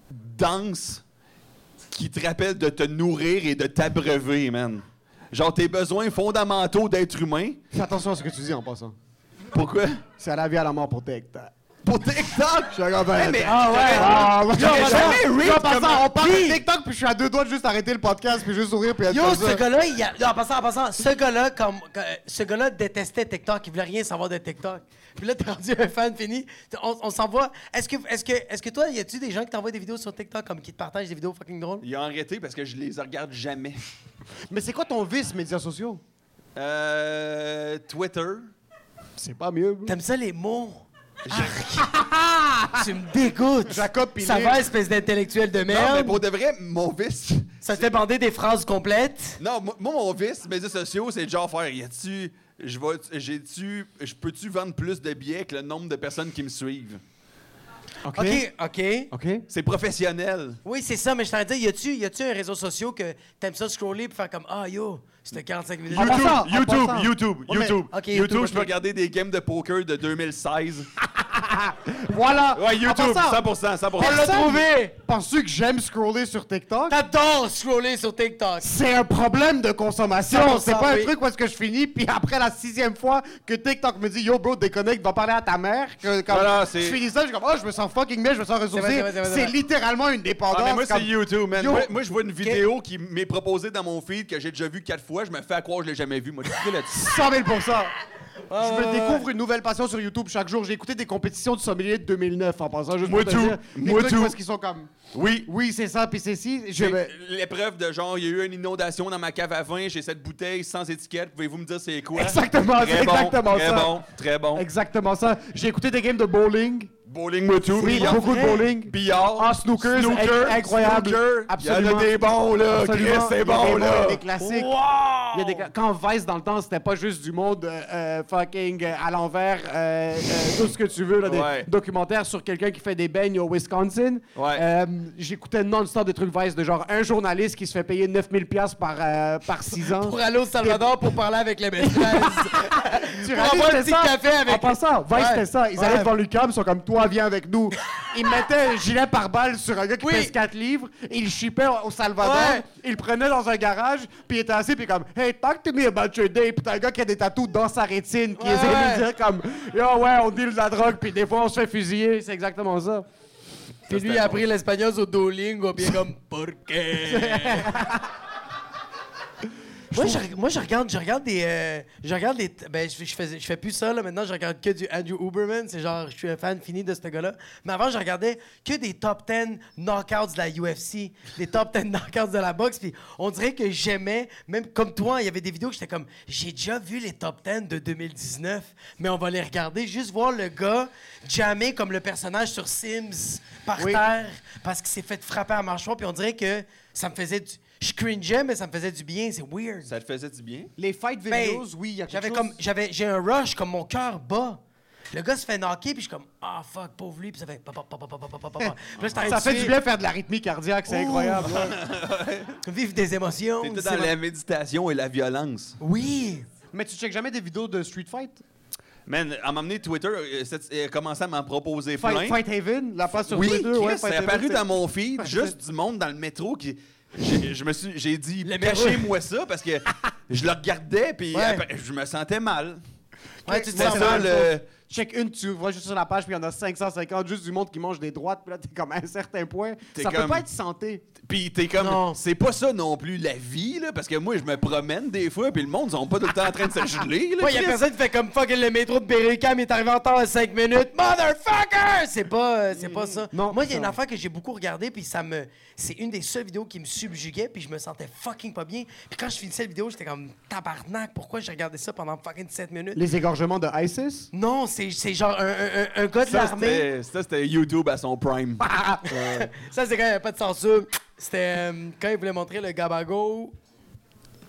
Speaker 6: danse qui te rappelle de te nourrir et de t'abreuver, man. Genre tes besoins fondamentaux d'être humain.
Speaker 4: Fais attention à ce que tu dis en passant.
Speaker 6: Pourquoi?
Speaker 4: C'est à la vie à la mort pour TikTok.
Speaker 6: Pour TikTok!
Speaker 4: Je suis un grand fan.
Speaker 6: mais-
Speaker 4: Ah ouais! Ah, moi,
Speaker 6: Yo,
Speaker 4: j'ai
Speaker 6: jamais
Speaker 4: jamais
Speaker 6: rip
Speaker 4: En passant,
Speaker 6: comme-
Speaker 4: on parle de
Speaker 2: Oui.
Speaker 4: TikTok, puis je suis à deux doigts de juste arrêter le podcast, puis juste sourire, puis être
Speaker 2: Yo,
Speaker 4: comme
Speaker 2: ce
Speaker 4: ça.
Speaker 2: gars-là, il a... en passant, en passant, ce gars-là, comme, comme- ce gars-là détestait TikTok, il voulait rien savoir de TikTok. Puis là, t'es rendu un fan fini. On, on s'envoie. Est-ce que, est-ce que, est-ce que toi, y a-tu des gens qui t'envoient des vidéos sur TikTok comme qui te partagent des vidéos fucking drôles?
Speaker 6: Il a arrêté parce que je les regarde jamais.
Speaker 4: Mais c'est quoi ton vice, médias sociaux?
Speaker 6: Euh, Twitter.
Speaker 4: C'est pas mieux. bro.
Speaker 2: T'aimes ça les mots? Arc. tu me dégoûtes.
Speaker 4: Jacob Pilé.
Speaker 2: Ça va, espèce d'intellectuel de
Speaker 6: Non, Ah, mais
Speaker 2: merde.
Speaker 6: pour de vrai, mon vice.
Speaker 2: Ça te fait bander des phrases complètes.
Speaker 6: Non, moi, moi, mon vice, médias sociaux, c'est genre faire y a-tu. Je vais- j'ai-tu- je peux-tu vendre plus de billets que le nombre de personnes qui me suivent?
Speaker 2: OK, OK.
Speaker 4: OK.
Speaker 6: C'est professionnel.
Speaker 2: Oui, c'est ça, mais je t'en dis, y a-tu y a-tu un réseau social que t'aimes ça scroller puis faire comme Ah yo, c'était 45 minutes.
Speaker 4: En
Speaker 6: YouTube,
Speaker 4: passant, en
Speaker 6: YouTube,
Speaker 4: passant.
Speaker 6: YouTube,
Speaker 4: Ouais, mais-
Speaker 6: YouTube.
Speaker 2: Ok,
Speaker 6: YouTube,
Speaker 2: YouTube,
Speaker 6: je peux
Speaker 2: ok.
Speaker 6: regarder des games de poker de 2016.
Speaker 4: Voilà!
Speaker 6: Ouais,
Speaker 4: En
Speaker 6: YouTube,
Speaker 4: passant,
Speaker 6: 100%, 100%.
Speaker 4: on l'a
Speaker 2: Personne-
Speaker 4: trouvé! Penses-tu que j'aime scroller sur TikTok?
Speaker 2: T'adores scroller sur TikTok.
Speaker 4: C'est un problème de consommation.
Speaker 2: 100%,
Speaker 4: C'est pas un
Speaker 2: oui.
Speaker 4: truc où est-ce que je finis, puis après la sixième fois que TikTok me dit Yo, bro, déconnecte, va parler à ta mère. Que, comme,
Speaker 6: Voilà,
Speaker 4: je
Speaker 6: c'est-
Speaker 4: finis ça, je suis comme Oh, je me sens fucking bien, je me sens
Speaker 2: C'est
Speaker 4: ressourcé.
Speaker 2: vrai, c'est vrai, c'est
Speaker 4: C'est
Speaker 2: vrai.
Speaker 4: littéralement une dépendance.
Speaker 6: Ah, mais moi, c'est
Speaker 4: comme-
Speaker 6: YouTube, man.
Speaker 4: Yo.
Speaker 6: Moi, moi, je vois une vidéo qui m'est proposée dans mon feed que j'ai déjà vue quatre fois. Je me fais à croire que je l'ai jamais vue. Moi, je suis là
Speaker 4: 100 000 Je me découvre une nouvelle passion sur YouTube chaque jour. J'ai écouté des compétitions de sommelier de 2009 en passant. Juste
Speaker 6: Moi
Speaker 4: pour te
Speaker 6: tout.
Speaker 4: dire, des
Speaker 6: Moi
Speaker 4: trucs
Speaker 6: tout.
Speaker 4: où est-ce qu'ils sont comme
Speaker 6: Oui.
Speaker 4: Oui, c'est ça, puis c'est ben, si. Je...
Speaker 6: J'ai- L'épreuve de genre, il y a eu une inondation dans ma cave à vin, j'ai cette bouteille sans étiquette, pouvez-vous me dire c'est quoi?
Speaker 4: Exactement,
Speaker 6: Très
Speaker 4: c'est
Speaker 6: bon,
Speaker 4: exactement
Speaker 6: très
Speaker 4: ça.
Speaker 6: bon, très bon.
Speaker 4: Exactement ça. J'ai écouté des games de bowling.
Speaker 6: Bowling Motu,
Speaker 4: Oui, beaucoup de bowling.
Speaker 6: billard,
Speaker 4: Ah, snooker, c'est inc- incroyable.
Speaker 6: snooker. Il y en
Speaker 4: Absolument.
Speaker 6: a des bons, là.
Speaker 4: Absolument.
Speaker 6: Chris,
Speaker 4: Il y a
Speaker 6: c'est bon,
Speaker 4: des bons, il y
Speaker 6: là.
Speaker 4: a des classiques. Il y a des cla- Quand Vice, dans le temps, c'était pas juste du monde euh, euh, fucking euh, à l'envers, euh, euh, tout ce que tu veux, là, des
Speaker 6: Ouais.
Speaker 4: documentaires sur quelqu'un qui fait des beignes au Wisconsin.
Speaker 6: Ouais.
Speaker 4: Euh, J'écoutais non-stop des trucs Vice, de genre un journaliste qui se fait payer 9000$ par, euh, par 6 ans.
Speaker 2: Pour aller au Salvador pour parler avec les maîtresses.
Speaker 4: Tu
Speaker 2: pour avoir
Speaker 4: réalises,
Speaker 2: un
Speaker 4: c'était
Speaker 2: petit
Speaker 4: ça.
Speaker 2: café
Speaker 4: En
Speaker 2: avec.
Speaker 4: passant, Vice,
Speaker 2: Ouais.
Speaker 4: c'était ça. Ils
Speaker 2: Ouais.
Speaker 4: allaient devant Lucam, ils sont comme toi, viens avec nous. Ils mettaient un gilet par balle sur un gars qui
Speaker 2: Oui.
Speaker 4: pèse 4 livres, ils le shippaient au Salvador,
Speaker 2: Ouais.
Speaker 4: ils le prenaient dans un garage, puis ils étaient assis, puis comme, hey, talk to me about your day. Puis t'as un gars qui a des tatous dans sa rétine, qui
Speaker 2: Ouais,
Speaker 4: essayait
Speaker 2: ouais.
Speaker 4: de nous dire comme, yo, ouais, on deal de la drogue, puis des fois on se fait fusiller. C'est exactement ça.
Speaker 2: Puis lui, il a appris l'espagnol sur Duolingo, puis il est comme Porque. Moi je, moi, je regarde, je regarde des, euh, je regarde des, ben, je, je faisais- je fais plus ça là. Maintenant, je regarde que du Andrew Uberman. C'est genre, je suis un fan fini de ce gars-là. Mais avant, je regardais que des top 10 knockouts de la UFC, des top 10 knockouts de la boxe. Puis on dirait que j'aimais, même comme toi, il y avait des vidéos que j'étais comme, j'ai déjà vu les top 10 de 2019, mais on va les regarder juste voir le gars jammer comme le personnage sur Sims par terre parce qu'il s'est fait frapper à mâchoire. Puis on dirait que ça me faisait du je cringeais, mais ça me faisait du bien. C'est weird.
Speaker 6: Ça te faisait du bien?
Speaker 4: Les fight
Speaker 2: Ben,
Speaker 4: videos, oui, il y a quelque
Speaker 2: j'avais
Speaker 4: chose-
Speaker 2: comme j'avais j'ai un rush comme mon cœur bat. Le gars se fait knocker puis je suis comme ah fuck pauvre lui puis ça fait pa, pa, pa, pa, pa, pa, pa, pa, pa.
Speaker 4: Ah.
Speaker 2: Puis là, je t'arrête
Speaker 4: Ça
Speaker 2: de
Speaker 4: fait du
Speaker 2: suer.
Speaker 4: bien faire de la rythmie cardiaque, c'est incroyable.
Speaker 2: Vivre des émotions.
Speaker 6: T'étais
Speaker 2: c'est
Speaker 6: dans la méditation et la violence.
Speaker 2: Oui.
Speaker 4: Mais tu checkes jamais des vidéos de street fight?
Speaker 6: Man, à m'amener Twitter, euh, c'est- euh, commençait à m'en proposer
Speaker 4: Fight,
Speaker 6: plein.
Speaker 4: Fight Haven, la passe sur
Speaker 6: oui,
Speaker 4: Twitter.
Speaker 6: Chris,
Speaker 4: ouais,
Speaker 6: c'est
Speaker 4: Fight Haven,
Speaker 6: apparu
Speaker 4: c'est-
Speaker 6: dans mon feed, juste du monde dans le métro qui... J'ai, je me suis, j'ai dit,
Speaker 2: Le métro.
Speaker 6: cachez-moi ça, parce que je le regardais, puis
Speaker 2: Ouais.
Speaker 6: après, je me sentais mal.
Speaker 2: Ouais, tu te
Speaker 6: C'est
Speaker 2: sens
Speaker 6: ça,
Speaker 2: mal.
Speaker 6: le...
Speaker 4: check une, tu vois juste sur la page, puis il y en a 550 juste du monde qui mange des droites, puis là, t'es comme à un certain point.
Speaker 6: T'es
Speaker 4: ça
Speaker 6: comme-
Speaker 4: peut pas être santé.
Speaker 6: Puis t'es comme,
Speaker 2: Non.
Speaker 6: c'est pas ça non plus la vie, là, parce que moi, je me promène des fois, puis le monde, ils sont pas tout le temps en train de se geler, là.
Speaker 2: Ouais, y a
Speaker 6: Chris.
Speaker 2: personne qui fait comme fucking le métro de Berrycam est arrivé en retard à 5 minutes. Motherfucker! C'est pas, euh, c'est pas ça.
Speaker 4: Non,
Speaker 2: Moi, il y a une
Speaker 4: non.
Speaker 2: affaire que j'ai beaucoup regardée, puis ça me. C'est une des seules vidéos qui me subjuguait, puis je me sentais fucking pas bien. Puis quand je finissais la vidéo, j'étais comme tabarnak, pourquoi j'ai regardé ça pendant fucking 7 minutes?
Speaker 4: Les égorgements de ISIS?
Speaker 2: Non, c'est c'est genre un, un- un- un gars de
Speaker 6: Ça,
Speaker 2: l'armée. Ah.
Speaker 6: c'était- ça, c'était YouTube à son prime.
Speaker 2: Ça, c'est quand il n'y avait pas de censure. C'était euh, quand il voulait montrer le gabago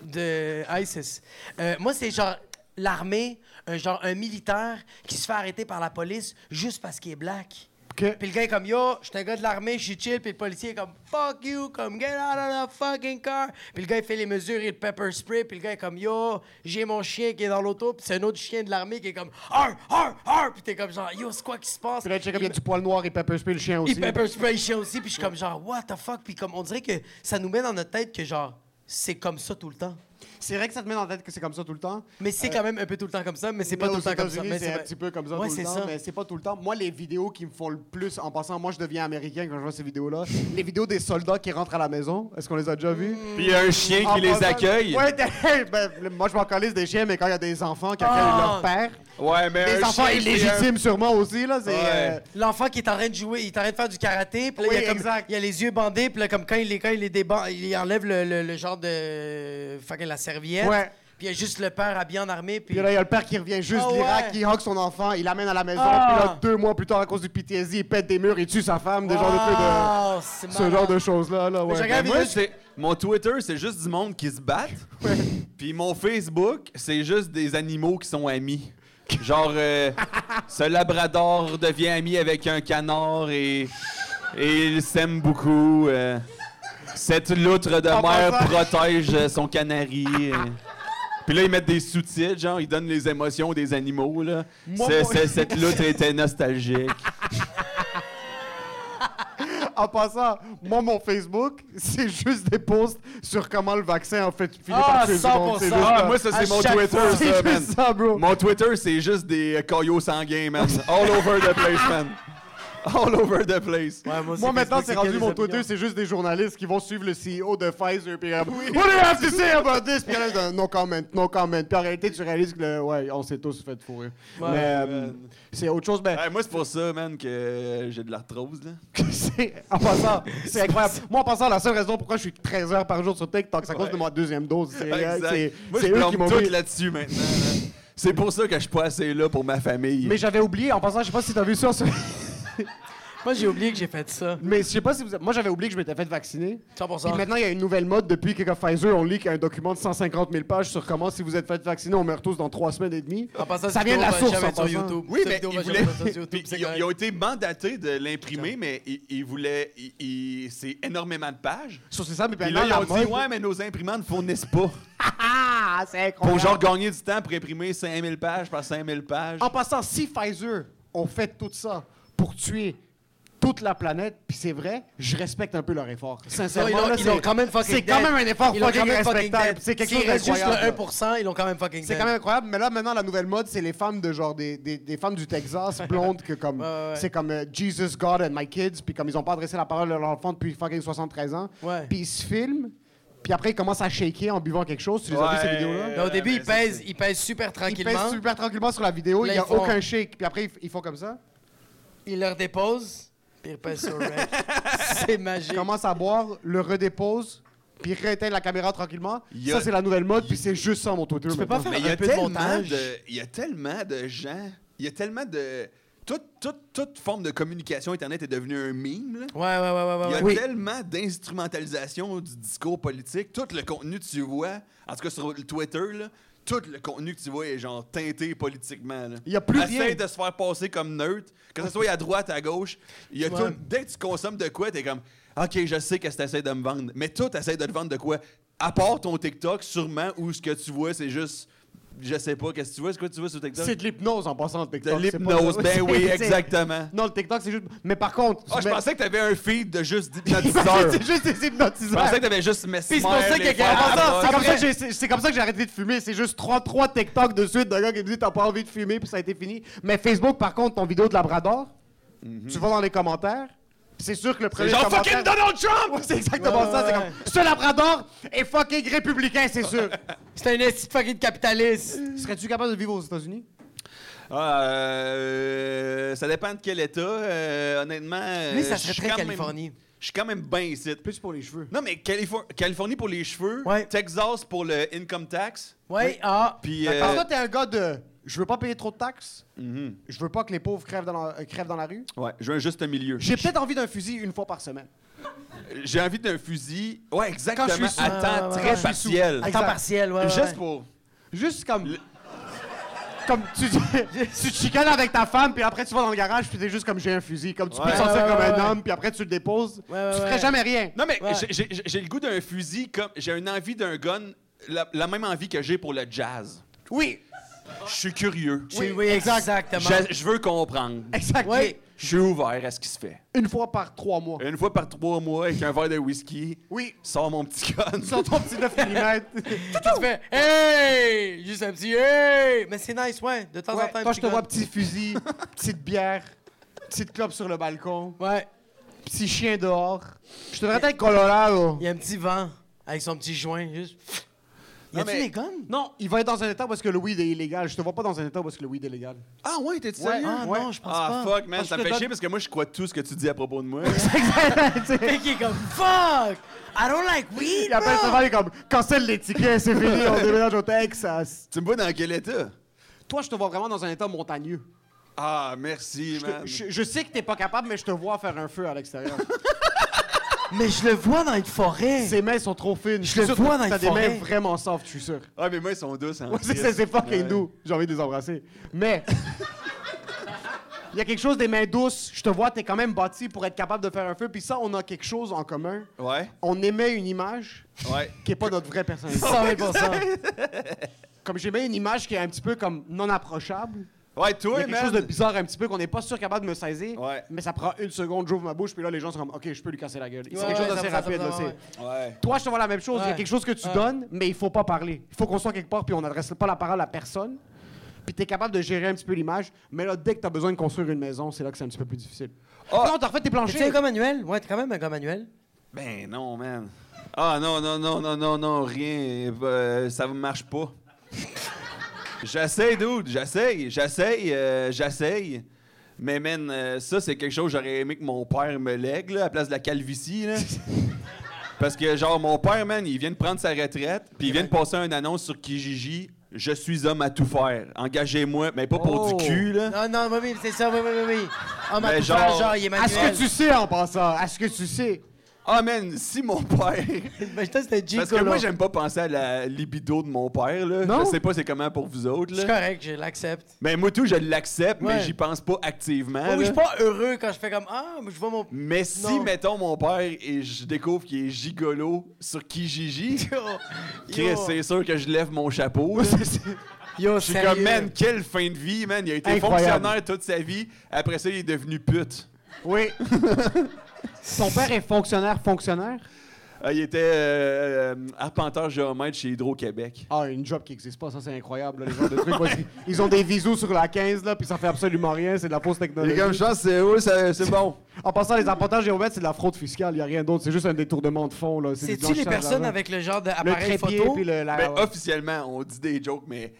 Speaker 2: de ISIS. Euh, moi, c'est genre l'armée, un genre un militaire qui se fait arrêter par la police juste parce qu'il est black.
Speaker 4: OK.
Speaker 2: Puis le gars est comme yo, je suis un gars de l'armée, je suis chill. Puis le policier est comme fuck you, comme get out of the fucking car. Puis le gars il fait les mesures et le pepper spray. Puis le gars est comme yo, j'ai mon chien qui est dans l'auto. Puis c'est un autre chien de l'armée qui est comme har har har. Puis t'es comme genre yo, c'est quoi qui se passe?
Speaker 4: Puis là, check, il y
Speaker 2: Il-
Speaker 4: a du poil noir et pepper spray, le chien aussi.
Speaker 2: il pepper spray chien aussi, puis je suis comme genre, what the fuck? Puis comme, on dirait que ça nous met dans notre tête que genre, c'est comme ça tout le temps.
Speaker 4: C'est vrai que ça te met dans la tête que c'est comme ça tout le temps.
Speaker 2: Mais c'est quand même un peu tout le temps comme ça, mais c'est pas
Speaker 4: Mais
Speaker 2: tout
Speaker 4: aux
Speaker 2: le temps comme ça.
Speaker 4: États-Unis,
Speaker 2: mais
Speaker 4: Euh, C'est un
Speaker 2: vrai.
Speaker 4: petit peu comme ça
Speaker 2: Ouais,
Speaker 4: tout le
Speaker 2: c'est
Speaker 4: temps,
Speaker 2: ça.
Speaker 4: mais c'est pas tout le temps. Moi, les vidéos qui me font le plus, en passant, moi, je deviens américain quand je vois ces vidéos-là. les vidéos des soldats qui rentrent à la maison, est-ce qu'on les a déjà vues?
Speaker 2: Mm.
Speaker 6: Puis il y a un chien
Speaker 4: En
Speaker 6: qui les
Speaker 4: passant-
Speaker 6: accueille.
Speaker 4: Ouais, t'es- ben, le- moi, je m'en calisse des chiens, mais quand il y a des enfants qui accueillent
Speaker 2: Ah!
Speaker 4: leur père,
Speaker 6: Ouais, mais
Speaker 2: Euh,
Speaker 4: les
Speaker 6: un
Speaker 4: enfants
Speaker 6: chien, c'est un-
Speaker 4: illégitimes sûrement aussi, là, c'est...
Speaker 6: Ouais.
Speaker 4: euh,
Speaker 2: L'enfant qui est en train de jouer, il est en train de faire du karaté, puis là, il, y
Speaker 4: Oui,
Speaker 2: a comme-
Speaker 4: exact.
Speaker 2: il a les yeux bandés, puis là, comme quand il les, quand il les déban- il enlève le, le- le genre de. fucking la serviette.
Speaker 4: Ouais.
Speaker 2: Puis il y a juste le père habillé en armée, puis.
Speaker 4: Puis là, il y a le père qui revient juste
Speaker 2: Ah
Speaker 4: de l'Irak,
Speaker 2: ouais.
Speaker 4: qui hog son enfant, il l'amène à la maison,
Speaker 2: Ah.
Speaker 4: puis là, deux mois plus tard, à cause du PTSD, il pète des murs, il tue sa femme, des genres de trucs de...
Speaker 2: Wow, Oh, c'est
Speaker 4: Ce
Speaker 2: Ah, malade.
Speaker 4: genre de choses-là, là, ouais.
Speaker 2: j'ai
Speaker 6: Ben,
Speaker 2: regardé-
Speaker 6: moi,
Speaker 2: David-
Speaker 6: c'est mon Twitter, c'est juste du monde qui se bat. Puis mon Facebook, c'est juste des animaux qui sont amis. Genre, euh, ce labrador devient ami avec un canard et, et il s'aime beaucoup. euh. cette loutre de mer protège euh, son canari. euh. Puis là, ils mettent des sous-titres, genre, ils donnent les émotions des animaux, là. C'est- c'est- cette loutre était nostalgique.
Speaker 4: En passant, moi, mon Facebook, c'est juste des posts sur comment le vaccin a fait finir
Speaker 2: Ah,
Speaker 4: par tuer du monde. C'est
Speaker 2: 100%.
Speaker 4: juste
Speaker 6: Ah,
Speaker 4: ça.
Speaker 6: moi, ça,
Speaker 2: à
Speaker 6: c'est mon
Speaker 2: chaque
Speaker 6: Twitter,
Speaker 2: fois.
Speaker 6: ça,
Speaker 4: C'est
Speaker 6: man.
Speaker 4: juste ça, bro.
Speaker 6: Mon Twitter, c'est juste des euh, caillots sanguins, man. All over the place, man. All over the place.
Speaker 2: Ouais, moi,
Speaker 4: Moi, maintenant,
Speaker 2: Facebook,
Speaker 4: c'est
Speaker 2: que
Speaker 4: rendu
Speaker 2: des
Speaker 4: mon
Speaker 2: opinions.
Speaker 4: Twitter, c'est juste des journalistes qui vont suivre le CEO de Pfizer, puis euh, What do you have to say about this? Puis là, non comment, non comment. Puis en réalité, tu réalises que, le- ouais, on s'est tous fait fourrer.
Speaker 2: Ouais.
Speaker 4: Mais euh, c'est autre chose, mais
Speaker 6: Ouais, moi, c'est pour ça, man, que euh, j'ai de l'arthrose, là.
Speaker 4: c'est- en passant, c'est incroyable. Moi, en passant, la seule raison pourquoi je suis 13 heures par jour sur TikTok, c'est à cause de ma deuxième dose. C'est euh,
Speaker 6: Exact.
Speaker 4: c'est-
Speaker 6: Moi,
Speaker 4: c'est
Speaker 6: je
Speaker 4: eux qui
Speaker 6: plombe
Speaker 4: m'ont
Speaker 6: tout
Speaker 4: mis...
Speaker 6: là-dessus, maintenant. là. C'est pour ça que je suis pas assez là pour ma famille.
Speaker 4: Mais j'avais oublié, en passant, je sais pas si t'as vu ça sur...
Speaker 2: Moi, j'ai oublié que j'ai fait ça.
Speaker 4: Mais je sais pas si vous. Moi, j'avais oublié que je m'étais fait vacciner.
Speaker 2: 100%.
Speaker 4: Puis maintenant, il y a une nouvelle mode depuis que Pfizer, on lit qu'il y a un document de 150 000 pages sur comment, si vous êtes fait vacciner, on meurt tous dans trois semaines et demie.
Speaker 2: En passant,
Speaker 4: ça
Speaker 2: cette
Speaker 4: vient de la
Speaker 2: vidéo va
Speaker 4: source,
Speaker 2: jamais
Speaker 4: en
Speaker 2: être sur
Speaker 4: passant.
Speaker 2: YouTube.
Speaker 6: Oui,
Speaker 2: Cette
Speaker 6: mais
Speaker 2: vidéo
Speaker 6: ils
Speaker 2: va
Speaker 6: voulaient.
Speaker 2: jamais être sur YouTube,
Speaker 6: Puis
Speaker 2: c'est
Speaker 6: ils, ont-
Speaker 2: correct.
Speaker 6: ils ont été mandatés de l'imprimer, mais ils, ils voulaient. ils- ils- C'est énormément de pages.
Speaker 4: Sur c'est ça, mais
Speaker 6: Puis
Speaker 4: maintenant,
Speaker 6: là, ils
Speaker 4: Ben la
Speaker 6: ont dit,
Speaker 4: mode.
Speaker 6: ouais, mais nos imprimantes ne fournissent pas.
Speaker 4: Ah, c'est
Speaker 6: Pour
Speaker 4: incroyable.
Speaker 6: genre gagner du temps pour imprimer 5000 pages par 5000 pages.
Speaker 4: En passant, si Pfizer, on fait tout ça pour tuer toute la planète, puis c'est vrai, je respecte un peu leur effort. Sincèrement,
Speaker 2: Non, ils l'ont-
Speaker 4: là,
Speaker 2: ils
Speaker 4: c'est-
Speaker 2: l'ont quand même fucking
Speaker 4: C'est quand
Speaker 2: dead.
Speaker 4: même un effort
Speaker 2: Ils l'ont quand
Speaker 4: fucking
Speaker 2: même fucking
Speaker 4: respectable.
Speaker 2: dead.
Speaker 4: C'est quelque
Speaker 2: S'il
Speaker 4: chose
Speaker 2: reste
Speaker 4: d'incroyable. là.
Speaker 2: juste le 1%, ils l'ont quand même fucking
Speaker 4: C'est
Speaker 2: dead.
Speaker 4: quand même incroyable, mais là maintenant la nouvelle mode c'est les femmes de genre des, des, des femmes du Texas blondes que comme
Speaker 2: Ouais, ouais, ouais.
Speaker 4: c'est comme euh, Jesus God and my kids puis comme ils ont pas adressé la parole à leur enfant depuis fucking 73 ans.
Speaker 2: Ouais.
Speaker 4: Puis ils se filment, puis après ils commences à shaker en buvant quelque chose, tu les as vu
Speaker 6: Ouais.
Speaker 4: ces vidéos là
Speaker 2: Mais au début,
Speaker 6: Ouais,
Speaker 2: ils
Speaker 6: mais ça,
Speaker 2: pèsent, ils pèsent super
Speaker 4: Ils
Speaker 2: tranquillement.
Speaker 4: pèsent super tranquillement sur la vidéo,
Speaker 2: Là,
Speaker 4: il y a
Speaker 2: ils font-
Speaker 4: aucun shake, puis après ils, f- ils font comme ça.
Speaker 2: Ils leur déposent, puis ils pèsent sur rec. C'est magique.
Speaker 4: Ils commencent à boire, le redéposent, puis ils rééteignent la caméra tranquillement.
Speaker 6: Il y a-
Speaker 4: Ça c'est la nouvelle mode, puis c'est juste ça mon Twitter.
Speaker 2: Tu peux pas
Speaker 4: maintenant.
Speaker 2: faire
Speaker 6: Mais il y a
Speaker 2: un peu de
Speaker 6: tellement
Speaker 2: montage.
Speaker 6: de- il y a tellement de gens, il y a tellement de toute, toute, toute forme de communication internet est devenue un mime. là.
Speaker 2: Ouais, ouais, ouais, ouais.
Speaker 6: Il y
Speaker 2: ouais.
Speaker 6: a
Speaker 4: Oui.
Speaker 6: tellement d'instrumentalisation du discours politique. Tout le contenu que tu vois, en tout cas sur le Twitter, là, tout le contenu que tu vois est genre teinté politiquement. là.
Speaker 4: Il y a plus
Speaker 6: Essaye
Speaker 4: rien.
Speaker 6: de se faire passer comme neutre, que ce soit à droite, à gauche. Il y a
Speaker 2: Ouais.
Speaker 6: tout- dès que tu consommes de quoi, t'es comme OK, je sais qu'est-ce que t'essaies de me vendre, mais tout t'essaies de te vendre de quoi. À part ton TikTok, sûrement, où ce que tu vois, c'est juste je sais pas, qu'est-ce que tu vois? C'est quoi que tu vois sur TikTok?
Speaker 4: C'est de l'hypnose en passant le
Speaker 6: de
Speaker 4: TikTok. c'est pas-
Speaker 6: l'hypnose, ben oui,
Speaker 4: C'est-
Speaker 6: exactement.
Speaker 4: Non, le TikTok, c'est juste. Mais par contre.
Speaker 6: Ah,
Speaker 4: tu
Speaker 6: je
Speaker 4: mets-
Speaker 6: pensais que t'avais un feed de juste hypnotiseurs.
Speaker 4: C'est juste des
Speaker 6: Je
Speaker 4: hypnotiseurs.
Speaker 6: pensais que t'avais juste Mesmer.
Speaker 4: Puis c'est pour ça que-
Speaker 6: les
Speaker 4: que-
Speaker 6: frères
Speaker 4: en passant, c'est
Speaker 6: Lavoie.
Speaker 4: comme ça que j'ai- c'est- c'est comme ça que j'ai arrêté de fumer. C'est juste 3-3 TikTok de suite d'un gars qui me dit t'as pas envie de fumer, puis ça a été fini. Mais Facebook, par contre, ton vidéo de Labrador, tu vas dans les commentaires. puis C'est sûr que le premier
Speaker 6: Mhm. genre
Speaker 4: commentaire...
Speaker 6: fucking Donald Trump!
Speaker 4: Ouais, c'est exactement ça. C'est comme ce Labrador est fucking républicain, c'est sûr.
Speaker 2: C'est un esti de fucking capitaliste.
Speaker 4: Serais-tu capable de vivre aux États-Unis
Speaker 6: Ah, euh, ça dépend de quel état, euh, honnêtement.
Speaker 2: Mais
Speaker 6: Mais
Speaker 2: ça serait très Californie.
Speaker 6: Je suis quand même bien ici.
Speaker 4: Plus pour les cheveux.
Speaker 6: Non, mais Califor- Californie pour les cheveux,
Speaker 2: Ouais.
Speaker 6: Texas pour le income tax,
Speaker 2: Ouais, ah.
Speaker 6: puis...
Speaker 4: Parce que
Speaker 6: euh,
Speaker 4: toi, t'es un gars de. Je veux pas payer trop de taxes.
Speaker 6: mhm.
Speaker 4: Je veux pas que les pauvres crèvent dans la, euh, crèvent dans la rue.
Speaker 6: Ouais, je veux un juste milieu.
Speaker 4: J'ai peut-être envie d'un fusil une fois par semaine.
Speaker 6: J'ai envie d'un fusil. Ouais, exactement.
Speaker 4: Quand je suis sous.
Speaker 6: à temps
Speaker 2: Ouais, ouais, ouais,
Speaker 6: très
Speaker 2: ouais.
Speaker 6: partiel.
Speaker 2: À temps partiel, ouais. ouais, ouais.
Speaker 6: Juste pour.
Speaker 4: Juste comme. Comme tu, tu te chicanes avec ta femme, puis après tu vas dans le garage, puis t'es juste comme j'ai un fusil. Comme tu peux
Speaker 6: Ouais.
Speaker 4: te sentir
Speaker 2: Ouais,
Speaker 4: comme
Speaker 2: ouais,
Speaker 4: un
Speaker 2: ouais.
Speaker 4: homme, puis après tu le déposes.
Speaker 2: Ouais, ouais,
Speaker 4: tu ferais
Speaker 2: ouais.
Speaker 4: jamais rien.
Speaker 6: Non, mais
Speaker 2: Ouais.
Speaker 6: j'ai- j'ai- j'ai le goût d'un fusil comme. J'ai une envie d'un gun, la, la même envie que j'ai pour le jazz.
Speaker 4: Oui,
Speaker 6: Je suis curieux.
Speaker 2: Oui, oui, exactement.
Speaker 6: Je je veux comprendre.
Speaker 4: exactement.
Speaker 2: Oui.
Speaker 6: Je suis ouvert à ce qui se fait.
Speaker 4: Une fois par trois mois.
Speaker 2: Euh.
Speaker 6: Une fois par trois mois, avec un verre de whisky,
Speaker 4: Oui.
Speaker 6: sors mon petit gun.
Speaker 4: Sur ton petit 9 mm.
Speaker 2: Tu fais Hey! Juste un petit Hey! Mais c'est nice, ouais. De temps en temps. un
Speaker 4: Quand je
Speaker 2: petit
Speaker 4: te
Speaker 2: gun.
Speaker 4: vois petit fusil, petite bière, petite clope sur le balcon,
Speaker 2: Ouais.
Speaker 4: petit chien dehors. Je devrais être Colorado.
Speaker 2: Il y a un petit vent avec son petit joint, juste. Y
Speaker 6: Non,
Speaker 2: a-tu
Speaker 6: mais-
Speaker 2: des guns?
Speaker 4: Non, il va être dans un état parce que le weed est illégal. Je te vois pas dans un état parce que le weed est légal.
Speaker 6: Ah ouais, t'es-tu
Speaker 4: Ouais.
Speaker 6: sérieux?
Speaker 2: Ah
Speaker 4: Ouais.
Speaker 2: non, je pense
Speaker 6: Ah
Speaker 2: pas.
Speaker 6: fuck, man,
Speaker 4: Parce
Speaker 6: ça
Speaker 4: que
Speaker 6: me fait
Speaker 4: t'as-
Speaker 6: chier parce que moi, je crois tout ce que tu dis à propos de moi.
Speaker 2: Fait qu'il est comme Fuck! I don't like weed!
Speaker 4: Il appelle
Speaker 2: bro.
Speaker 4: souvent, il est comme cancel les tickets, c'est fini, on déménage au Texas.
Speaker 6: tu me vois dans quel état?
Speaker 4: Toi, je te vois vraiment dans un état montagneux.
Speaker 6: Ah, merci,
Speaker 4: Je,
Speaker 6: man.
Speaker 4: te- je- je sais que t'es pas capable, mais je te vois faire un feu à l'extérieur.
Speaker 2: Mais je le vois dans une forêt.
Speaker 4: Ses mains sont trop fines.
Speaker 2: Je le
Speaker 4: suis sûr
Speaker 2: vois
Speaker 4: que
Speaker 2: dans
Speaker 4: T'as
Speaker 2: les
Speaker 4: des mains
Speaker 2: forêts.
Speaker 4: vraiment soft, je suis sûr.
Speaker 6: Ah, mais moi, ils sont douces. Hein,
Speaker 4: Ouais, c'est-
Speaker 6: Chris.
Speaker 4: c'est c'est fucking
Speaker 6: Ouais.
Speaker 4: doux. J'ai envie de les embrasser. Mais. Il y a quelque chose des mains douces. Je te vois, t'es quand même bâti pour être capable de faire un feu. Puis ça, on a quelque chose en commun.
Speaker 6: Ouais,
Speaker 4: On émet une image
Speaker 6: ouais.
Speaker 4: qui est pas notre vraie personnalité.
Speaker 2: 120%.
Speaker 4: Comme j'émets une image qui est un petit peu comme non approchable.
Speaker 6: Ouais,
Speaker 4: Il
Speaker 6: toi,
Speaker 4: y a quelque
Speaker 6: man.
Speaker 4: chose de bizarre un petit peu qu'on n'est pas sûr capable de me saisir.
Speaker 6: Ouais.
Speaker 4: Mais ça prend une seconde, j'ouvre ma bouche, puis là, les gens sont comme, OK, je peux lui casser la gueule. c'est
Speaker 2: Ouais,
Speaker 4: quelque
Speaker 2: ouais,
Speaker 4: chose
Speaker 2: ça
Speaker 4: d'assez
Speaker 2: me semble,
Speaker 4: rapide,
Speaker 2: ça me
Speaker 4: là,
Speaker 2: semble,
Speaker 4: c'est-
Speaker 6: Ouais.
Speaker 4: Toi, je te vois la même chose. Il y a
Speaker 2: Ouais.
Speaker 4: quelque chose que tu
Speaker 2: Ouais.
Speaker 4: donnes, mais il faut pas parler. Il faut qu'on soit quelque part, puis on n'adresse pas la parole à personne. Puis t'es capable de gérer un petit peu l'image. Mais là, dès que t'as besoin de construire une maison, c'est là que c'est un petit peu plus difficile.
Speaker 6: Ah!
Speaker 4: Non, t'as refait tes
Speaker 2: T'es un
Speaker 4: planchers.
Speaker 2: gars manuel? Ouais, t'es quand même un gars manuel.
Speaker 6: Ben non, man. Ah non, non, non, non, non, non, rien. Euh, ça marche pas. j'essaye, dude. J'essaye, j'essaye, euh, j'essaye. Mais man, euh, ça, c'est quelque chose que j'aurais aimé que mon père me lègue, là, à place de la calvitie, là. Parce que, genre, mon père, man, il vient de prendre sa retraite, puis il vient de passer une annonce sur Kijiji. Je suis homme à tout faire. Engagez-moi, mais pas pour
Speaker 2: Oh.
Speaker 6: du cul, là.
Speaker 2: Non, non, oui, oui, c'est ça, oui, oui, oui, oui. Ah,
Speaker 6: Mais
Speaker 2: mais
Speaker 6: genre-
Speaker 2: genre, genre, il est
Speaker 4: À ce
Speaker 2: manuel.
Speaker 4: que tu sais en passant, à ce que tu sais.
Speaker 6: Ah, man, si mon père.
Speaker 2: Ben, je pense que c'était G,
Speaker 6: Parce que moi, j'aime pas penser à la libido de mon père. Là.
Speaker 4: Non?
Speaker 6: Je sais pas c'est comment pour vous autres.
Speaker 2: Je suis
Speaker 6: Là.
Speaker 2: correct, je l'accepte.
Speaker 6: Mais moi, tout, je l'accepte, mais
Speaker 2: Ouais. Oh
Speaker 6: j'y pense pas activement.
Speaker 2: Oui,
Speaker 6: Ah, là.
Speaker 2: je suis pas heureux quand je fais comme Ah, mais je vois mon.
Speaker 6: Mais si,
Speaker 2: Non.
Speaker 6: mettons, mon père et je découvre qu'il est gigolo sur Kijiji,
Speaker 2: Yo,
Speaker 6: Chris, c'est sûr que je lève mon chapeau. là.
Speaker 2: yo,
Speaker 6: Je suis comme, man, quelle fin de vie, man. Il a été
Speaker 4: Incroyable.
Speaker 6: fonctionnaire toute sa vie. Après ça, il est devenu pute.
Speaker 4: Oui. Ton père est fonctionnaire, fonctionnaire.
Speaker 6: Euh, il était euh, euh, arpenteur géomètre chez Hydro-Québec.
Speaker 4: Ah, une job qui n'existe pas, ça c'est incroyable, là, les gens de trucs. Moi, ils- ils ont des visos sur la 15, là, puis ça fait absolument rien, c'est de la fausse technologie.
Speaker 6: pense c'est oui, c'est bon.
Speaker 4: En passant, les apportages géomètres, c'est de la fraude fiscale, il a rien d'autre, c'est juste un détournement de fonds. là. du
Speaker 2: C'est-tu
Speaker 4: blanchissage
Speaker 2: les personnes
Speaker 4: d'argent.
Speaker 2: avec le genre
Speaker 4: le
Speaker 2: d'appareil
Speaker 4: trépied
Speaker 2: photo?
Speaker 4: puis le. la-
Speaker 6: Ben, officiellement, on dit des jokes, mais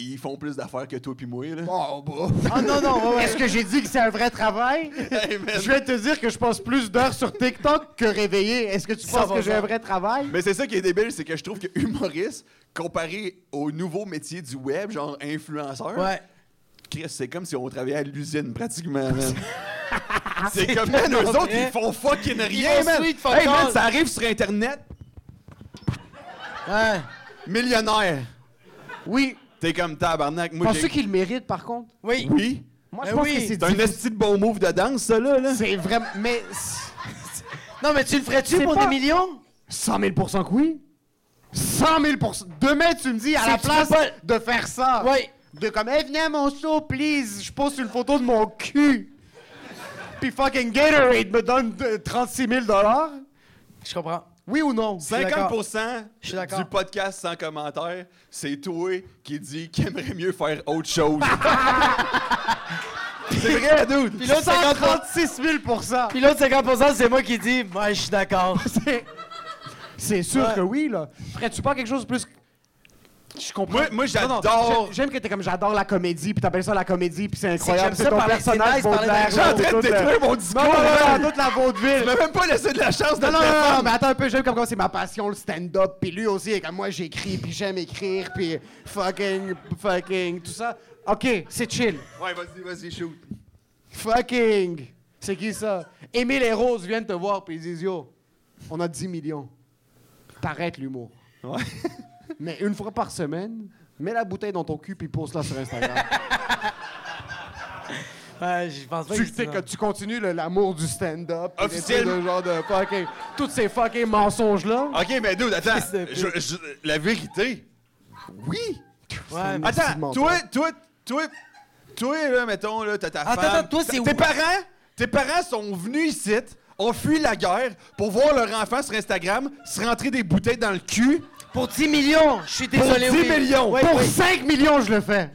Speaker 6: ils font plus d'affaires que toi puis moi, là.
Speaker 4: Oh, bah. Ah, non, non, ouais, ouais. est-ce que j'ai dit que c'est un vrai travail?
Speaker 6: Hey, man.
Speaker 4: je vais te dire que je passe plus d'heures sur TikTok que réveillé. Est-ce que tu
Speaker 2: Ça
Speaker 4: penses
Speaker 2: va,
Speaker 4: que j'ai
Speaker 2: ça.
Speaker 4: un vrai travail?
Speaker 6: Mais c'est ça qui est débile, c'est que je trouve que humoriste, comparé au nouveau métier du web, genre influenceur,
Speaker 2: Ouais.
Speaker 6: Chris, c'est comme si on travaillait à l'usine, pratiquement, man. c'est
Speaker 2: Ah, C'est
Speaker 6: comme, man, eux
Speaker 2: tellement
Speaker 6: autres,
Speaker 2: vrai.
Speaker 6: ils font fucking rien,
Speaker 2: font
Speaker 6: man.
Speaker 2: sweet fuck
Speaker 6: Hey, man,
Speaker 2: all.
Speaker 6: ça arrive sur Internet,
Speaker 2: Ouais.
Speaker 6: millionnaire.
Speaker 4: Oui.
Speaker 6: T'es comme tabarnak, moi,
Speaker 4: Penses-tu
Speaker 6: j'ai...
Speaker 4: qu'il le mérite, par contre?
Speaker 2: Oui.
Speaker 6: Oui?
Speaker 4: Moi,
Speaker 2: Ben
Speaker 4: je pense
Speaker 2: oui.
Speaker 4: que c'est
Speaker 6: C'est un esti de bon move de danse, ça, là, là.
Speaker 4: C'est vraiment. Mais.
Speaker 2: Non, mais tu le ferais-tu
Speaker 4: C'est
Speaker 2: pour des
Speaker 4: pas-
Speaker 2: millions?
Speaker 4: 100 000 que oui. 100 000 Demain, tu me dis, à
Speaker 2: Si
Speaker 4: la
Speaker 2: tu
Speaker 4: place
Speaker 2: peux pas-
Speaker 4: de faire ça,
Speaker 2: Ouais.
Speaker 4: de comme, hey, venez à mon show, please, je pose une photo de mon cul. Puis fucking Gatorade me donne de- 36 000
Speaker 2: Je comprends.
Speaker 4: Oui ou non?
Speaker 6: 50%
Speaker 2: suis d'accord.
Speaker 6: du podcast sans commentaire, c'est toi qui dis qu'il aimerait mieux faire autre chose. c'est vrai, dude.
Speaker 2: Puis l'autre 50%,
Speaker 4: 136 000
Speaker 2: puis l'autre 50%, c'est moi qui dis, ouais, je suis d'accord.
Speaker 4: C'est- C'est sûr
Speaker 2: Ouais.
Speaker 4: que oui, là. Ferais-tu pas quelque chose de plus. Je comprends.
Speaker 6: Moi- moi,
Speaker 4: Non, non,
Speaker 6: j'adore-
Speaker 4: j'ai- J'aime que t'es comme j'adore la comédie, puis t'appelles ça la comédie, puis c'est incroyable.
Speaker 2: j'aime
Speaker 4: C'est
Speaker 2: ça
Speaker 4: ton
Speaker 2: parler- c'est
Speaker 4: personnage
Speaker 2: nice parler
Speaker 4: Baudelaire.
Speaker 2: d'argent.
Speaker 4: là,
Speaker 6: en train de
Speaker 4: autour
Speaker 6: détruire mon
Speaker 4: Non,
Speaker 6: discours.
Speaker 4: non, non,
Speaker 6: man.
Speaker 4: non, toute la vaudeville.
Speaker 6: Tu m'as même pas laissé de la chance de
Speaker 4: Non,
Speaker 6: le
Speaker 4: non, non, non, mais
Speaker 6: défendre.
Speaker 4: attends un peu, j'aime comme quoi c'est ma passion, le stand-up, puis lui aussi, et comme moi j'écris, puis j'aime écrire, puis fucking, fucking, tout ça. Ok, c'est chill.
Speaker 6: Ouais, vas-y, vas-y, shoot.
Speaker 4: Fucking! C'est qui ça? Émile et Rose viennent te voir puis ils disent Yo, on a 10 millions. T'arrêtes l'humour.
Speaker 6: Ouais.
Speaker 4: Mais une fois par semaine, mets la bouteille dans ton cul puis pose-la sur Instagram.
Speaker 2: Ouais, je pense pas
Speaker 4: tu
Speaker 2: qu'il-
Speaker 4: sais que tu continues le- l'amour du stand-up. puis des
Speaker 6: Officiellement.
Speaker 4: trucs de genre de fucking. Tous ces fucking mensonges-là.
Speaker 6: Ok, mais dude, attends.
Speaker 2: Fils de pute.
Speaker 6: Je- je- la vérité. Oui.
Speaker 2: Ouais, mais-
Speaker 6: Attends, toi, toi, toi, toi, là, mettons, là, t'as ta
Speaker 7: Attends,
Speaker 6: femme.
Speaker 7: attends, toi, c'est
Speaker 6: Tes
Speaker 7: où?
Speaker 6: parents, tes parents sont venus ici, ont fui la guerre pour voir leur enfant sur Instagram se rentrer des bouteilles dans le cul
Speaker 2: Pour 10 millions, je suis désolé.
Speaker 6: pour 10
Speaker 2: oui.
Speaker 6: millions.
Speaker 2: Ouais,
Speaker 4: Pour
Speaker 2: ouais.
Speaker 4: 5 millions, je le fais.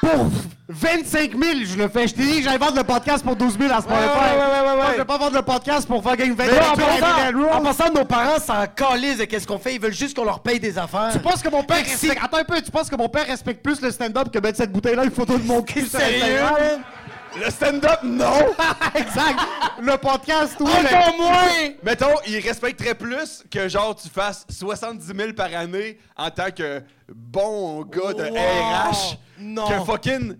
Speaker 4: Pour 25 000, je le fais. Je t'ai dit que j'allais vendre le podcast pour 12 000 à ce moment-là.
Speaker 2: ouais, ouais, ouais, ouais,
Speaker 4: Moi,
Speaker 2: ouais.
Speaker 4: Je vais pas vendre le podcast pour fucking 20
Speaker 2: Mais
Speaker 4: 000.
Speaker 2: en,
Speaker 4: Tu vois, Eminem Rose.
Speaker 2: passant, en passant, nos parents s'en calissent Ah, de qu'est-ce qu'on fait. Ils veulent juste qu'on leur paye des affaires.
Speaker 4: Tu penses que mon père
Speaker 2: Merci.
Speaker 4: respecte... Attends un peu, tu penses que mon père respecte plus le stand-up que mettre cette bouteille-là, une photo de mon cul sur
Speaker 2: Sérieux,
Speaker 4: Instagram? Ah,
Speaker 2: man?
Speaker 6: Le stand-up, non!
Speaker 4: exact! Le podcast, oui! mais-
Speaker 2: Encore moins!
Speaker 6: Mettons, ils respecteraient plus que genre tu fasses 70 000 par année en tant que bon gars de
Speaker 2: Wow.
Speaker 6: RH
Speaker 2: Non.
Speaker 6: que fucking.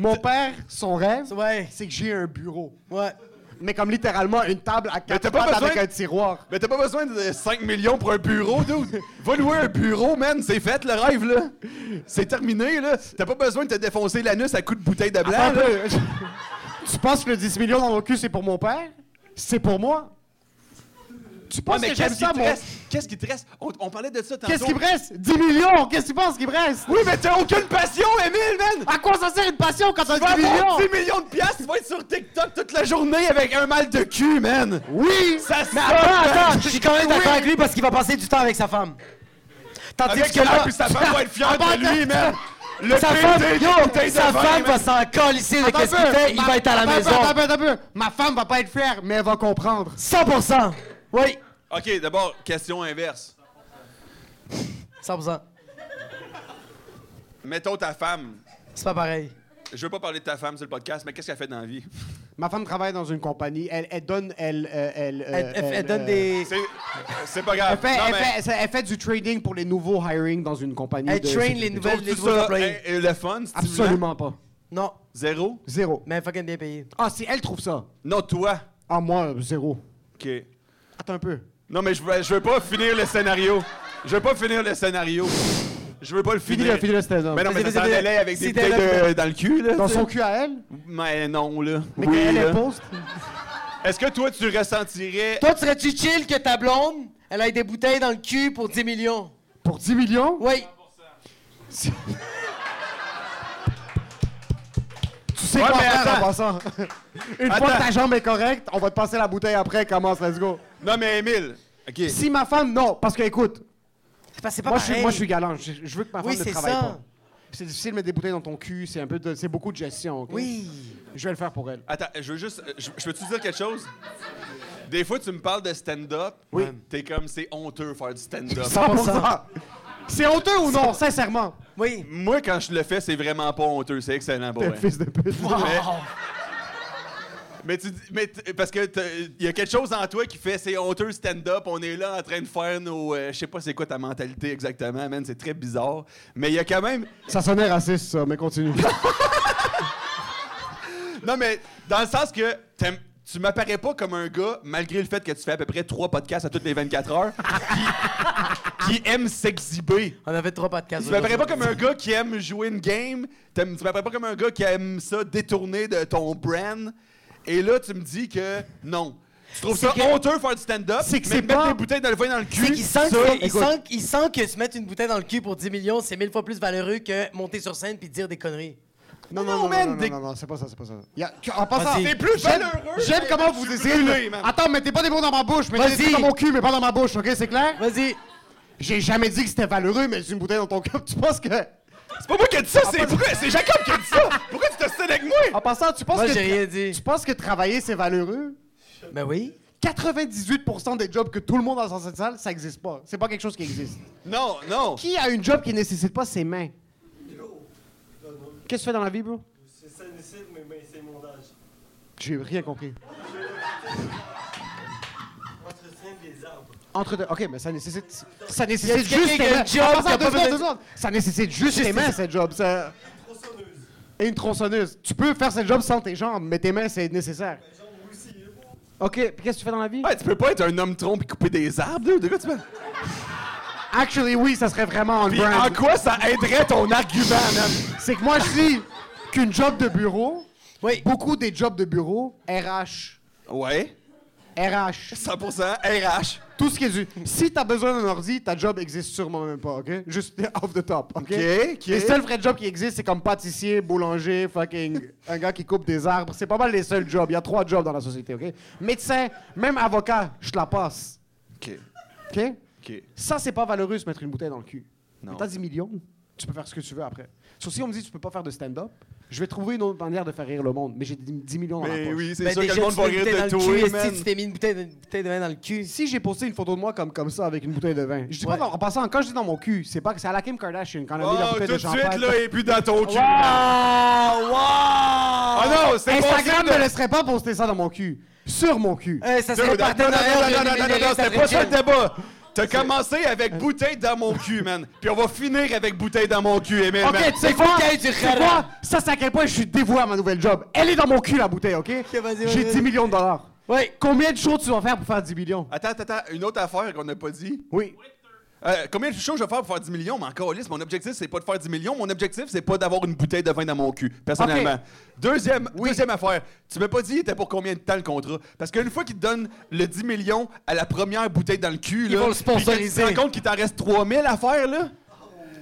Speaker 4: Mon père, son rêve,
Speaker 2: Ouais,
Speaker 4: c'est que j'ai un bureau.
Speaker 2: ouais.
Speaker 4: Mais comme littéralement une table à
Speaker 6: t'as
Speaker 4: quatre
Speaker 6: pas
Speaker 4: pattes
Speaker 6: besoin-
Speaker 4: avec un tiroir.
Speaker 6: Mais t'as pas besoin de 5 millions pour un bureau, dude! Va louer un bureau, man! C'est fait le rêve, là! C'est terminé, là! T'as pas besoin de te défoncer l'anus à coups de bouteille de blanc,
Speaker 4: Attends
Speaker 6: là!
Speaker 4: un peu. tu penses que le 10 millions dans mon cul, c'est pour mon père? C'est pour moi? Tu penses
Speaker 6: Ouais, mais
Speaker 4: que j'aime
Speaker 6: qu'est-ce qui
Speaker 4: ça,
Speaker 6: te
Speaker 4: mon...
Speaker 6: reste? Qu'est-ce qui te reste? On, on parlait de ça tantôt.
Speaker 4: Qu'est-ce qui me reste? 10 millions! Qu'est-ce que tu penses qu'il me reste?
Speaker 6: Oui, mais t'as aucune passion, Emile, man!
Speaker 4: À quoi ça sert une passion quand t'as
Speaker 6: Tu vas
Speaker 4: 10
Speaker 6: avoir
Speaker 4: millions?
Speaker 6: 10 millions de piastres, tu vas être sur TikTok toute la journée avec un mal de cul, man!
Speaker 4: Oui!
Speaker 6: Ça se
Speaker 2: Mais
Speaker 4: ben,
Speaker 2: attends, attends, je suis quand même
Speaker 6: Oui.
Speaker 2: d'accord avec lui parce qu'il va passer du temps avec sa femme. Tandis que
Speaker 6: Avec ça,
Speaker 2: là,
Speaker 6: puis sa femme va être fière de lui, man! Le
Speaker 2: sa
Speaker 6: PD
Speaker 2: femme,
Speaker 6: qui
Speaker 2: yo,
Speaker 6: bouteille de
Speaker 2: sa
Speaker 6: vin,
Speaker 2: femme
Speaker 6: man.
Speaker 2: va s'en calisser de
Speaker 4: Attends
Speaker 2: qu'est-ce
Speaker 4: un
Speaker 2: qu'il
Speaker 4: peu.
Speaker 2: fait, il
Speaker 4: Ma-
Speaker 2: va être à la
Speaker 4: attends un peu,
Speaker 2: maison.
Speaker 4: attends un peu, attends un peu. Ma femme va pas être fière, mais elle va comprendre.
Speaker 2: 100%! Oui,
Speaker 6: Ok, d'abord, question inverse.
Speaker 2: 100%.
Speaker 6: Mettons ta femme.
Speaker 2: C'est pas pareil.
Speaker 6: Je veux pas parler de ta femme sur le podcast, mais qu'est-ce qu'elle fait dans la vie?
Speaker 4: Ma femme travaille dans une compagnie. Elle, elle donne, elle, euh, elle, euh,
Speaker 2: Elle, elle- elle donne
Speaker 4: euh,
Speaker 2: des...
Speaker 6: C'est, c'est pas grave.
Speaker 4: Elle fait,
Speaker 6: Non,
Speaker 4: elle,
Speaker 6: mais-
Speaker 4: fait, ça- elle fait du trading pour les nouveaux hiring dans une compagnie.
Speaker 2: Elle
Speaker 4: de
Speaker 2: train
Speaker 4: sécurité.
Speaker 2: les nouvelles les
Speaker 6: Trouves-tu
Speaker 2: nouveaux
Speaker 6: ça
Speaker 2: employés.
Speaker 6: in- le fun? stimulant?
Speaker 4: Absolument pas.
Speaker 2: Non,
Speaker 6: Zéro?
Speaker 4: Zéro.
Speaker 2: mais fucking bien payé.
Speaker 4: Ah, si elle trouve ça.
Speaker 6: Non, toi.
Speaker 4: Ah, moi, euh, zéro.
Speaker 6: Ok.
Speaker 4: Attends un peu.
Speaker 6: Non, mais je veux, je veux pas finir le scénario. Je veux pas finir le scénario. Je veux pas le finir.
Speaker 4: Finis-le, finis-le, c'était
Speaker 6: Mais non, mais
Speaker 2: Vas-y,
Speaker 6: ça s'en
Speaker 2: vas-y, vas-y.
Speaker 6: allait avec des
Speaker 2: Si
Speaker 6: bouteilles
Speaker 2: t'es
Speaker 6: de- dans le cul, là.
Speaker 4: Dans
Speaker 6: tu
Speaker 4: son
Speaker 6: sais.
Speaker 4: cul à elle?
Speaker 6: Mais non, là.
Speaker 4: Mais
Speaker 6: Oui, hein.
Speaker 4: qu'elle
Speaker 6: là.
Speaker 4: elle poste?
Speaker 6: Est-ce que toi, tu ressentirais...
Speaker 2: Toi, serais-tu chill que ta blonde, elle ait des bouteilles dans le cul pour 10 millions?
Speaker 4: Pour 10 millions?
Speaker 2: Oui.
Speaker 4: Tu sais
Speaker 6: Ouais,
Speaker 4: quoi
Speaker 6: mais
Speaker 4: faire en
Speaker 6: attends.
Speaker 4: passant. une fois que
Speaker 6: Attends.
Speaker 4: ta jambe est correcte, on va te passer la bouteille après. Commence, let's go.
Speaker 6: Non, mais Émile. OK.
Speaker 4: Si ma femme, non, parce que écoute,
Speaker 2: C'est pas, c'est pas
Speaker 4: moi je,
Speaker 2: pareil.
Speaker 4: suis, moi je suis galant, je, je veux que ma femme
Speaker 2: Oui,
Speaker 4: ne
Speaker 2: c'est
Speaker 4: travaille
Speaker 2: ça.
Speaker 4: pas. C'est difficile de mettre des bouteilles dans ton cul, c'est un peu de- c'est beaucoup de gestion, ok?
Speaker 2: Oui.
Speaker 4: Je vais le faire pour elle.
Speaker 6: Attends, je veux juste... Je, je peux-tu dire quelque chose? Des fois, tu me parles de stand-up.
Speaker 2: Oui.
Speaker 6: T'es comme, c'est honteux faire du stand-up.
Speaker 4: 100%. C'est honteux ou non, sincèrement?
Speaker 2: Oui.
Speaker 6: Moi, quand je le fais, c'est vraiment pas honteux. C'est excellent pour
Speaker 4: T'es
Speaker 6: vrai.
Speaker 4: fils de pute.
Speaker 6: Mais, mais tu dis, mais t- parce que il y a quelque chose en toi qui fait c'est honteux stand-up, on est là en train de faire nos euh, je sais pas c'est quoi ta mentalité exactement, man, c'est très bizarre, mais il y a quand même
Speaker 4: Ça sonnait raciste, ça, mais continue.
Speaker 6: Non mais dans le sens que t'aimes- tu m'apparais pas comme un gars malgré le fait que tu fais à peu près trois podcasts à toutes les 24 heures qui, qui aime s'exhiber.
Speaker 2: On avait trois podcasts.
Speaker 6: Tu m'apparais pas comme un gars qui aime jouer une game. T'aimes- Tu m'apparais pas comme un gars qui aime ça détourner de ton brand. Et là, tu me dis que non. Tu trouves
Speaker 2: C'est
Speaker 6: ça
Speaker 2: que-
Speaker 6: honteux faire du stand-up?
Speaker 4: c'est que
Speaker 6: mais
Speaker 4: c'est
Speaker 6: mettre
Speaker 4: pas-
Speaker 6: des bouteilles d'alpha dans le cul.
Speaker 2: C'est qu'il sent,
Speaker 6: ça,
Speaker 2: que, il
Speaker 6: écoute,
Speaker 2: sent, il sent que se mettre une bouteille dans le cul pour 10 millions, c'est mille fois plus valeureux que monter sur scène puis dire des conneries.
Speaker 4: Non,
Speaker 6: Mais
Speaker 4: non,
Speaker 6: non,
Speaker 4: non,
Speaker 6: man,
Speaker 4: non,
Speaker 6: des-
Speaker 4: non, non, c'est pas ça, c'est pas ça. Y a- En passant,
Speaker 2: Vas-y. C'est
Speaker 6: plus
Speaker 4: j'aime-
Speaker 6: valeureux,
Speaker 4: J'aime
Speaker 6: mais
Speaker 4: comment
Speaker 6: je
Speaker 4: vous
Speaker 6: suis
Speaker 4: essayez
Speaker 6: brûlé,
Speaker 4: de...
Speaker 6: man.
Speaker 4: Attends, mettez pas des mots dans ma bouche, mettez des
Speaker 2: Vas-y.
Speaker 4: mots dans mon cul, mais pas dans ma bouche, ok, c'est clair?
Speaker 2: Vas-y.
Speaker 4: J'ai jamais dit que c'était valeureux, mais une bouteille dans ton cul, tu penses que...
Speaker 6: C'est Ah, pas moi qui ai dit ça, c'est vrai, c'est Jacob qui a dit ça. Pourquoi tu te stèles avec moi?
Speaker 4: En passant, tu penses
Speaker 2: Moi,
Speaker 4: que...
Speaker 2: j'ai rien dit.
Speaker 4: Tu penses que travailler, c'est valeureux?
Speaker 2: Ben oui.
Speaker 4: 98% des jobs que tout le monde a dans cette salle, ça existe pas. C'est pas quelque chose qui existe.
Speaker 6: Non, non.
Speaker 4: Qui a une job qui nécessite pas ses mains? Qu'est-ce que tu fais dans la vie, bro? J'ai rien compris. Entre deux. Ok, mais ça nécessite. Ça nécessite
Speaker 2: quelqu'un
Speaker 4: juste
Speaker 2: qui a
Speaker 4: tes mains.
Speaker 2: un job
Speaker 4: Attends,
Speaker 2: qui a
Speaker 4: deux
Speaker 2: pas
Speaker 4: secondes,
Speaker 2: besoin
Speaker 4: deux
Speaker 2: de-
Speaker 4: secondes. Ça nécessite juste tes mains, cette job. Ça... Et une tronçonneuse. Tu peux faire cette job sans tes jambes, mais tes mains, c'est nécessaire. Ok, puis qu'est-ce que tu fais dans la vie?
Speaker 6: Ouais, tu peux pas être un homme trompe et couper des arbres, là. De quoi tu parles?
Speaker 4: Actually, oui, ça serait vraiment on
Speaker 6: Puis
Speaker 4: brand.
Speaker 6: en quoi ça aiderait ton argument, man?
Speaker 4: C'est que moi, je dis qu'une job de bureau,
Speaker 2: Oui.
Speaker 4: beaucoup des jobs de bureau, RH,
Speaker 6: Ouais,
Speaker 4: RH,
Speaker 6: 100% RH.
Speaker 4: tout ce qui est du. Si t'as besoin d'un ordi, ta job existe sûrement même pas, ok? Juste off the top, ok?
Speaker 6: Ok, ok.
Speaker 4: Les seuls vrais jobs qui existent, c'est comme pâtissier, boulanger, fucking. un gars qui coupe des arbres. C'est pas mal les seuls jobs. Il y a trois jobs dans la société, ok? Médecin, même avocat, je te la passe,
Speaker 6: Ok,
Speaker 4: ok?
Speaker 6: ok.
Speaker 4: Ça, c'est pas valeureux se mettre une bouteille dans le cul.
Speaker 6: Non.
Speaker 4: Mais T'as 10 millions, tu peux faire ce que tu veux après. Sauf si on me dit tu peux pas faire de stand-up, je vais trouver une autre manière de faire rire le monde. Mais j'ai 10 millions dans la
Speaker 6: Mais
Speaker 4: poche.
Speaker 6: oui, c'est
Speaker 2: Ben
Speaker 6: sûr que
Speaker 2: déjà,
Speaker 6: le monde
Speaker 2: tu
Speaker 6: va
Speaker 2: t'es
Speaker 6: rire
Speaker 2: mis
Speaker 6: de
Speaker 2: dans le cul,
Speaker 6: toi,
Speaker 2: esti,
Speaker 6: man.
Speaker 2: tu t'es mis une bouteille, de- une bouteille de main dans le cul.
Speaker 4: Si j'ai posté une photo de moi comme, comme ça avec une bouteille de vin, je dis
Speaker 2: Ouais.
Speaker 4: pas en passant, quand je dis dans mon cul, c'est pas que c'est à la Kim Kardashian quand elle a mis la
Speaker 6: Oh,
Speaker 4: bouteille de
Speaker 6: tout de suite,
Speaker 4: champagne.
Speaker 6: là, et puis dans ton cul. Ah non, c'est pas
Speaker 4: Instagram ne laisserait pas poster ça dans mon cul. Sur mon cul.
Speaker 2: Eh, ça
Speaker 6: Non, non,
Speaker 2: serait
Speaker 6: non, non,
Speaker 2: partenariat
Speaker 6: non, non, non, non, non,
Speaker 2: de
Speaker 6: c'était pas ça le débat. T'as commencé avec bouteille dans mon cul, man. Puis on va finir avec bouteille dans mon cul, Emile.
Speaker 4: Ok,
Speaker 6: man.
Speaker 4: tu sais
Speaker 2: faut
Speaker 4: quoi?
Speaker 2: qu'il y ait du
Speaker 4: Tu sais
Speaker 2: rara.
Speaker 4: quoi? Ça, c'est à quel point je suis dévoué à ma nouvelle job. Elle est dans mon cul, la bouteille, ok?
Speaker 2: vas-y, vas-y,
Speaker 4: J'ai
Speaker 2: vas-y.
Speaker 4: 10 millions de dollars.
Speaker 2: Oui.
Speaker 4: Combien de shows tu vas faire pour faire 10 millions?
Speaker 6: Attends, attends, attends, une autre affaire qu'on n'a pas dit.
Speaker 4: Oui.
Speaker 6: Euh, combien de choses je vais faire pour faire 10 millions? Mais encore lisse, mon objectif, c'est pas de faire 10 millions. Mon objectif, c'est pas d'avoir une bouteille de vin dans mon cul, personnellement.
Speaker 4: Ok.
Speaker 6: Deuxième, deuxième affaire, tu m'as pas dit était pour combien de temps le contrat? Parce qu'une fois qu'ils te donnent le 10 millions à la première bouteille dans le cul, là,
Speaker 2: vont le
Speaker 6: puis que
Speaker 2: sponsoriser.
Speaker 6: Tu te rends compte qu'il t'en reste 3000 à faire, là?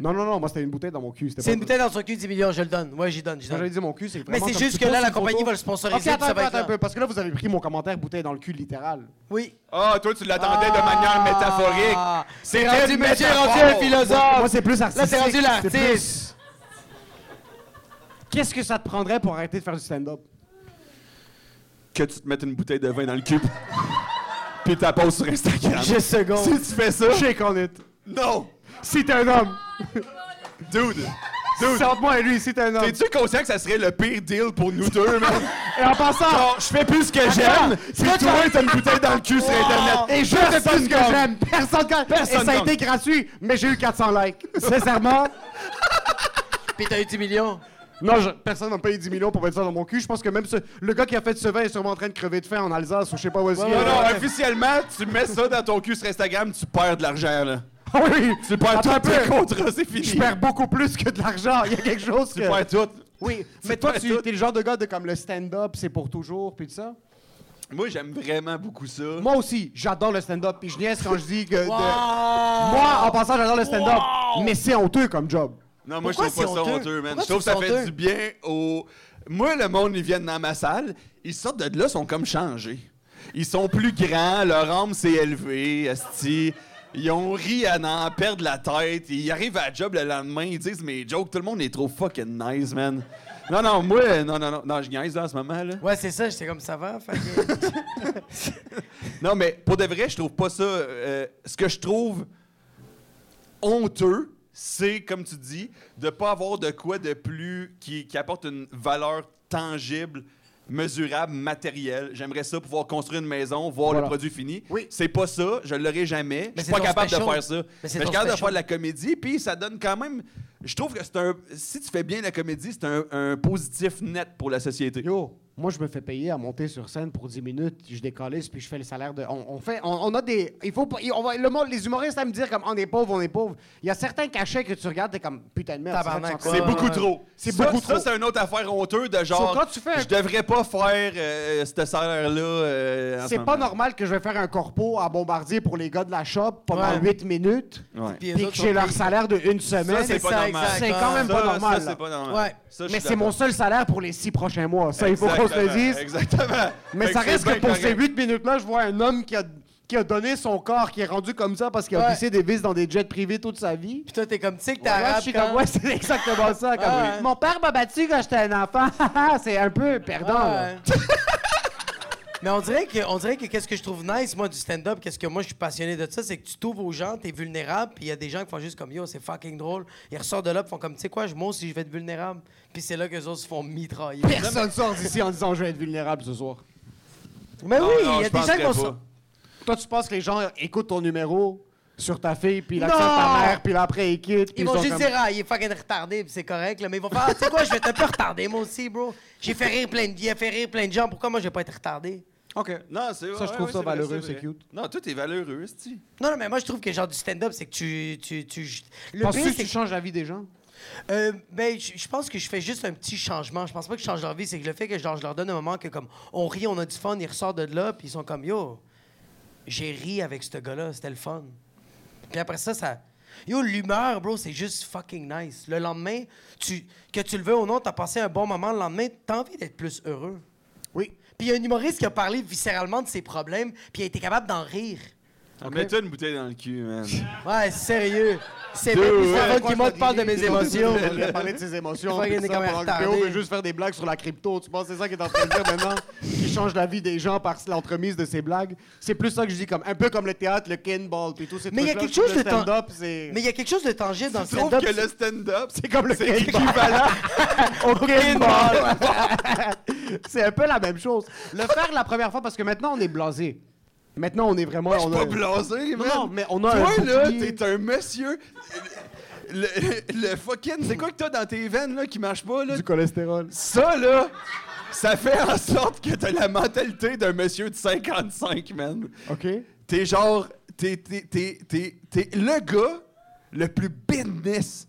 Speaker 4: Non, non, non, moi, c'était une bouteille dans mon cul.
Speaker 2: C'est une bouteille dans son cul, 10 millions, je le donne. Ouais, j'y donne, j'y
Speaker 4: Quand j'avais
Speaker 2: donne.
Speaker 4: dit mon cul, c'est
Speaker 2: Mais
Speaker 4: vraiment
Speaker 2: c'est
Speaker 4: comme
Speaker 2: juste
Speaker 4: tu
Speaker 2: que là,
Speaker 4: poses
Speaker 2: la
Speaker 4: une photo.
Speaker 2: compagnie va le sponsoriser,
Speaker 4: Ok,
Speaker 2: puis ça
Speaker 4: attends,
Speaker 2: va être
Speaker 4: attends
Speaker 2: là.
Speaker 4: un peu, parce que là, vous avez pris mon commentaire bouteille dans le cul littéral.
Speaker 2: Oui.
Speaker 6: Ah, toi, tu l'attendais de manière métaphorique.
Speaker 2: Ah! C'est
Speaker 6: C'était
Speaker 2: rendu
Speaker 6: une
Speaker 2: métier,
Speaker 6: métaphore.
Speaker 2: rendu un philosophe.
Speaker 4: Moi, c'est plus artistique.
Speaker 2: Là, c'est rendu
Speaker 4: c'est plus-
Speaker 2: l'artiste.
Speaker 4: Qu'est-ce que ça te prendrait pour arrêter de faire du stand-up?
Speaker 6: Que tu te mettes une bouteille de vin dans le cul, puis- puis t'as poses sur Instagram.
Speaker 4: Juste seconde.
Speaker 6: Si tu fais ça,
Speaker 4: Shake on it.
Speaker 6: non!
Speaker 4: Si t'es un homme,
Speaker 6: Dude! Dude!
Speaker 4: c'est entre moi et lui, si t'es un homme.
Speaker 6: T'es-tu conscient que ça serait le pire deal pour nous deux, man?
Speaker 4: Et en passant,
Speaker 6: Genre, je fais plus ce que j'aime,
Speaker 4: c'est
Speaker 6: c'est
Speaker 4: quoi
Speaker 6: toi,
Speaker 4: tu as-
Speaker 6: t'as une bouteille dans le cul sur
Speaker 4: Oh,
Speaker 6: Internet.
Speaker 4: et je fais plus ce que
Speaker 6: compte.
Speaker 4: j'aime. Personne compte.
Speaker 6: Personne
Speaker 4: Et ça a
Speaker 6: compte.
Speaker 4: été gratuit, mais j'ai eu 400 likes. Sincèrement,
Speaker 2: Puis t'as eu 10 millions.
Speaker 4: non, je- personne m'a payé 10 millions pour mettre ça dans mon cul. Je pense que même ce- le gars qui a fait ce vin est sûrement en train de crever de faim en Alsace ou je sais pas où est-ce qu'il est.
Speaker 6: Non, non, officiellement, tu mets ça dans ton cul sur Instagram, tu perds de l'argent, là.
Speaker 4: Ah oui,
Speaker 6: Tu perds
Speaker 4: Attends un
Speaker 6: tout
Speaker 4: peu.
Speaker 6: tes contrats, c'est fini.
Speaker 4: Je perds beaucoup plus que de l'argent. Il y a quelque chose
Speaker 6: Tu
Speaker 4: que-
Speaker 6: perds tout.
Speaker 4: Oui, mais toi,
Speaker 6: perds
Speaker 4: tu
Speaker 6: tout.
Speaker 4: es le genre de gars de comme le stand-up, c'est pour toujours, puis tout ça.
Speaker 6: Moi, j'aime vraiment beaucoup ça.
Speaker 4: Moi aussi, j'adore le stand-up, puis je niaise quand je dis que... de-
Speaker 2: Wow!
Speaker 4: Moi, en passant, j'adore le stand-up, mais c'est honteux comme job.
Speaker 6: Non, moi,
Speaker 2: Pourquoi
Speaker 6: je trouve pas
Speaker 2: c'est
Speaker 6: ça
Speaker 2: honteux?
Speaker 6: honteux, man.
Speaker 2: Pourquoi
Speaker 6: je trouve que
Speaker 2: tu
Speaker 6: ça
Speaker 2: trouves
Speaker 6: fait
Speaker 2: ça
Speaker 6: du
Speaker 2: honteux?
Speaker 6: bien au. Moi, le monde, ils viennent dans ma salle, ils sortent de là, sont comme changés. Ils sont plus grands, leur âme s'est élevée, esti. Ils ont ri à n'en perdre la tête. Ils arrivent à la job le lendemain, ils disent mes jokes, tout le monde est trop fucking nice, man. Non, non, moi, non, non, non, non je niaise là, en ce moment, là.
Speaker 2: Ouais, c'est ça, j'étais comme ça va. fait que-
Speaker 6: Non, mais pour de vrai, je trouve pas ça. euh, ce que je trouve honteux, c'est, comme tu dis, de pas avoir de quoi de plus qui, qui apporte une valeur tangible, mesurable, matérielle. J'aimerais ça pouvoir construire une maison, voir
Speaker 4: Voilà.
Speaker 6: le produit fini.
Speaker 4: Oui.
Speaker 6: C'est pas ça, je l'aurai jamais. Je
Speaker 2: c'est
Speaker 6: suis pas
Speaker 2: ton
Speaker 6: capable de
Speaker 2: special.
Speaker 6: faire ça. Mais,
Speaker 2: c'est
Speaker 6: je suis
Speaker 2: ton
Speaker 6: capable de faire
Speaker 2: special.
Speaker 6: de la comédie, puis ça donne quand même. Je trouve que c'est un. Si tu fais bien la comédie, c'est un, un positif net pour la société.
Speaker 4: Yo, Moi, je me fais payer à monter sur scène pour 10 minutes, je décalisse, puis je fais le salaire de. On, on fait, on, on a des. Il faut pas. il- On va, le monde, les humoristes à me dire comme on est pauvre, on est pauvre. Il y a certains cachets que tu regardes, t'es comme putain de merde. c'est vrai que
Speaker 2: Tabarnak,
Speaker 4: tu en-
Speaker 2: ouais,
Speaker 6: C'est
Speaker 2: ouais,
Speaker 6: beaucoup
Speaker 2: ouais.
Speaker 6: trop.
Speaker 4: C'est
Speaker 6: Ça-
Speaker 4: beaucoup
Speaker 6: ça,
Speaker 4: trop.
Speaker 6: c'est une autre affaire honteuse de genre.
Speaker 4: So, quand tu fais un-
Speaker 6: Je devrais pas faire euh, ce salaire-là. euh, en ce
Speaker 4: C'est pas
Speaker 6: moment.
Speaker 4: normal que je vais faire un corpo à Bombardier pour les gars de la shop pendant
Speaker 2: Ouais.
Speaker 4: 8 minutes,
Speaker 6: Ouais.
Speaker 2: Puis les
Speaker 4: puis
Speaker 2: autres
Speaker 4: que j'ai
Speaker 2: sont
Speaker 4: leur
Speaker 2: payés.
Speaker 4: salaire de une
Speaker 6: Ça,
Speaker 4: semaine.
Speaker 6: c'est
Speaker 2: c'est
Speaker 6: pas
Speaker 2: ça,
Speaker 6: normal.
Speaker 2: exact.
Speaker 4: C'est quand même
Speaker 6: Ça,
Speaker 4: pas
Speaker 6: ça,
Speaker 4: normal.
Speaker 6: c'est
Speaker 4: là.
Speaker 6: pas normal.
Speaker 2: Ouais.
Speaker 6: Ça, je suis
Speaker 4: Mais c'est mon
Speaker 6: d'accord.
Speaker 4: seul salaire pour les 6 prochains mois. Ça, il faut qu'on se le
Speaker 6: Exactement,
Speaker 4: dise.
Speaker 6: Exactement.
Speaker 4: Mais
Speaker 6: Fait
Speaker 4: ça
Speaker 6: c'est
Speaker 4: reste que
Speaker 6: bien
Speaker 4: pour
Speaker 6: correct.
Speaker 4: ces 8 minutes-là, je vois un homme qui a, qui a donné son corps, qui est rendu comme ça parce qu'il a
Speaker 2: Ouais.
Speaker 4: glissé des vis dans des jets privés toute sa vie.
Speaker 2: Puis toi, t'es comme, tu sais que t'es
Speaker 4: Moi,
Speaker 2: arabe.
Speaker 4: je suis
Speaker 2: quand-
Speaker 4: comme, ouais, c'est exactement ça. comme,
Speaker 2: Ouais.
Speaker 4: Mon père m'a battu quand j'étais un enfant. c'est un peu perdant. là.
Speaker 2: Ouais. Mais on dirait que, on dirait que qu'est-ce que je trouve nice, moi, du stand-up, qu'est-ce que moi, je suis passionné de ça, c'est que tu t'ouvres aux gens, t'es vulnérable, puis il y a des gens qui font juste comme, yo, c'est fucking drôle. Ils ressortent de là, puis font comme, tu sais quoi, je- moi aussi, je vais être vulnérable. Puis c'est là que les autres se font mitrailler.
Speaker 4: Personne sort d'ici en disant je vais être vulnérable ce soir.
Speaker 2: Mais
Speaker 6: Non,
Speaker 2: oui,
Speaker 6: non,
Speaker 2: il y a
Speaker 6: je
Speaker 2: des gens qui
Speaker 6: penserais
Speaker 2: vont
Speaker 6: pas.
Speaker 2: ça.
Speaker 4: Toi, tu penses que les gens écoutent ton numéro sur ta fille, puis ils acceptent
Speaker 2: Non!
Speaker 4: ta mère, puis là, après ils quittent. puis
Speaker 2: Ils vont
Speaker 4: sont
Speaker 2: juste
Speaker 4: comme-
Speaker 2: dire, ah, il est fucking retardé, puis c'est correct, là. Mais ils vont faire, ah, tu sais quoi, je vais être un peu retardé, moi aussi, bro. J'ai fait rire plein de, il a fait rire plein de gens, pourquoi moi, je vais pas être retardé?
Speaker 4: OK.
Speaker 6: Non, c'est
Speaker 4: Ça, je trouve ça
Speaker 6: c'est vrai,
Speaker 4: valeureux,
Speaker 6: vrai.
Speaker 4: c'est cute.
Speaker 6: Non, tout est valeureux, cest
Speaker 2: Non, non, mais moi, je trouve que genre du stand-up, c'est que tu. tu, tu le pire,
Speaker 4: Penses-tu que
Speaker 2: c'est
Speaker 4: tu changes la vie des gens?
Speaker 2: Euh, ben, je je pense que je fais juste un petit changement. Je pense pas que je change leur vie, c'est que le fait que genre, je leur donne un moment que comme on rit, on a du fun, ils ressortent de là, puis ils sont comme yo, j'ai ri avec ce gars-là, c'était le fun. Puis après ça, ça. Yo, l'humeur, bro, c'est juste fucking nice. Le lendemain, tu, que tu le veux ou non, t'as passé un bon moment. Le lendemain, t'as envie d'être plus heureux.
Speaker 4: Oui.
Speaker 2: Puis il y a un humoriste qui a parlé viscéralement de ses problèmes, puis il a été capable d'en rire.
Speaker 6: Mets-toi une bouteille dans le cul, man.
Speaker 2: Ouais, sérieux. C'est
Speaker 6: Deux,
Speaker 2: bien plus
Speaker 6: ouais.
Speaker 2: savant qui moi te parle de mes émotions.
Speaker 4: Il a parlé de ses émotions.
Speaker 2: Il faut
Speaker 4: puis
Speaker 2: qu'il y ait
Speaker 4: ça,
Speaker 2: des
Speaker 4: pendant que
Speaker 2: commentaires
Speaker 4: Théo
Speaker 2: tardés.
Speaker 4: veut juste faire des blagues sur la crypto. Tu penses que c'est ça qu'il est en train de dire maintenant? Qui change la vie des gens par l'entremise de ses blagues. C'est plus ça que je dis, comme un peu comme le théâtre, le Kenball, puis tout. ces
Speaker 2: Mais il y a
Speaker 4: trucs-là,
Speaker 2: quelque chose
Speaker 4: le
Speaker 2: de tan-
Speaker 4: stand-up, c'est...
Speaker 2: Mais il y a quelque chose de tangible dans le
Speaker 6: Je trouve
Speaker 2: stand-up.
Speaker 6: que le stand-up, c'est
Speaker 4: C'est comme le
Speaker 6: c'est
Speaker 4: Kenball.
Speaker 6: équivalent.
Speaker 4: au Kenball. c'est un peu la même chose. Le faire la première fois, parce que maintenant, on est blasé. Maintenant, on est vraiment...
Speaker 6: Je suis
Speaker 4: on a-
Speaker 6: pas blasé, man.
Speaker 4: non, mais on a
Speaker 6: Toi,
Speaker 4: un
Speaker 6: là,
Speaker 4: bouclier.
Speaker 6: t'es un monsieur. Le, le fucking. C'est quoi que t'as dans tes veines, là, qui marche pas, là?
Speaker 4: Du cholestérol.
Speaker 6: Ça, là, ça fait en sorte que t'as la mentalité d'un monsieur de 55, man.
Speaker 4: OK?
Speaker 6: T'es genre. T'es, t'es, t'es, t'es, t'es le gars le plus business.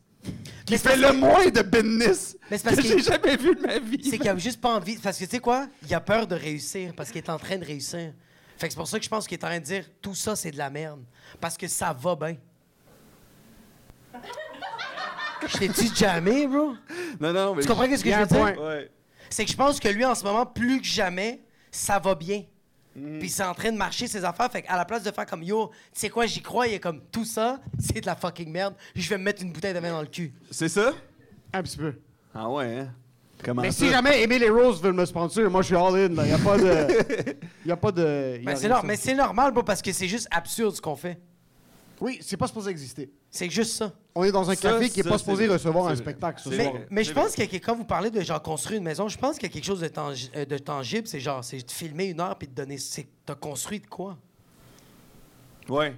Speaker 6: Qui
Speaker 2: Mais c'est
Speaker 6: fait le
Speaker 2: parce que-
Speaker 6: moins de business
Speaker 2: Mais c'est parce
Speaker 6: que
Speaker 2: que-
Speaker 6: j'ai jamais vu de ma vie.
Speaker 2: C'est qu'il a juste pas envie. Parce que tu sais quoi? Il a peur de réussir parce qu'il est en train de réussir. Fait que c'est pour ça que je pense qu'il est en train de dire tout ça, c'est de la merde. Parce que ça va bien. Je t'ai-tu jamais, bro?
Speaker 6: Non, non, mais.
Speaker 2: Tu comprends ce que
Speaker 4: Il y
Speaker 2: je
Speaker 4: a
Speaker 2: veux
Speaker 4: un
Speaker 2: dire?
Speaker 4: point.
Speaker 6: Ouais.
Speaker 2: C'est que je pense que lui, en ce moment, plus que jamais, ça va bien.
Speaker 4: Mm.
Speaker 2: Puis c'est en train de marcher ses affaires. Fait qu'à la place de faire comme yo, tu sais quoi, j'y crois, il est comme tout ça, c'est de la fucking merde. Je vais me mettre une bouteille de vin dans le cul.
Speaker 6: C'est ça?
Speaker 4: Un petit peu.
Speaker 6: Ah ouais, hein? Comment
Speaker 4: Mais
Speaker 6: ça?
Speaker 4: si jamais Emile et Rose veulent me sponsor, moi je suis all in. Il a pas de. Il a pas de. y a
Speaker 2: Ben, c'est
Speaker 4: rien de
Speaker 2: nor-
Speaker 4: ça.
Speaker 2: mais c'est normal, bro, parce que c'est juste absurde ce qu'on fait.
Speaker 4: Oui, c'est pas supposé exister.
Speaker 2: C'est juste ça.
Speaker 4: On est dans un
Speaker 6: Ça,
Speaker 4: café qui est
Speaker 6: ça,
Speaker 4: pas
Speaker 6: c'est
Speaker 4: supposé
Speaker 6: vrai.
Speaker 4: recevoir
Speaker 6: C'est
Speaker 4: un
Speaker 6: vrai.
Speaker 4: spectacle ce
Speaker 6: C'est
Speaker 4: soir.
Speaker 6: vrai.
Speaker 2: Mais je pense que quand vous parlez de genre construire une maison, je pense qu'il y a quelque chose de, tangi- euh, de tangible, c'est genre, c'est de filmer une heure puis de donner. c'est- T'as construit de quoi?
Speaker 6: Ouais,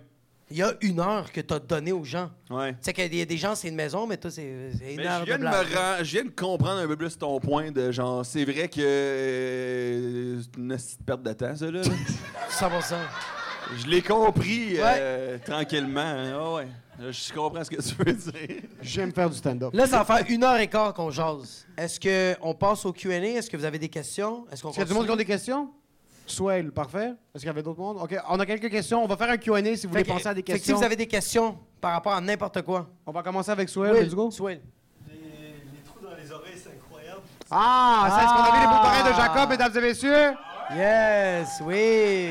Speaker 2: Il y a une heure que t'as donné aux gens.
Speaker 6: ouais.
Speaker 2: Tu sais qu'il y a des gens, c'est une maison, mais toi, c'est c'est une
Speaker 6: Mais
Speaker 2: heure
Speaker 6: je viens,
Speaker 2: de
Speaker 6: de me
Speaker 2: blabla.
Speaker 6: rend- je viens de comprendre un peu plus ton point de genre, c'est vrai que euh, c'est une petite perte de temps, ça, là.
Speaker 2: 100%.
Speaker 6: je l'ai compris euh, tranquillement. hein. Ah ouais. Je comprends ce que tu veux dire.
Speaker 4: J'aime faire du stand-up.
Speaker 2: Là, ça va faire une heure et quart qu'on jase. Est-ce qu'on passe au QA? Est-ce que vous avez des questions? Est-ce qu'on
Speaker 4: Est-ce qu'il y a du monde qui a des questions? Swell, parfait. Est-ce qu'il y avait d'autres mondes? OK, on a quelques questions. On va faire un QA si vous
Speaker 2: Fait
Speaker 4: voulez
Speaker 2: que-
Speaker 4: penser à des
Speaker 2: fait que si
Speaker 4: questions.
Speaker 2: vous avez des questions par rapport à n'importe quoi,
Speaker 4: On va commencer avec Swell.
Speaker 2: Will,
Speaker 4: Let's go.
Speaker 2: Swell.
Speaker 4: Ah, ça, est-ce qu'on a vu les beaux parrains de
Speaker 2: Ah.
Speaker 4: Jacob, mesdames et messieurs?
Speaker 2: Yes, oui.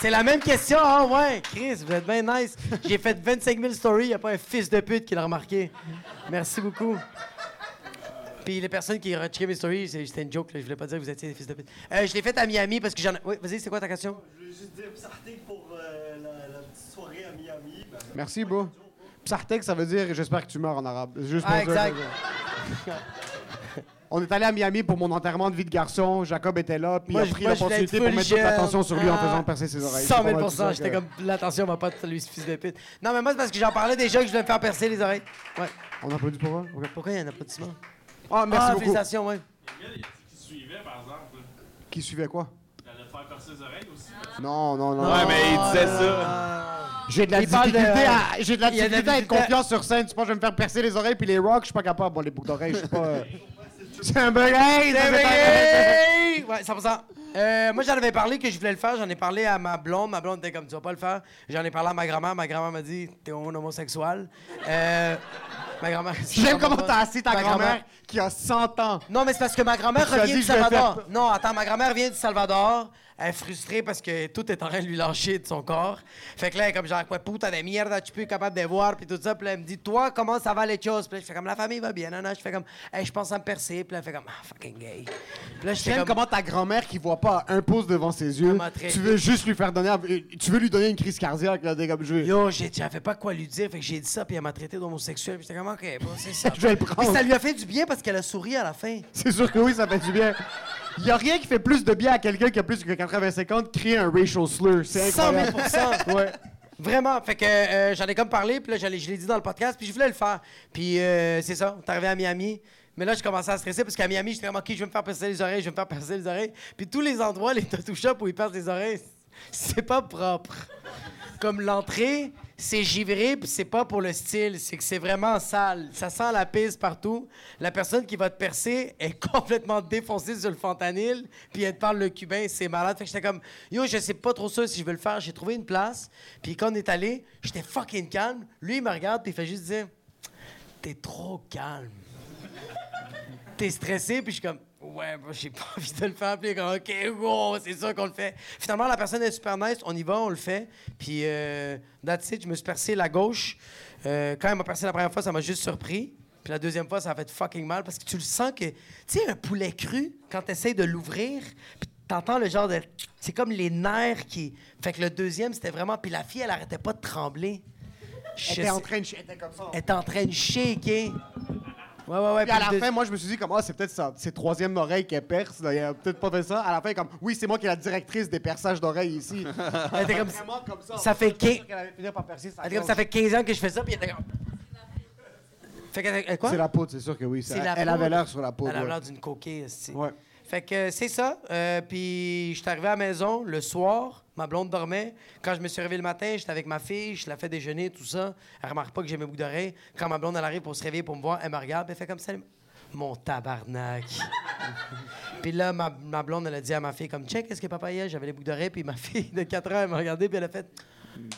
Speaker 2: C'est la même question, hein, ouais. Chris, vous êtes bien nice. J'ai fait 25 000 stories, il n'y a pas un fils de pute qui l'a remarqué. Merci beaucoup. Puis les personnes qui ont checké mes stories, c'est- c'était une joke, là. je voulais pas dire que vous étiez des fils de pute. Euh, je l'ai fait à Miami parce que j'en ai... Oui, vas-y, c'est quoi ta question?
Speaker 8: Je voulais juste dire Psarté pour euh, la, la petite soirée à Miami. Ben,
Speaker 4: Merci, bro. Psartek, ça veut dire j'espère que tu meurs en arabe. C'est Juste pour
Speaker 2: Ah,
Speaker 4: dire-
Speaker 2: exact.
Speaker 4: On est allé à Miami pour mon enterrement de vie de garçon. Jacob était là, puis
Speaker 2: Moi,
Speaker 4: il
Speaker 2: je-
Speaker 4: a pris
Speaker 2: moi, je voulais
Speaker 4: l'opportunité
Speaker 2: être
Speaker 4: pour
Speaker 2: full
Speaker 4: mettre toute
Speaker 2: jeune.
Speaker 4: l'attention sur lui en
Speaker 2: Ah,
Speaker 4: faisant percer ses oreilles.
Speaker 2: 100
Speaker 4: C'est pas
Speaker 2: 000
Speaker 4: mal tout ça
Speaker 2: j'étais
Speaker 4: que-
Speaker 2: comme l'attention va pas te lui, ce fils de pute. Non, mais moi, c'est parce que j'en parlais déjà que je voulais me faire percer les oreilles. Ouais.
Speaker 4: On applaudit pour eux?
Speaker 2: Pourquoi il y a un applaudissement?
Speaker 4: Ah, merci
Speaker 2: ah,
Speaker 4: beaucoup.
Speaker 2: félicitations, ouais.
Speaker 8: qui suivait, ben,
Speaker 4: Qui suivait quoi?
Speaker 8: J'allais faire percer les oreilles aussi. hein?
Speaker 4: Non, non, non.
Speaker 6: Ouais, mais il disait ça.
Speaker 4: J'ai de la
Speaker 2: Il parle
Speaker 4: difficulté,
Speaker 2: de- euh,
Speaker 4: à, j'ai de la
Speaker 2: il y a de la
Speaker 4: difficulté à être
Speaker 2: difficulté à-
Speaker 4: confiant sur scène. Tu penses que je vais me faire percer les oreilles puis les rocks? Je suis pas capable. Bon, les boucles d'oreilles, je suis pas... euh, C'est un bug. Hey, ça, c'est un bug.
Speaker 2: Réveillé! Ouais, 100%. Euh, moi, j'en avais parlé que je voulais le faire. J'en ai parlé à ma blonde. Ma blonde était comme, tu vas pas le faire. J'en ai parlé à ma grand-mère. Ma grand-mère m'a dit, t'es un homosexuel. Euh, ma grand-mère.
Speaker 4: J'aime comment t'as assis ta
Speaker 2: Ma
Speaker 4: grand-mère qui a 100 ans.
Speaker 2: Non, mais c'est parce que ma grand-mère
Speaker 4: Tu as
Speaker 2: revient
Speaker 4: dit,
Speaker 2: du
Speaker 4: je vais
Speaker 2: Salvador.
Speaker 4: faire
Speaker 2: Non, attends, ma grand-mère vient du Salvador. Elle est frustrée parce que tout est en train de lui lâcher de son corps. Fait que là, elle est comme genre, quoi, putain de merde, tu peux capable de voir, puis tout ça. Puis là, elle me dit, toi, comment ça va les choses? Puis là, je fais comme, la famille va bien, non, non. Je fais comme, hey, je pense à me percer. Puis là, elle fait comme, ah, fucking gay. Puis là, je fais
Speaker 4: J'aime
Speaker 2: comme,
Speaker 4: comment ta grand-mère qui voit pas un pouce devant ses yeux,
Speaker 2: Comment très-
Speaker 4: tu veux juste lui faire donner, tu veux lui donner une crise cardiaque là, des comme je.
Speaker 2: Yo, j'ai- je savais pas quoi lui dire, fait que j'ai dit ça, puis elle m'a traité d'homosexuel, puis j'étais comme, ok, bon, c'est ça.
Speaker 4: Je vais le prendre.
Speaker 2: Puis ça lui a fait du bien parce qu'elle a souri à la fin.
Speaker 4: C'est sûr que oui, ça fait du bien. Y a rien qui fait plus de bien à quelqu'un qui a plus que 85 ans de créer un racial slur. C'est
Speaker 2: 100 000
Speaker 4: incroyable. Ouais.
Speaker 2: Vraiment, fait que euh, j'en ai comme parlé, puis là, j'allais- je l'ai dit dans le podcast, puis je voulais le faire. Puis euh, c'est ça, on est arrivé à Miami. Mais là, je commençais à stresser parce qu'à Miami, j'étais comme, OK, je vais me faire percer les oreilles, je vais me faire percer les oreilles. Puis tous les endroits, les tattoo shops où ils percent les oreilles, c'est pas propre. Comme l'entrée, c'est givré, puis c'est pas pour le style, c'est que c'est vraiment sale. Ça sent la pisse partout. La personne qui va te percer est complètement défoncée sur le fentanyl, puis elle te parle le cubain, c'est malade. Fait que j'étais comme, yo, je sais pas trop ça si je veux le faire. J'ai trouvé une place, puis quand on est allé, j'étais fucking calme. Lui, il me regarde, puis il fait juste dire, t'es trop calme. T'es stressé, puis je suis comme, ouais, bah, j'ai pas envie de le faire. Puis il est comme, OK, wow, c'est ça qu'on le fait. Finalement, la personne est super nice, on y va, on le fait. Puis, euh, that's it, je me suis percé la gauche. Euh, quand elle m'a percé la première fois, ça m'a juste surpris. Puis la deuxième fois, ça a fait fucking mal parce que tu le sens que, tu sais, un poulet cru, quand t'essayes de l'ouvrir, puis T'entends le genre de. C'est comme les nerfs qui. Fait que le deuxième, c'était vraiment. Puis la fille, elle arrêtait pas de trembler. Je
Speaker 4: Elle était en
Speaker 2: sais-
Speaker 4: train de chier, elle était comme ça.
Speaker 2: Elle était en train de shaker. Ouais, ouais, ouais.
Speaker 4: Puis à
Speaker 2: puis
Speaker 4: la
Speaker 2: le
Speaker 4: fin, moi, je me suis dit comme, ah, c'est peut-être ça, ses troisième oreilles qu'elle perce, là, elle a peut-être pas fait ça. À la fin, comme, oui, c'est moi qui est la directrice des perçages d'oreilles ici.
Speaker 2: Elle était comme
Speaker 4: Vraiment comme ça.
Speaker 2: Ça fait
Speaker 4: Je suis sûr
Speaker 2: quin-
Speaker 4: qu'elle allait finir par percer sa
Speaker 2: Elle était comme
Speaker 4: gorge.
Speaker 2: ça fait 15 ans que je fais ça, puis elle était comme. Fait qu'elle elle- quoi?
Speaker 4: C'est la poudre, c'est sûr que oui. ça-
Speaker 2: C'est la
Speaker 4: elle avait
Speaker 2: poudre.
Speaker 4: l'air sur la poudre.
Speaker 2: Elle avait
Speaker 4: ouais.
Speaker 2: l'air d'une coquille, esti.
Speaker 4: Ouais.
Speaker 2: Fait que euh, c'est ça. Euh, puis je suis arrivé à la maison le soir, ma blonde dormait. Quand je me suis réveillé le matin, j'étais avec ma fille, je la fais déjeuner, tout ça. Elle remarque pas que j'ai mes boucles d'oreilles. Quand ma blonde elle arrive pour se réveiller, pour me voir, elle me regarde, elle fait comme ça. elle- Mon tabarnak. puis là, ma, ma blonde, elle a dit à ma fille, comme, check, est-ce que papa y est? J'avais les boucles d'oreilles, puis ma fille de 4 ans, elle m'a regardé, puis elle a fait,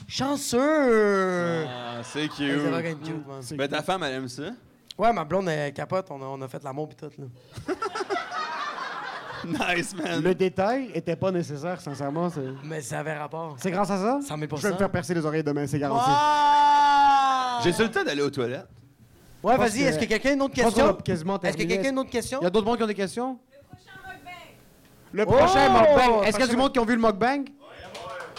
Speaker 2: chanceux!
Speaker 6: Ah, c'est
Speaker 2: C'est
Speaker 6: cute.
Speaker 2: fucking cute, man.
Speaker 6: Mais ta femme, elle aime ça.
Speaker 2: Ouais, ma blonde, elle capote, on a, on a fait l'amour pis tout, là.
Speaker 6: Nice, man.
Speaker 4: Le détail était pas nécessaire, sincèrement. C'est,
Speaker 2: Mais ça avait rapport.
Speaker 4: c'est grâce à ça?
Speaker 2: 100 000
Speaker 4: Je vais me faire percer les oreilles demain, c'est garanti.
Speaker 6: J'ai sur le temps d'aller aux toilettes.
Speaker 2: Ouais,
Speaker 4: pense
Speaker 2: vas-y, est-ce
Speaker 4: que-
Speaker 2: que quelqu'un a une autre
Speaker 4: je pense qu'on
Speaker 2: question?
Speaker 4: a quasiment
Speaker 2: Est-ce que
Speaker 4: terminé.
Speaker 2: quelqu'un a une autre question?
Speaker 4: Il y a d'autres monde qui ont des questions? Oh!
Speaker 5: Le prochain mukbang.
Speaker 4: Le
Speaker 2: prochain
Speaker 4: prochain
Speaker 2: mukbang.
Speaker 4: mukbang. Est-ce qu'il y a du monde qui ont vu le mukbang?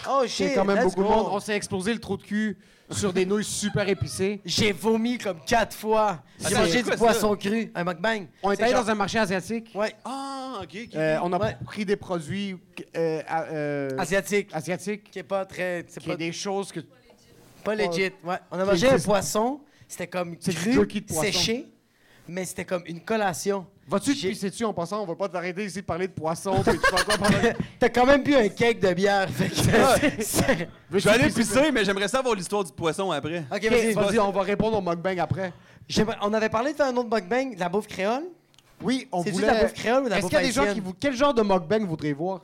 Speaker 2: Oh
Speaker 4: C'est
Speaker 2: shit,
Speaker 4: quand même
Speaker 2: let's
Speaker 4: beaucoup de
Speaker 2: go.
Speaker 4: monde. On s'est explosé le trou de cul sur des nouilles super épicées.
Speaker 2: J'ai vomi comme quatre fois. J'ai
Speaker 6: Attends,
Speaker 2: mangé
Speaker 6: c'est
Speaker 2: du
Speaker 6: quoi ça?
Speaker 2: poisson cru, un mukbang.
Speaker 4: On est
Speaker 2: C'est
Speaker 4: allé
Speaker 2: genre-
Speaker 4: dans un marché asiatique.
Speaker 2: Ouais,
Speaker 6: Ah, ok, ok.
Speaker 4: Euh, on a
Speaker 2: Ouais.
Speaker 4: pris des produits euh, à- euh,
Speaker 2: asiatique.
Speaker 4: asiatiques.
Speaker 2: Qui est pas très... C'est
Speaker 4: Qui est
Speaker 2: pas,
Speaker 4: des choses que.
Speaker 2: pas legit, ouais. On a mangé un
Speaker 4: existe.
Speaker 2: poisson, c'était comme
Speaker 4: C'est du
Speaker 2: cru,
Speaker 4: jerky de poisson.
Speaker 2: séché, mais c'était comme une collation.
Speaker 4: Vas-tu te
Speaker 2: J'ai-
Speaker 4: pisser dessus en passant? On va pas t'arrêter ici de parler de poissons. puis tu fais quoi pendant-
Speaker 2: T'as quand même bu un cake de bière, fait que... c'est-
Speaker 6: Je vais aller pisser, mais j'aimerais savoir l'histoire du poisson après.
Speaker 2: Ok,
Speaker 4: Ok,
Speaker 2: vas-y.
Speaker 4: Vas-y, on va répondre au mukbang après.
Speaker 2: J'aimerais- On avait parlé de faire un autre mukbang, de la bouffe créole.
Speaker 4: Oui, on
Speaker 2: C'est-tu
Speaker 4: voulait.
Speaker 2: de la bouffe créole ou de la
Speaker 4: Est-ce
Speaker 2: bouffe
Speaker 4: qu'il y a des gens
Speaker 2: haïtienne?
Speaker 4: qui vous. Quel genre de mukbang voudriez voir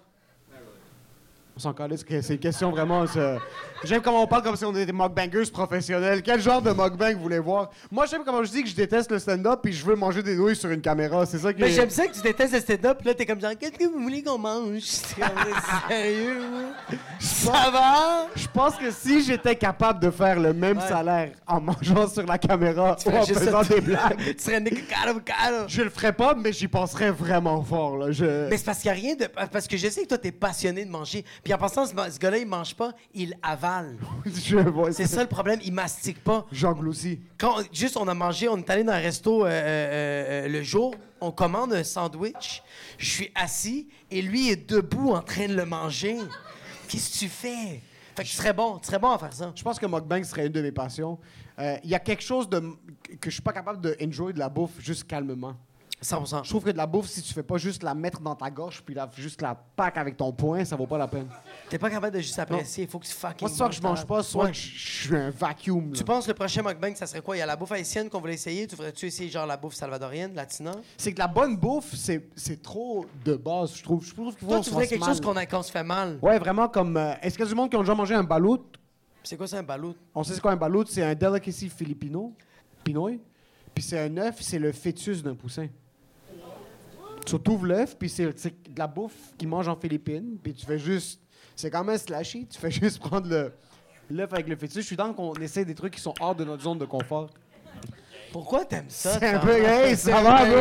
Speaker 4: On s'en calait, c'est c'est une question vraiment. ça- J'aime comment on parle comme si on était des mukbangers professionnels. Quel genre de mukbang vous voulez voir Moi, j'aime comment je dis que je déteste le stand-up puis je veux manger des nouilles sur une caméra. C'est ça qui.
Speaker 2: Mais
Speaker 4: est-
Speaker 2: j'aime ça que tu détestes le stand-up, puis là, t'es comme genre, qu'est-ce que vous voulez qu'on mange? C'est comme, sérieux, là? Ça va?
Speaker 4: Je pense que si j'étais capable de faire le même
Speaker 2: Ouais.
Speaker 4: salaire en mangeant sur la caméra ou
Speaker 2: ferais
Speaker 4: en
Speaker 2: juste
Speaker 4: faisant
Speaker 2: ça.
Speaker 4: des blagues,
Speaker 2: tu serais Nick Caro Caro.
Speaker 4: je le ferais pas, mais j'y penserais vraiment fort. Là. Je...
Speaker 2: Mais c'est parce qu'il n'y a rien de. Parce que je sais que toi, t'es passionné de manger. Puis en passant, ce, ce gars-là, il mange pas, il avale.
Speaker 4: je... vois-
Speaker 2: C'est ça le problème, il mastique pas.
Speaker 4: J'engloutis.
Speaker 2: Quand juste on a mangé, on est allé dans un resto euh, euh, euh, le jour, on commande un sandwich, je suis assis et lui est debout en train de le manger. Qu'est-ce que tu fais? Fait que tu serais bon, tu serais bon à faire ça.
Speaker 4: Je pense que mukbang serait une de mes passions. Euh, Il y a quelque chose de que je suis pas capable de enjoy de la bouffe juste calmement. Je
Speaker 2: 100%.
Speaker 4: trouve que de la bouffe, si tu fais pas juste la mettre dans ta gorge puis la, juste la pack avec ton poing, ça vaut pas la peine.
Speaker 2: T'es pas capable de juste apprécier. Il faut que tu fucking.
Speaker 4: Moi, soit que je mange pas, soit
Speaker 2: Ouais.
Speaker 4: que je je suis un vacuum. là.
Speaker 2: Tu penses le prochain mukbang, ça serait quoi? Il y a la bouffe haïtienne qu'on voulait essayer. Tu voudrais-tu essayer genre la bouffe salvadorienne, latina?
Speaker 4: C'est que la bonne bouffe, c'est c'est trop de base, je trouve. Je trouve qu'il faut
Speaker 2: Toi,
Speaker 4: qu'on
Speaker 2: tu
Speaker 4: se
Speaker 2: voudrais
Speaker 4: fasse
Speaker 2: quelque
Speaker 4: mal,
Speaker 2: chose
Speaker 4: là.
Speaker 2: qu'on a- qu'on se fait mal.
Speaker 4: Ouais, vraiment comme. euh, Est-ce qu'il y a du monde qui ont déjà mangé un balut
Speaker 2: C'est quoi ça, un balout?
Speaker 4: On sait c'est quoi un balut C'est un delicacy filipino, pinoy. Puis c'est un œuf, c'est le fœtus d'un poussin. Tu ouvres l'œuf, puis c'est c'est de la bouffe qu'ils mangent en Philippines. Puis tu fais juste. C'est quand même slashy. Tu fais juste prendre le- l'œuf avec le fœtus. Je suis dans qu'on essaie des trucs qui sont hors de notre zone de confort.
Speaker 2: Pourquoi t'aimes ça?
Speaker 4: C'est un
Speaker 2: toi?
Speaker 4: peu gay, ça va, bro.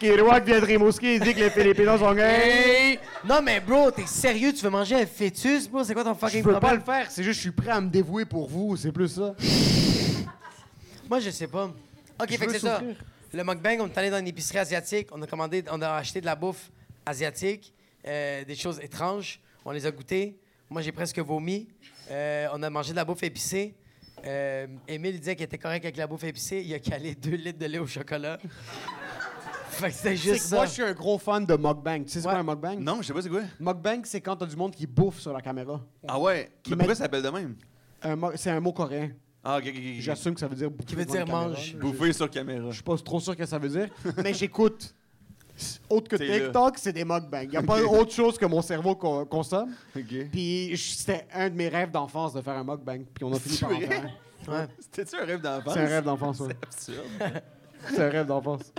Speaker 4: Kiroa qui vient de Rimouski, il dit que les Philippinos sont gays.
Speaker 2: Hey! Non, mais bro, t'es sérieux? Tu veux manger un fœtus, bro? C'est quoi ton
Speaker 4: Je
Speaker 2: fucking
Speaker 4: peux pas
Speaker 2: problème?
Speaker 4: le faire, c'est juste que je suis prêt à me dévouer pour vous, c'est plus ça.
Speaker 2: Moi, je sais pas. OK,
Speaker 4: Je
Speaker 2: fait que
Speaker 4: veux
Speaker 2: c'est ça.
Speaker 4: souffrir.
Speaker 2: Le mukbang, on est allé dans une épicerie asiatique. On a commandé, on a acheté de la bouffe asiatique, euh, des choses étranges. On les a goûtées. Moi, j'ai presque vomi. Euh, on a mangé de la bouffe épicée. Euh, Émile il disait qu'il était correct avec la bouffe épicée. Il a calé deux litres de lait au chocolat. fait que c'était
Speaker 4: C'est
Speaker 2: juste
Speaker 4: que
Speaker 2: ça.
Speaker 4: moi, je suis un gros fan de mukbang. Tu sais c'est
Speaker 2: Ouais.
Speaker 4: quoi un mukbang?
Speaker 6: Non, je sais pas c'est quoi.
Speaker 4: Mukbang, c'est quand t'as du monde qui bouffe sur la caméra.
Speaker 6: Ah ouais? Mais
Speaker 4: met-
Speaker 6: pourquoi ça s'appelle de même?
Speaker 4: Un mu- c'est un mot coréen.
Speaker 6: Ah, ok, ok, ok.
Speaker 4: J'assume que ça veut dire bouffer.
Speaker 2: Qui veut
Speaker 4: devant la
Speaker 2: dire
Speaker 4: caméra,
Speaker 2: mange.
Speaker 4: là.
Speaker 6: Bouffer sur caméra.
Speaker 4: Je suis pas trop sûr que ça veut dire, mais j'écoute. Autre que
Speaker 6: T'es là.
Speaker 4: TikTok, c'est des mukbangs. Il a pas
Speaker 6: Ok.
Speaker 4: autre chose que mon cerveau co- consomme.
Speaker 6: Ok.
Speaker 4: Puis je- c'était un de mes rêves d'enfance de faire un mukbang. Puis on a fini
Speaker 6: C'est
Speaker 4: par en
Speaker 6: vrai?
Speaker 4: faire un.
Speaker 2: Ouais.
Speaker 6: C'était-tu un rêve d'enfance?
Speaker 4: C'est un rêve d'enfance, ouais.
Speaker 6: Absurde.
Speaker 4: C'est un rêve d'enfance.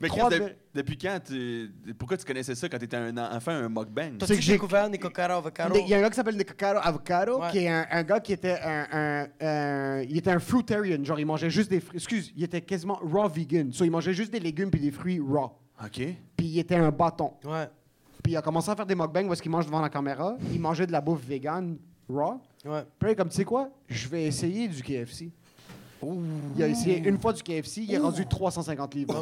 Speaker 6: Mais Chris,
Speaker 4: Trois
Speaker 6: de-
Speaker 4: de-
Speaker 6: depuis quand tu... Pourquoi tu connaissais ça quand t'étais un en- enfant, un mukbang?
Speaker 4: C'est
Speaker 2: T'as-tu
Speaker 4: que j'ai-
Speaker 2: découvert Nico Caro Avocado?
Speaker 4: Il y a un gars qui s'appelle Nicocaro Avocado,
Speaker 2: Ouais.
Speaker 4: qui est un, un gars qui était un, un- un- Il était un fruitarian, genre il mangeait juste des fruits. Excuse, il était quasiment raw vegan. So, il mangeait juste des légumes puis des fruits raw.
Speaker 6: Ok.
Speaker 4: Puis il était un bâton.
Speaker 2: Ouais,
Speaker 4: Puis il a commencé à faire des mukbangs parce qu'il mange devant la caméra. Il mangeait de la bouffe vegan, raw.
Speaker 2: ouais.
Speaker 4: Puis là, il est comme, tu sais quoi, je vais essayer du KFC. Il a essayé une fois du KFC, il est rendu 350 livres.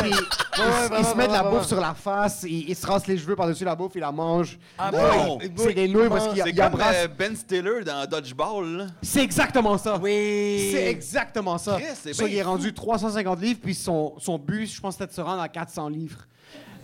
Speaker 4: Puis, il, s- il se met de la bouffe sur la face, il, il se rase les cheveux par-dessus la bouffe, il la mange.
Speaker 2: Ah,
Speaker 6: Non!
Speaker 2: boy, boy,
Speaker 4: C'est des nouilles parce
Speaker 2: comment-
Speaker 4: qu'il
Speaker 6: C'est
Speaker 4: il
Speaker 6: comme
Speaker 4: embrasse.
Speaker 6: euh, Ben Stiller dans Dodgeball, là.
Speaker 4: C'est exactement ça.
Speaker 2: Oui!
Speaker 4: C'est exactement ça.
Speaker 6: Chris, c'est
Speaker 4: Ça,
Speaker 6: bien
Speaker 4: il est
Speaker 6: fou.
Speaker 4: rendu 350 livres, puis son, son but, je pense, c'était de se rendre à 400 livres.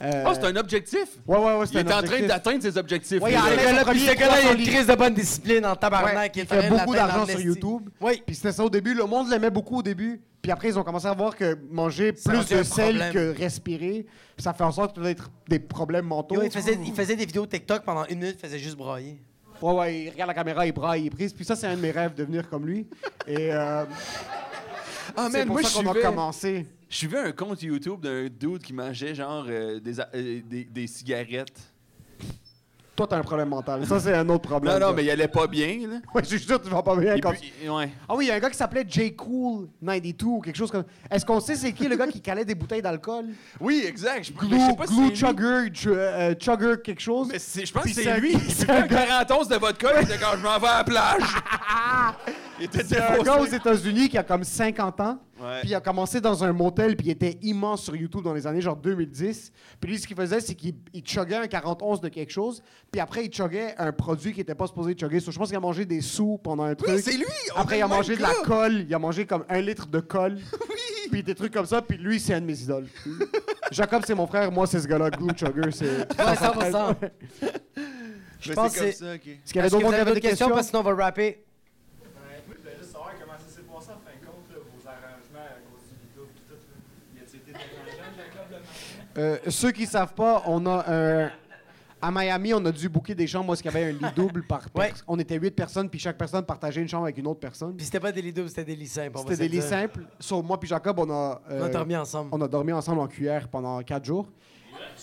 Speaker 4: Euh,
Speaker 6: Ah, c'est un objectif?
Speaker 4: Ouais, ouais, ouais, c'est
Speaker 6: Il est
Speaker 4: un
Speaker 6: en train
Speaker 4: objectif.
Speaker 6: d'atteindre ses objectifs.
Speaker 4: Ouais,
Speaker 6: là.
Speaker 4: il enlève-
Speaker 2: gars-là,
Speaker 4: Premier
Speaker 2: puis ce gars-là, il
Speaker 4: 300
Speaker 2: a une
Speaker 4: livres.
Speaker 2: crise de bonne discipline en
Speaker 4: Ouais,
Speaker 2: tabarnak.
Speaker 4: il
Speaker 2: est en
Speaker 4: fait
Speaker 2: train de
Speaker 4: beaucoup
Speaker 2: l'atteindre
Speaker 4: d'argent
Speaker 2: en
Speaker 4: sur
Speaker 2: esti.
Speaker 4: YouTube.
Speaker 2: Oui.
Speaker 4: Puis c'était ça au début, le monde l'aimait beaucoup au début. Puis après, ils ont commencé à voir que manger
Speaker 2: Ça
Speaker 4: plus
Speaker 2: rendait un
Speaker 4: de sel
Speaker 2: problème.
Speaker 4: que respirer, ça fait en sorte peut-être des problèmes mentaux.
Speaker 2: Yo, il, faisait, il faisait des vidéos TikTok pendant une minute, il faisait juste broyer.
Speaker 4: Ouais, ouais, il regarde la caméra, il braille, il prise. Puis ça, c'est un de mes rêves, devenir comme lui. Et euh,
Speaker 6: Ah,
Speaker 4: c'est
Speaker 6: man,
Speaker 4: pour
Speaker 6: moi, je
Speaker 4: ça qu'on a
Speaker 6: suivais-
Speaker 4: commencé.
Speaker 6: je suivais un compte YouTube d'un dude qui mangeait, genre, euh, des, a- euh, des, des cigarettes.
Speaker 4: Toi, t'as un problème mental. Ça, c'est un autre problème.
Speaker 6: Non, non,
Speaker 4: ça.
Speaker 6: mais il allait pas bien, là.
Speaker 4: Ouais, je suis sûr que tu vas pas bien
Speaker 6: Et
Speaker 4: quand
Speaker 6: puis- ouais.
Speaker 4: Ah oui, il y a un gars qui s'appelait J. Cool 92 ou quelque chose comme Est-ce qu'on sait c'est qui le gars qui calait des bouteilles d'alcool?
Speaker 6: Oui, exact. Je, mais je sais
Speaker 4: Glue,
Speaker 6: pas si
Speaker 4: Glue
Speaker 6: c'est lui.
Speaker 4: Chugger, Ch- euh, Chugger quelque chose.
Speaker 6: Mais c'est- je pense que
Speaker 4: Puis
Speaker 6: c'est
Speaker 4: c'est-
Speaker 6: lui. Il
Speaker 4: c'est
Speaker 6: buvait
Speaker 4: un
Speaker 6: un 40 onces de vodka, il était quand je m'en vais à la plage. il était
Speaker 4: C'est un
Speaker 6: défoncé.
Speaker 4: gars aux États-Unis qui a comme 50 ans.
Speaker 6: Ouais.
Speaker 4: Puis il a commencé dans un motel, puis il était immense sur YouTube dans les années genre 2010. Puis lui, ce qu'il faisait, c'est qu'il il chuggait un 41 de quelque chose, puis après, il chuggait un produit qui n'était pas supposé chugger. So, je pense qu'il a mangé des sous pendant un truc.
Speaker 6: c'est lui! Oh On
Speaker 4: Après, il
Speaker 6: est
Speaker 4: a
Speaker 6: le même
Speaker 4: mangé de la
Speaker 6: gars!
Speaker 4: colle. Il a mangé comme un litre de colle. Puis des trucs comme ça. Puis lui, c'est un de mes idoles. Jacob, c'est mon frère. Moi, c'est ce gars-là. Glue Chugger, c'est...
Speaker 2: Ouais, 100%.
Speaker 6: Mais
Speaker 2: pense
Speaker 6: c'est comme
Speaker 2: que-
Speaker 6: ça, ok.
Speaker 4: Est-ce qu'il y avait
Speaker 2: Est-ce que
Speaker 4: d'autres
Speaker 2: vous
Speaker 4: monde qui
Speaker 2: avez
Speaker 4: avait
Speaker 2: d'autres
Speaker 4: des
Speaker 2: questions?
Speaker 4: questions?
Speaker 2: Parce que sinon, on va rapper.
Speaker 8: Ben, moi, je voulais juste savoir comment ça s'est passé en fin de compte, là, vos arrangements à cause du vidéo et tout. Là. Y a-t-il été dérangeant, Jacob, le matin?
Speaker 4: Euh, ceux qui savent pas, on a un... À Miami, on a dû booker des chambres parce qu'il y avait un lit double par personne.
Speaker 2: Ouais.
Speaker 4: On était huit personnes, puis chaque personne partageait une chambre avec une autre personne.
Speaker 2: Puis c'était pas des lits doubles, c'était des lits simples. on va
Speaker 4: C'était des
Speaker 2: se le
Speaker 4: lits
Speaker 2: dire.
Speaker 4: simples. Sauf moi puis Jacob, on a... euh,
Speaker 2: On a dormi ensemble.
Speaker 4: on a dormi ensemble en cuillère pendant quatre jours.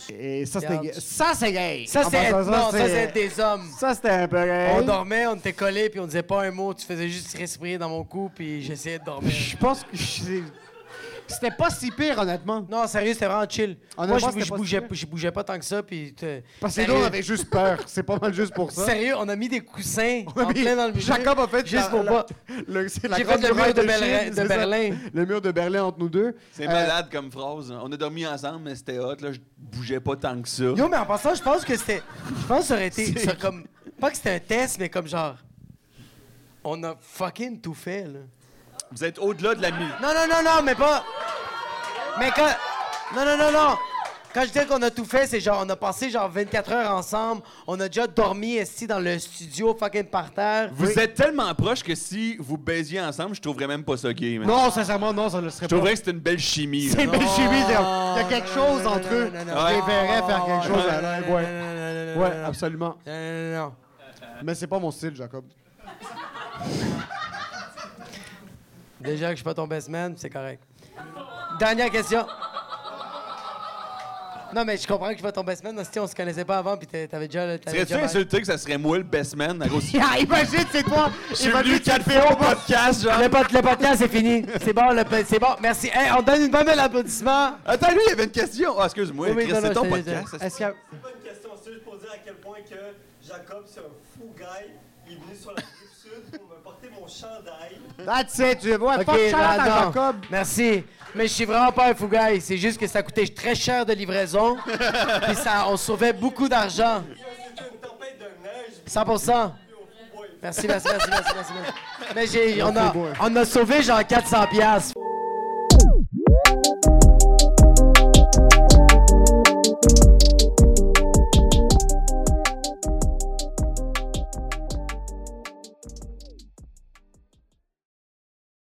Speaker 4: Et ça, c'était...
Speaker 2: Regarde.
Speaker 4: gay. Ça, c'est gay!
Speaker 2: Ça,
Speaker 4: En
Speaker 2: c'est être-
Speaker 4: passant, Hein?
Speaker 2: non, ça, c'est être des hommes.
Speaker 4: Ça, c'était un peu gay.
Speaker 2: On dormait, on était collés, puis on disait pas un mot. Tu faisais juste respirer dans mon cou, puis j'essayais de dormir.
Speaker 4: Je pense que c'est- c'était pas si pire, honnêtement.
Speaker 2: Non, sérieux, c'était vraiment chill.
Speaker 4: Honnêtement,
Speaker 2: Moi, je,
Speaker 4: c'était
Speaker 2: je
Speaker 4: pas
Speaker 2: bougeais,
Speaker 4: si
Speaker 2: je bougeais pas tant que ça, puis... t'es-
Speaker 4: Parce que nous,
Speaker 2: Ben,
Speaker 4: on avait juste peur. C'est pas mal juste pour ça.
Speaker 2: Sérieux, on a mis des coussins
Speaker 4: On a
Speaker 2: en
Speaker 4: mis-
Speaker 2: plein dans le milieu.
Speaker 4: Jacob a fait
Speaker 2: Juste
Speaker 4: la-
Speaker 2: pour
Speaker 4: la-
Speaker 2: pas-
Speaker 4: le- c'est la
Speaker 2: J'ai
Speaker 4: grande
Speaker 2: fait le mur
Speaker 4: muraille
Speaker 2: de,
Speaker 4: Chine,
Speaker 2: Berlin-
Speaker 4: c'est
Speaker 2: de
Speaker 4: ça.
Speaker 2: Berlin.
Speaker 4: Le mur de Berlin entre nous deux.
Speaker 6: C'est
Speaker 4: Euh,
Speaker 6: malade comme phrase. hein. On a dormi ensemble, mais c'était hot. Là, je bougeais pas tant que ça.
Speaker 2: Yo, mais en passant, je pense que c'était. Je pense que ça aurait été. ça comme, pas que c'était un test, mais comme genre. On a fucking tout fait, là.
Speaker 6: Vous êtes au-delà de la mi.
Speaker 2: Non, non, non, non, mais pas. Mais quand. Non, non, non, non. Quand je dis qu'on a tout fait, c'est genre, on a passé genre 24 heures ensemble. On a déjà dormi ici dans le studio, fucking par terre.
Speaker 6: Vous êtes tellement proches que si vous baisiez ensemble, je trouverais même pas ça gay, man.
Speaker 4: Non, sincèrement, non, ça ne le serait
Speaker 6: Je trouverais que c'est une belle chimie.
Speaker 4: C'est
Speaker 6: là.
Speaker 4: une belle chimie. Il y a il y a quelque chose entre eux.
Speaker 2: Ah, non, non,
Speaker 4: Je les
Speaker 2: non,
Speaker 4: verrais faire quelque chose
Speaker 2: non,
Speaker 4: à
Speaker 2: non,
Speaker 4: l'un.
Speaker 2: non,
Speaker 4: Ouais,
Speaker 2: non, non, non, non,
Speaker 4: ouais,
Speaker 2: non, non.
Speaker 4: absolument.
Speaker 2: Non, non, non, non.
Speaker 4: Mais c'est pas mon style, Jacob.
Speaker 2: Déjà que je suis pas ton best man, c'est correct. Dernière question. Non, mais je comprends que je suis pas ton best man. Si on se connaissait pas avant, puis t'es- t'avais déjà. t'avais
Speaker 6: Serais-tu
Speaker 2: déjà mal.
Speaker 6: insulté que ça serait moi le best man à cause
Speaker 4: Ah, Imagine, c'est toi.
Speaker 6: Je suis venu quatre fois au podcast, genre.
Speaker 2: Le, pot, le podcast, c'est fini. C'est bon, le pot- c'est bon. Merci. Hey, on donne une bonne belle applaudissement.
Speaker 6: Attends, lui, il avait une question. Ah, excuse-moi,
Speaker 2: Oui, oui,
Speaker 6: Chris,
Speaker 2: non,
Speaker 6: c'est
Speaker 2: non,
Speaker 6: ton
Speaker 2: je t'ai-
Speaker 6: podcast.
Speaker 4: Est-ce qu'il y a-
Speaker 8: C'est pas une question, c'est juste pour dire à quel point que Jacob, c'est un fou guy. Il est venu sur la rive sud pour me porter mon chandail.
Speaker 4: That's it, tu vois.
Speaker 2: Ok,
Speaker 4: Fuck shout-out à
Speaker 2: non, non.
Speaker 4: Jacob.
Speaker 2: Merci. Mais je suis vraiment pas un fougaille. C'est juste que ça coûtait très cher de livraison. puis ça, on sauvait beaucoup d'argent.
Speaker 8: C'était une tempête de neige,
Speaker 2: 100 Merci, merci, merci, merci, merci. merci. Mais j'ai, on, a, on a sauvé genre 400 piastres.